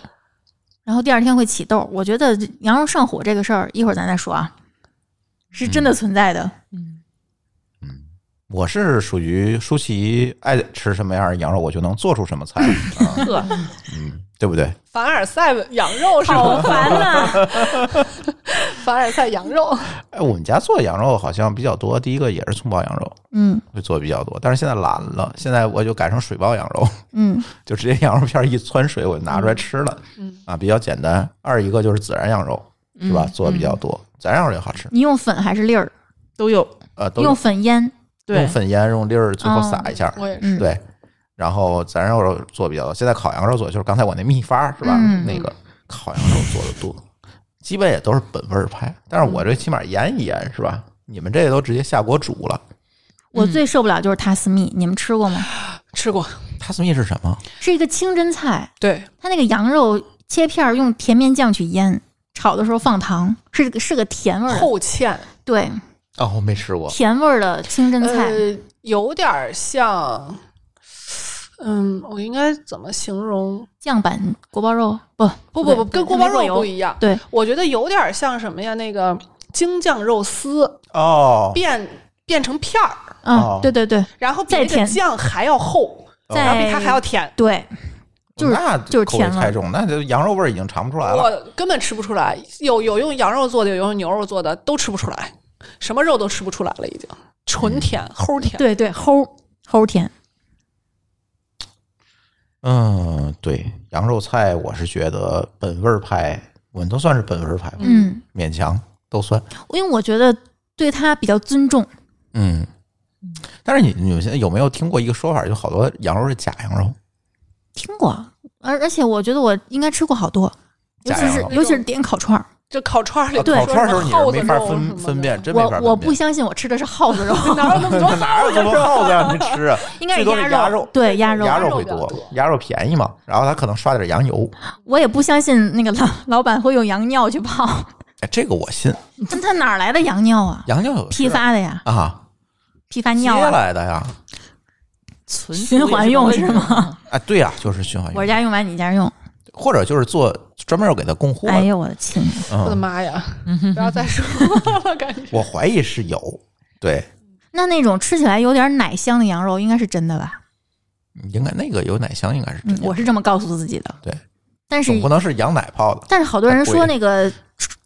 S3: 然后第二天会起痘。我觉得羊肉上火这个事儿，一会儿咱再说啊，是真的
S2: 嗯
S3: 存在的。
S2: 我是属于舒淇爱吃什么样的羊肉，我就能做出什么菜，啊嗯，对不对？
S4: 凡尔赛羊肉是
S3: 好
S4: 吗？
S3: 烦呐、
S4: 凡尔赛羊肉，
S2: 哎，我们家做羊肉好像比较多，第一个也是葱爆羊肉
S3: 嗯
S2: 会做的比较多，但是现在懒了，现在我就改成水爆羊肉，
S3: 嗯，
S2: 就直接羊肉片儿一汆水我就拿出来吃了，
S4: 嗯
S2: 啊，比较简单。二一个就是孜然羊肉，是
S5: 嗯
S2: 吧？做的比较多，孜然羊肉也好吃，
S3: 你用粉还是粒儿？
S5: 都有。
S2: 呃，都
S3: 用粉腌。
S5: 对
S2: 用，粉腌，用粒儿最后撒一下，
S4: 啊我也是。
S3: 嗯，
S2: 对，然后孜然羊肉做比较多。现在烤羊肉做就是刚才我那秘发是吧？
S3: 嗯
S2: 那个烤羊肉做的多，基本也都是本味儿派。但是我这起码腌一腌是吧？你们这都直接下锅煮了。嗯
S3: 我最受不了就是塔斯密，你们吃过吗？
S4: 吃过，
S2: 塔斯密是什么？
S3: 是一个清真菜，
S4: 对，
S3: 它那个羊肉切片儿用甜面酱去腌，炒的时候放糖，是个是个甜味儿的，
S4: 厚芡，
S3: 对，
S2: 哦，我没吃过。
S3: 甜味儿的清真菜。
S4: 呃，有点儿像，嗯，我应该怎么形容？
S3: 酱版锅包肉不
S4: 不不不，
S3: 对
S4: 跟
S3: 它
S4: 锅包
S3: 没过
S4: 肉
S3: 油
S4: 不一样。
S3: 对，
S4: 我觉得有点儿像什么呀？那个京酱肉丝
S2: 哦，
S4: 变变成片儿，
S3: 嗯、
S2: 哦
S3: 对对对
S4: 然后比
S3: 再哎
S4: 那个
S3: 甜
S4: 酱还要厚，然后比它还要甜。
S3: 对，就是
S2: 那
S3: 就是
S2: 口味
S3: 甜味儿
S2: 太重，那就羊肉味儿已经尝不出来了。
S4: 我根本吃不出来，有有用羊肉做的，有用牛肉做的，都吃不出来，什么肉都吃不出来了，已经纯甜齁甜。嗯
S3: 对对齁齁甜，
S2: 嗯，对，羊肉菜我是觉得本味儿派，我们都算是本味儿派吧，
S3: 嗯，
S2: 勉强都算。
S3: 因为我觉得对它比较尊重，
S2: 嗯，但是你你们现在有没有听过一个说法，就好多羊肉是假羊肉？
S3: 听过，而而且我觉得我应该吃过好多，尤
S2: 假
S3: 其
S2: 羊
S3: 是
S2: 肉
S3: 尤其是点烤串儿，
S4: 这烤串儿里
S3: 哦
S2: 啊
S4: 头
S2: 烤串儿的时候
S4: 说
S2: 你
S4: 什
S2: 是没
S4: 么
S2: 法
S4: 耗子肉什
S2: 分
S4: 么
S2: 分
S4: 的
S2: 辨，真没法
S3: 我
S2: 分
S3: 我
S2: 辨。
S3: 不相信我吃的是耗子 肉，
S4: 哪有那么 多
S2: 哪有这么多耗子让你吃啊？
S3: 应该
S2: 最
S3: 是
S2: 多是
S3: 肉，
S2: 鸭肉
S3: 对鸭肉
S2: 鸭肉
S4: 肉
S2: 会
S4: 比较
S2: 多
S4: 多，
S2: 鸭肉便宜嘛，然后他可能刷点羊油，
S3: 我也不相信那个老老板会用羊尿去 泡，
S2: 哎，这个我信，
S3: 那他哪儿来的羊尿啊？
S2: 羊尿有
S3: 批发的呀，
S2: 啊，
S3: 批发
S2: 接
S3: 尿啊，
S2: 来的呀，
S5: 存
S3: 循
S5: 储也
S3: 环
S5: 是
S3: 用
S5: 东
S3: 是
S5: 西
S3: 吗？
S2: 啊，对呀，就是循环
S3: 我
S2: 用，
S3: 家用完你家用，
S2: 或者就是做专门有给他供货的，
S3: 哎呦我的亲，
S4: 我
S2: 嗯，
S4: 的妈呀！不要再说了，感觉
S2: 我怀疑是有，对，
S3: 那那种吃起来有点奶香的羊肉，应该是真的吧？
S2: 应该那个有奶香，应该是真
S3: 嗯，
S2: 的。
S3: 我是这么告诉自己的。
S2: 对，
S3: 但是
S2: 总不能是羊奶泡的，
S3: 但是好多人
S2: 太
S3: 说
S2: 贵
S3: 那个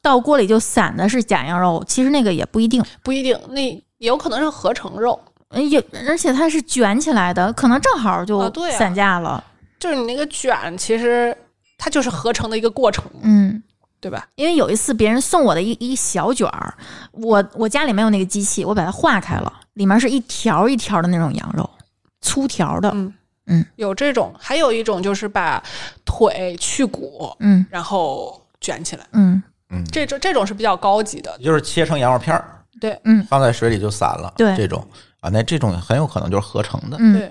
S3: 到锅里就散的是假羊肉，其实那个也不一定。
S4: 不一定，那也有可能是合成肉，
S3: 呃也而且它是卷起来的，可能正好
S4: 啊
S3: 就
S4: 对啊
S3: 散架了。
S4: 就是你那个卷，其实它就是合成的一个过程，
S3: 嗯，
S4: 对吧？
S3: 因为有一次别人送我的一一小卷儿，我我家里没有那个机器，我把它化开了，里面是一条一条的那种羊肉，粗条的。
S4: 嗯
S3: 嗯
S4: 有这种，还有一种就是把腿去骨，
S3: 嗯
S4: 然后卷起来，
S3: 嗯，
S2: 嗯，
S4: 这种这种是比较高级的，
S2: 就是切成羊肉片儿，
S4: 对，
S3: 嗯
S2: 放在水里就散了，
S3: 对
S2: 这种啊，那这种很有可能就是合成的，
S3: 嗯
S4: 对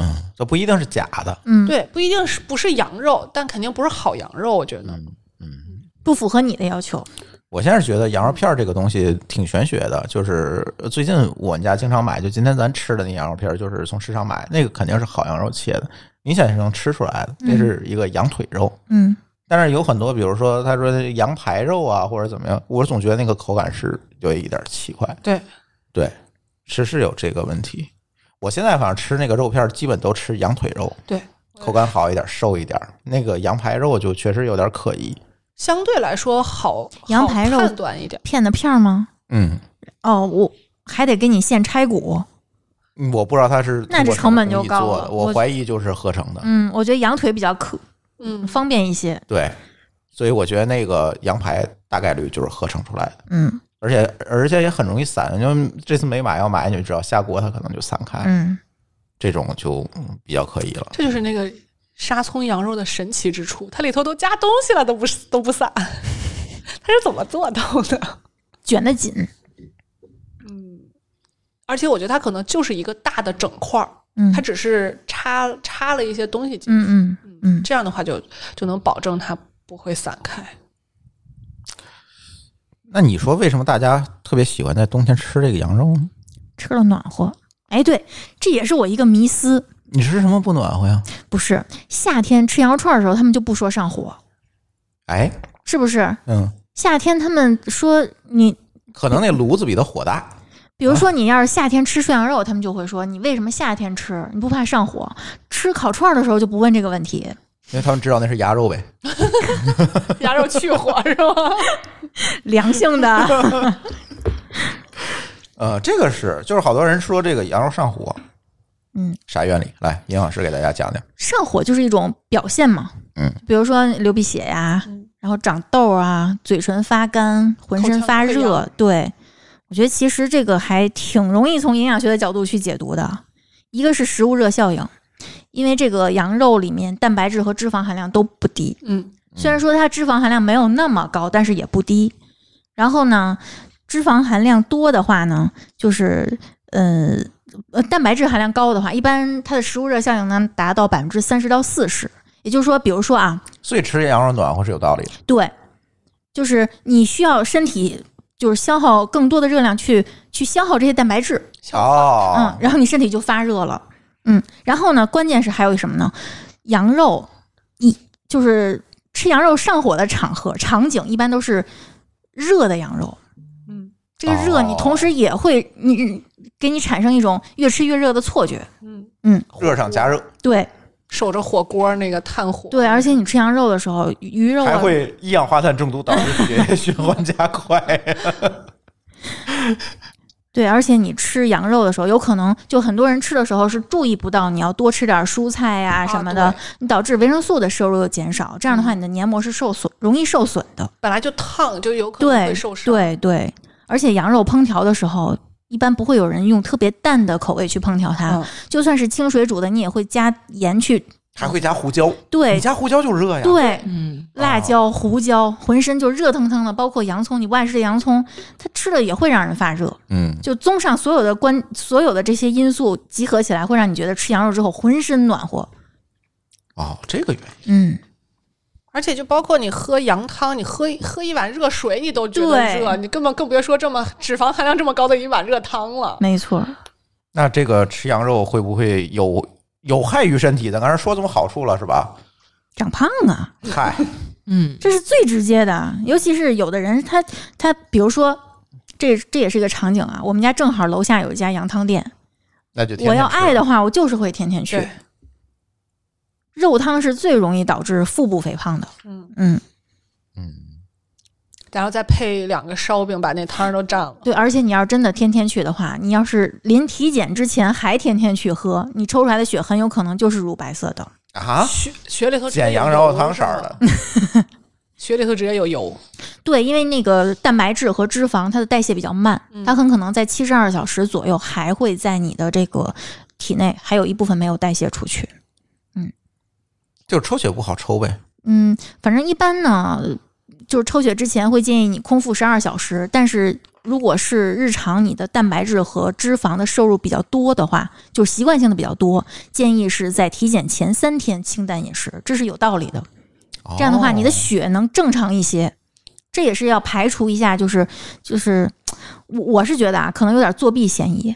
S2: 嗯，这不一定是假的，
S3: 嗯，
S4: 对，不一定是不是羊肉，但肯定不是好羊肉，我觉得。
S2: 嗯嗯。
S3: 不符合你的要求。
S2: 我现在是觉得羊肉片儿这个东西挺玄学的，就是呃最近我们家经常买，就今天咱吃的那羊肉片儿，就是从市场买，那个肯定是好羊肉切的，明显是能吃出来的，这是一个羊腿肉。
S3: 嗯
S2: 但是有很多，比如说他说羊排肉啊，或者怎么样，我总觉得那个口感是有一点奇怪。
S4: 对，
S2: 对，是是有这个问题。我现在反正吃那个肉片，基本都吃羊腿肉，
S4: 对，
S2: 口感好一点，瘦一点。那个羊排肉就确实有点可疑。
S4: 相对来说好，
S3: 羊排肉
S4: 好判断一点。
S3: 片的片儿吗？
S2: 嗯，
S3: 哦，我还得给你现拆骨。
S2: 嗯我不知道它是通过
S3: 那这
S2: 什么
S3: 成本就
S2: 工艺
S3: 高
S2: 做
S3: 了
S2: 的
S3: 我
S2: 我怀疑就是合成的。
S3: 嗯，我觉得羊腿比较可
S4: 嗯，
S3: 方便一些。
S2: 对，所以我觉得那个羊排大概率就是合成出来的，
S3: 嗯
S2: 而且而且也很容易散。因为这次没买，要买你就知道下锅它可能就散开。
S3: 嗯。
S2: 这种就嗯比较可疑了。
S4: 这就是那个沙葱羊肉的神奇之处，它里头都加东西了，都不是都不散， 它是怎么做到的？
S3: 卷得紧，
S4: 嗯而且我觉得它可能就是一个大的整块儿，
S3: 嗯
S4: 它只是插插了一些东西进去，
S3: 嗯嗯嗯，
S4: 这样的话就就能保证它不会散开。
S2: 那你说为什么大家特别喜欢在冬天吃这个羊肉呢？
S3: 吃了暖和。哎，对，这也是我一个迷思，
S2: 你吃什么不暖和呀？
S3: 不是夏天吃羊肉串的时候，他们就不说上火，
S2: 哎，
S3: 是不是？
S2: 嗯，
S3: 夏天他们说你，
S2: 可能那炉子比它火大。
S3: 比如说你要是夏天吃涮羊肉，他们就会说你为什么夏天吃？你不怕上火？吃烤串的时候就不问这个问题，
S2: 因为他们知道那是鸭肉呗，
S4: 鸭肉去火是吗？
S3: 良性的。
S2: 呃，这个是，就是好多人说这个羊肉上火，
S3: 嗯，
S2: 啥原理？来，营养师给大家讲讲。
S3: 上火就是一种表现嘛，
S2: 嗯，
S3: 比如说流鼻血呀、
S4: 嗯
S3: 然后长痘啊，嘴唇发干，浑身发
S4: 口腔溃
S3: 热，对。我觉得其实这个还挺容易从营养学的角度去解读的，一个是食物热效应，因为这个羊肉里面蛋白质和脂肪含量都不低，
S4: 嗯，
S3: 虽然说它脂肪含量没有那么高，但是也不低。然后呢，脂肪含量多的话呢，就是呃呃蛋白质含量高的话，一般它的食物热效应能达到百分之三十到四十。也就是说，比如说啊，
S2: 所以吃羊肉暖和是有道理的。
S3: 对，就是你需要身体就是消耗更多的热量去去消耗这些蛋白质，嗯
S2: 哦，，
S3: 然后你身体就发热了，嗯，然后呢，关键是还有什么呢？羊肉，一就是吃羊肉上火的场合场景，一般都是热的羊肉，
S4: 嗯，
S3: 这个热你
S2: 哦
S3: 同时也会你给你产生一种越吃越热的错觉，
S4: 嗯，
S2: 热上加热，
S3: 对
S4: 守着火锅那个炭火，嗯
S3: 对，而且你吃羊肉的时候，鱼肉
S2: 还
S3: 啊，
S2: 会一氧化碳中毒导致血液循环加快。
S3: 对，而且你吃羊肉的时候，有可能就很多人吃的时候是注意不到你要多吃点蔬菜呀、
S4: 啊
S3: 什么的，
S4: 对
S3: 你导致维生素的摄入的减少，这样的话你的黏膜是受损，容易受损的。
S4: 本来就烫，就有可能
S3: 对
S4: 会受伤。
S3: 对对，而且羊肉烹调的时候，一般不会有人用特别淡的口味去烹调它，
S4: 嗯
S3: 就算是清水煮的，你也会加盐去。
S2: 还会加胡椒，你
S3: 对
S2: 加胡椒就热呀。
S3: 对，
S5: 嗯，
S3: 辣椒、胡椒，浑身就热腾腾的，包括洋葱，你不爱吃的洋葱，它吃了也会让人发热。
S2: 嗯，
S3: 就综上所有的关，所有的这些因素集合起来，会让你觉得吃羊肉之后浑身暖和。
S2: 哦，这个原因。
S3: 嗯，
S4: 而且就包括你喝羊汤，你喝一喝一碗热水，你都觉得
S3: 对
S4: 热，你根本更别说这么脂肪含量这么高的一碗热汤了。
S3: 没错。
S2: 那这个吃羊肉会不会有有害于身体？咱刚才说这么好处了是吧？
S3: 长胖啊，
S2: 嗨，
S5: 嗯，
S3: 这是最直接的。尤其是有的人他，他比如说这这也是一个场景啊。我们家正好楼下有一家羊汤店，
S2: 那就天天
S3: 我要
S2: 吃
S3: 爱的话，我就是会天天去
S4: 对。
S3: 肉汤是最容易导致腹部肥胖的。
S4: 嗯，
S3: 嗯，
S2: 嗯，
S4: 然后再配两个烧饼，把那汤儿都占了。
S3: 对，而且你要真的天天去的话，你要是临体检之前还天天去喝，你抽出来的血很有可能就是乳白色的。
S2: 啊，
S4: 血血里头直接
S2: 减
S4: 有
S2: 羊
S4: 油
S2: 肉汤色儿的，
S3: 嗯
S4: 血里头直接有油。
S3: 对，因为那个蛋白质和脂肪它的代谢比较慢，
S2: 嗯
S3: 它很可能在七十二小时左右还会在你的这个体内还有一部分没有代谢出去。
S2: 就是抽血不好抽呗。
S3: 嗯，反正一般呢，就是抽血之前会建议你空腹十二小时，但是如果是日常你的蛋白质和脂肪的摄入比较多的话，就是习惯性的比较多，建议是在体检前三天清淡饮食，这是有道理的。 这样的话，
S2: 哦
S3: 你的血能正常一些。这也是要排除一下，就是就是，我我是觉得啊，可能有点作弊嫌疑。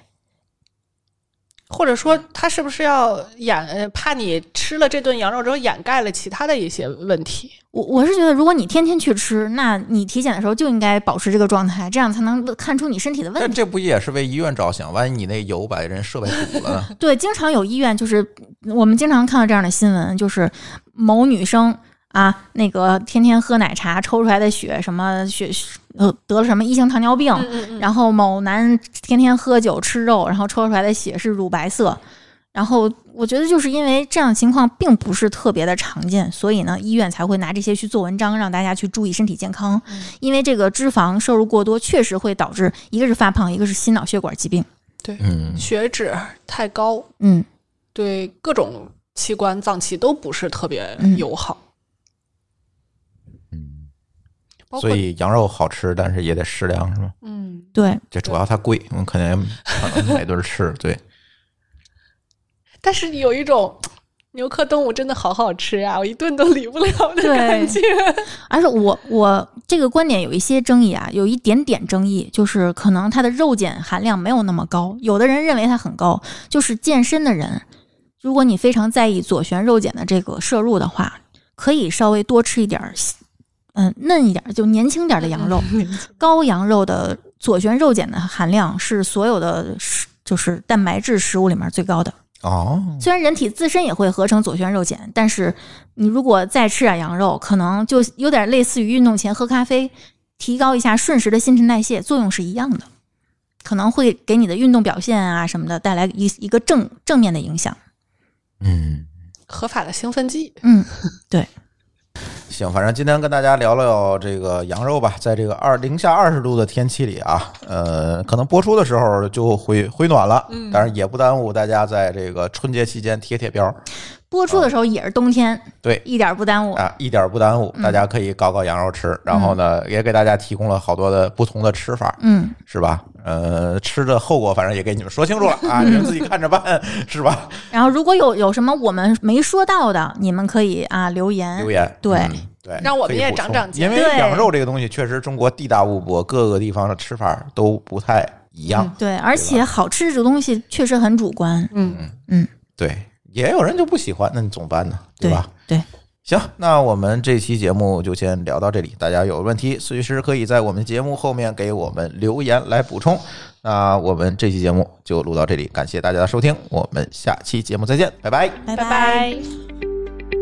S4: 或者说，他是不是要掩呃怕你吃了这顿羊肉之后掩盖了其他的一些问题？
S3: 我我是觉得，如果你天天去吃，那你体检的时候就应该保持这个状态，这样才能看出你身体的问
S2: 但
S3: 题。
S2: 这不也是为医院着想？万一你那油把人设备堵了 呢？
S3: 对，经常有医院就是我们经常看到这样的新闻，就是某女生啊，那个天天喝奶茶抽出来的血，什么血呃得了什么一型糖尿病，
S4: 嗯嗯
S3: 然后某男天天喝酒吃肉，然后抽出来的血是乳白色。然后我觉得就是因为这样的情况并不是特别的常见，所以呢，医院才会拿这些去做文章，让大家去注意身体健康。因为这个脂肪摄入过多，确实会导致一个是发胖，一个是心脑血管疾病。
S2: 嗯，
S4: 血脂太高，
S3: 嗯，
S4: 对各种器官脏器都不是特别
S3: 嗯
S4: 友好。
S2: 嗯，
S4: 包
S2: 所
S4: 括
S2: 以羊肉好吃，但是也得适量，是吗？
S4: 嗯，
S3: 对，
S2: 这主要它贵，我们肯定可能买顿吃。对，
S4: 但是有一种牛克动物真的好好吃啊，我一顿都离不了的
S3: 对
S4: 感觉。
S3: 而且我我这个观点有一些争议啊，有一点点争议，就是可能它的肉碱含量没有那么高，有的人认为它很高，就是健身的人，如果你非常在意左旋肉碱的这个摄入的话，可以稍微多吃一点儿，嗯，嫩一点儿就年轻点儿的羊肉， 高羊肉的左旋肉碱的含量是所有的食就是蛋白质食物里面最高的。
S2: 哦，
S3: 虽然人体自身也会合成左旋肉碱，但是你如果再吃点羊肉，可能就有点类似于运动前喝咖啡，提高一下瞬时的新陈代谢，作用是一样的，可能会给你的运动表现啊什么的带来一一个正正面的影响。
S2: 嗯，
S4: 合法的兴奋剂，
S3: 嗯，
S2: 行，反正今天跟大家聊聊这个羊肉吧，在这个二零下二十度的天气里啊，呃，可能播出的时候就回回暖了，嗯，但是也不耽误大家在这个春节期间贴贴膘，
S3: 播出的时候也是冬天，
S2: 对
S3: 一点儿不耽误。
S2: 啊，一点儿不耽误，大家可以搞搞羊肉吃，然后呢，也给大家提供了好多的不同的吃法，
S3: 嗯，
S2: 是吧？呃，吃的后果反正也给你们说清楚了啊，你们自己看着办，是吧？
S3: 然后如果有有什么我们没说到的，你们可以啊留言。
S2: 留言
S3: 对
S2: 嗯对，
S4: 让我们
S2: 可以
S4: 也
S2: 补
S4: 长
S2: 充
S4: 长见
S2: 因为
S3: 对
S2: 羊肉这个东西确实中国地大物博，各个地方的吃法都不太一样，
S3: 对，而且好吃这个东西确实很主观。
S4: 嗯，
S2: 对，也有人就不喜欢，那你怎么办呢？对吧？
S3: 对，
S2: 行，那我们这期节目就先聊到这里。大家有问题随时可以在我们节目后面给我们留言来补充。那我们这期节目就录到这里，感谢大家的收听，我们下期节目再见，拜拜。
S3: 拜
S4: 拜拜。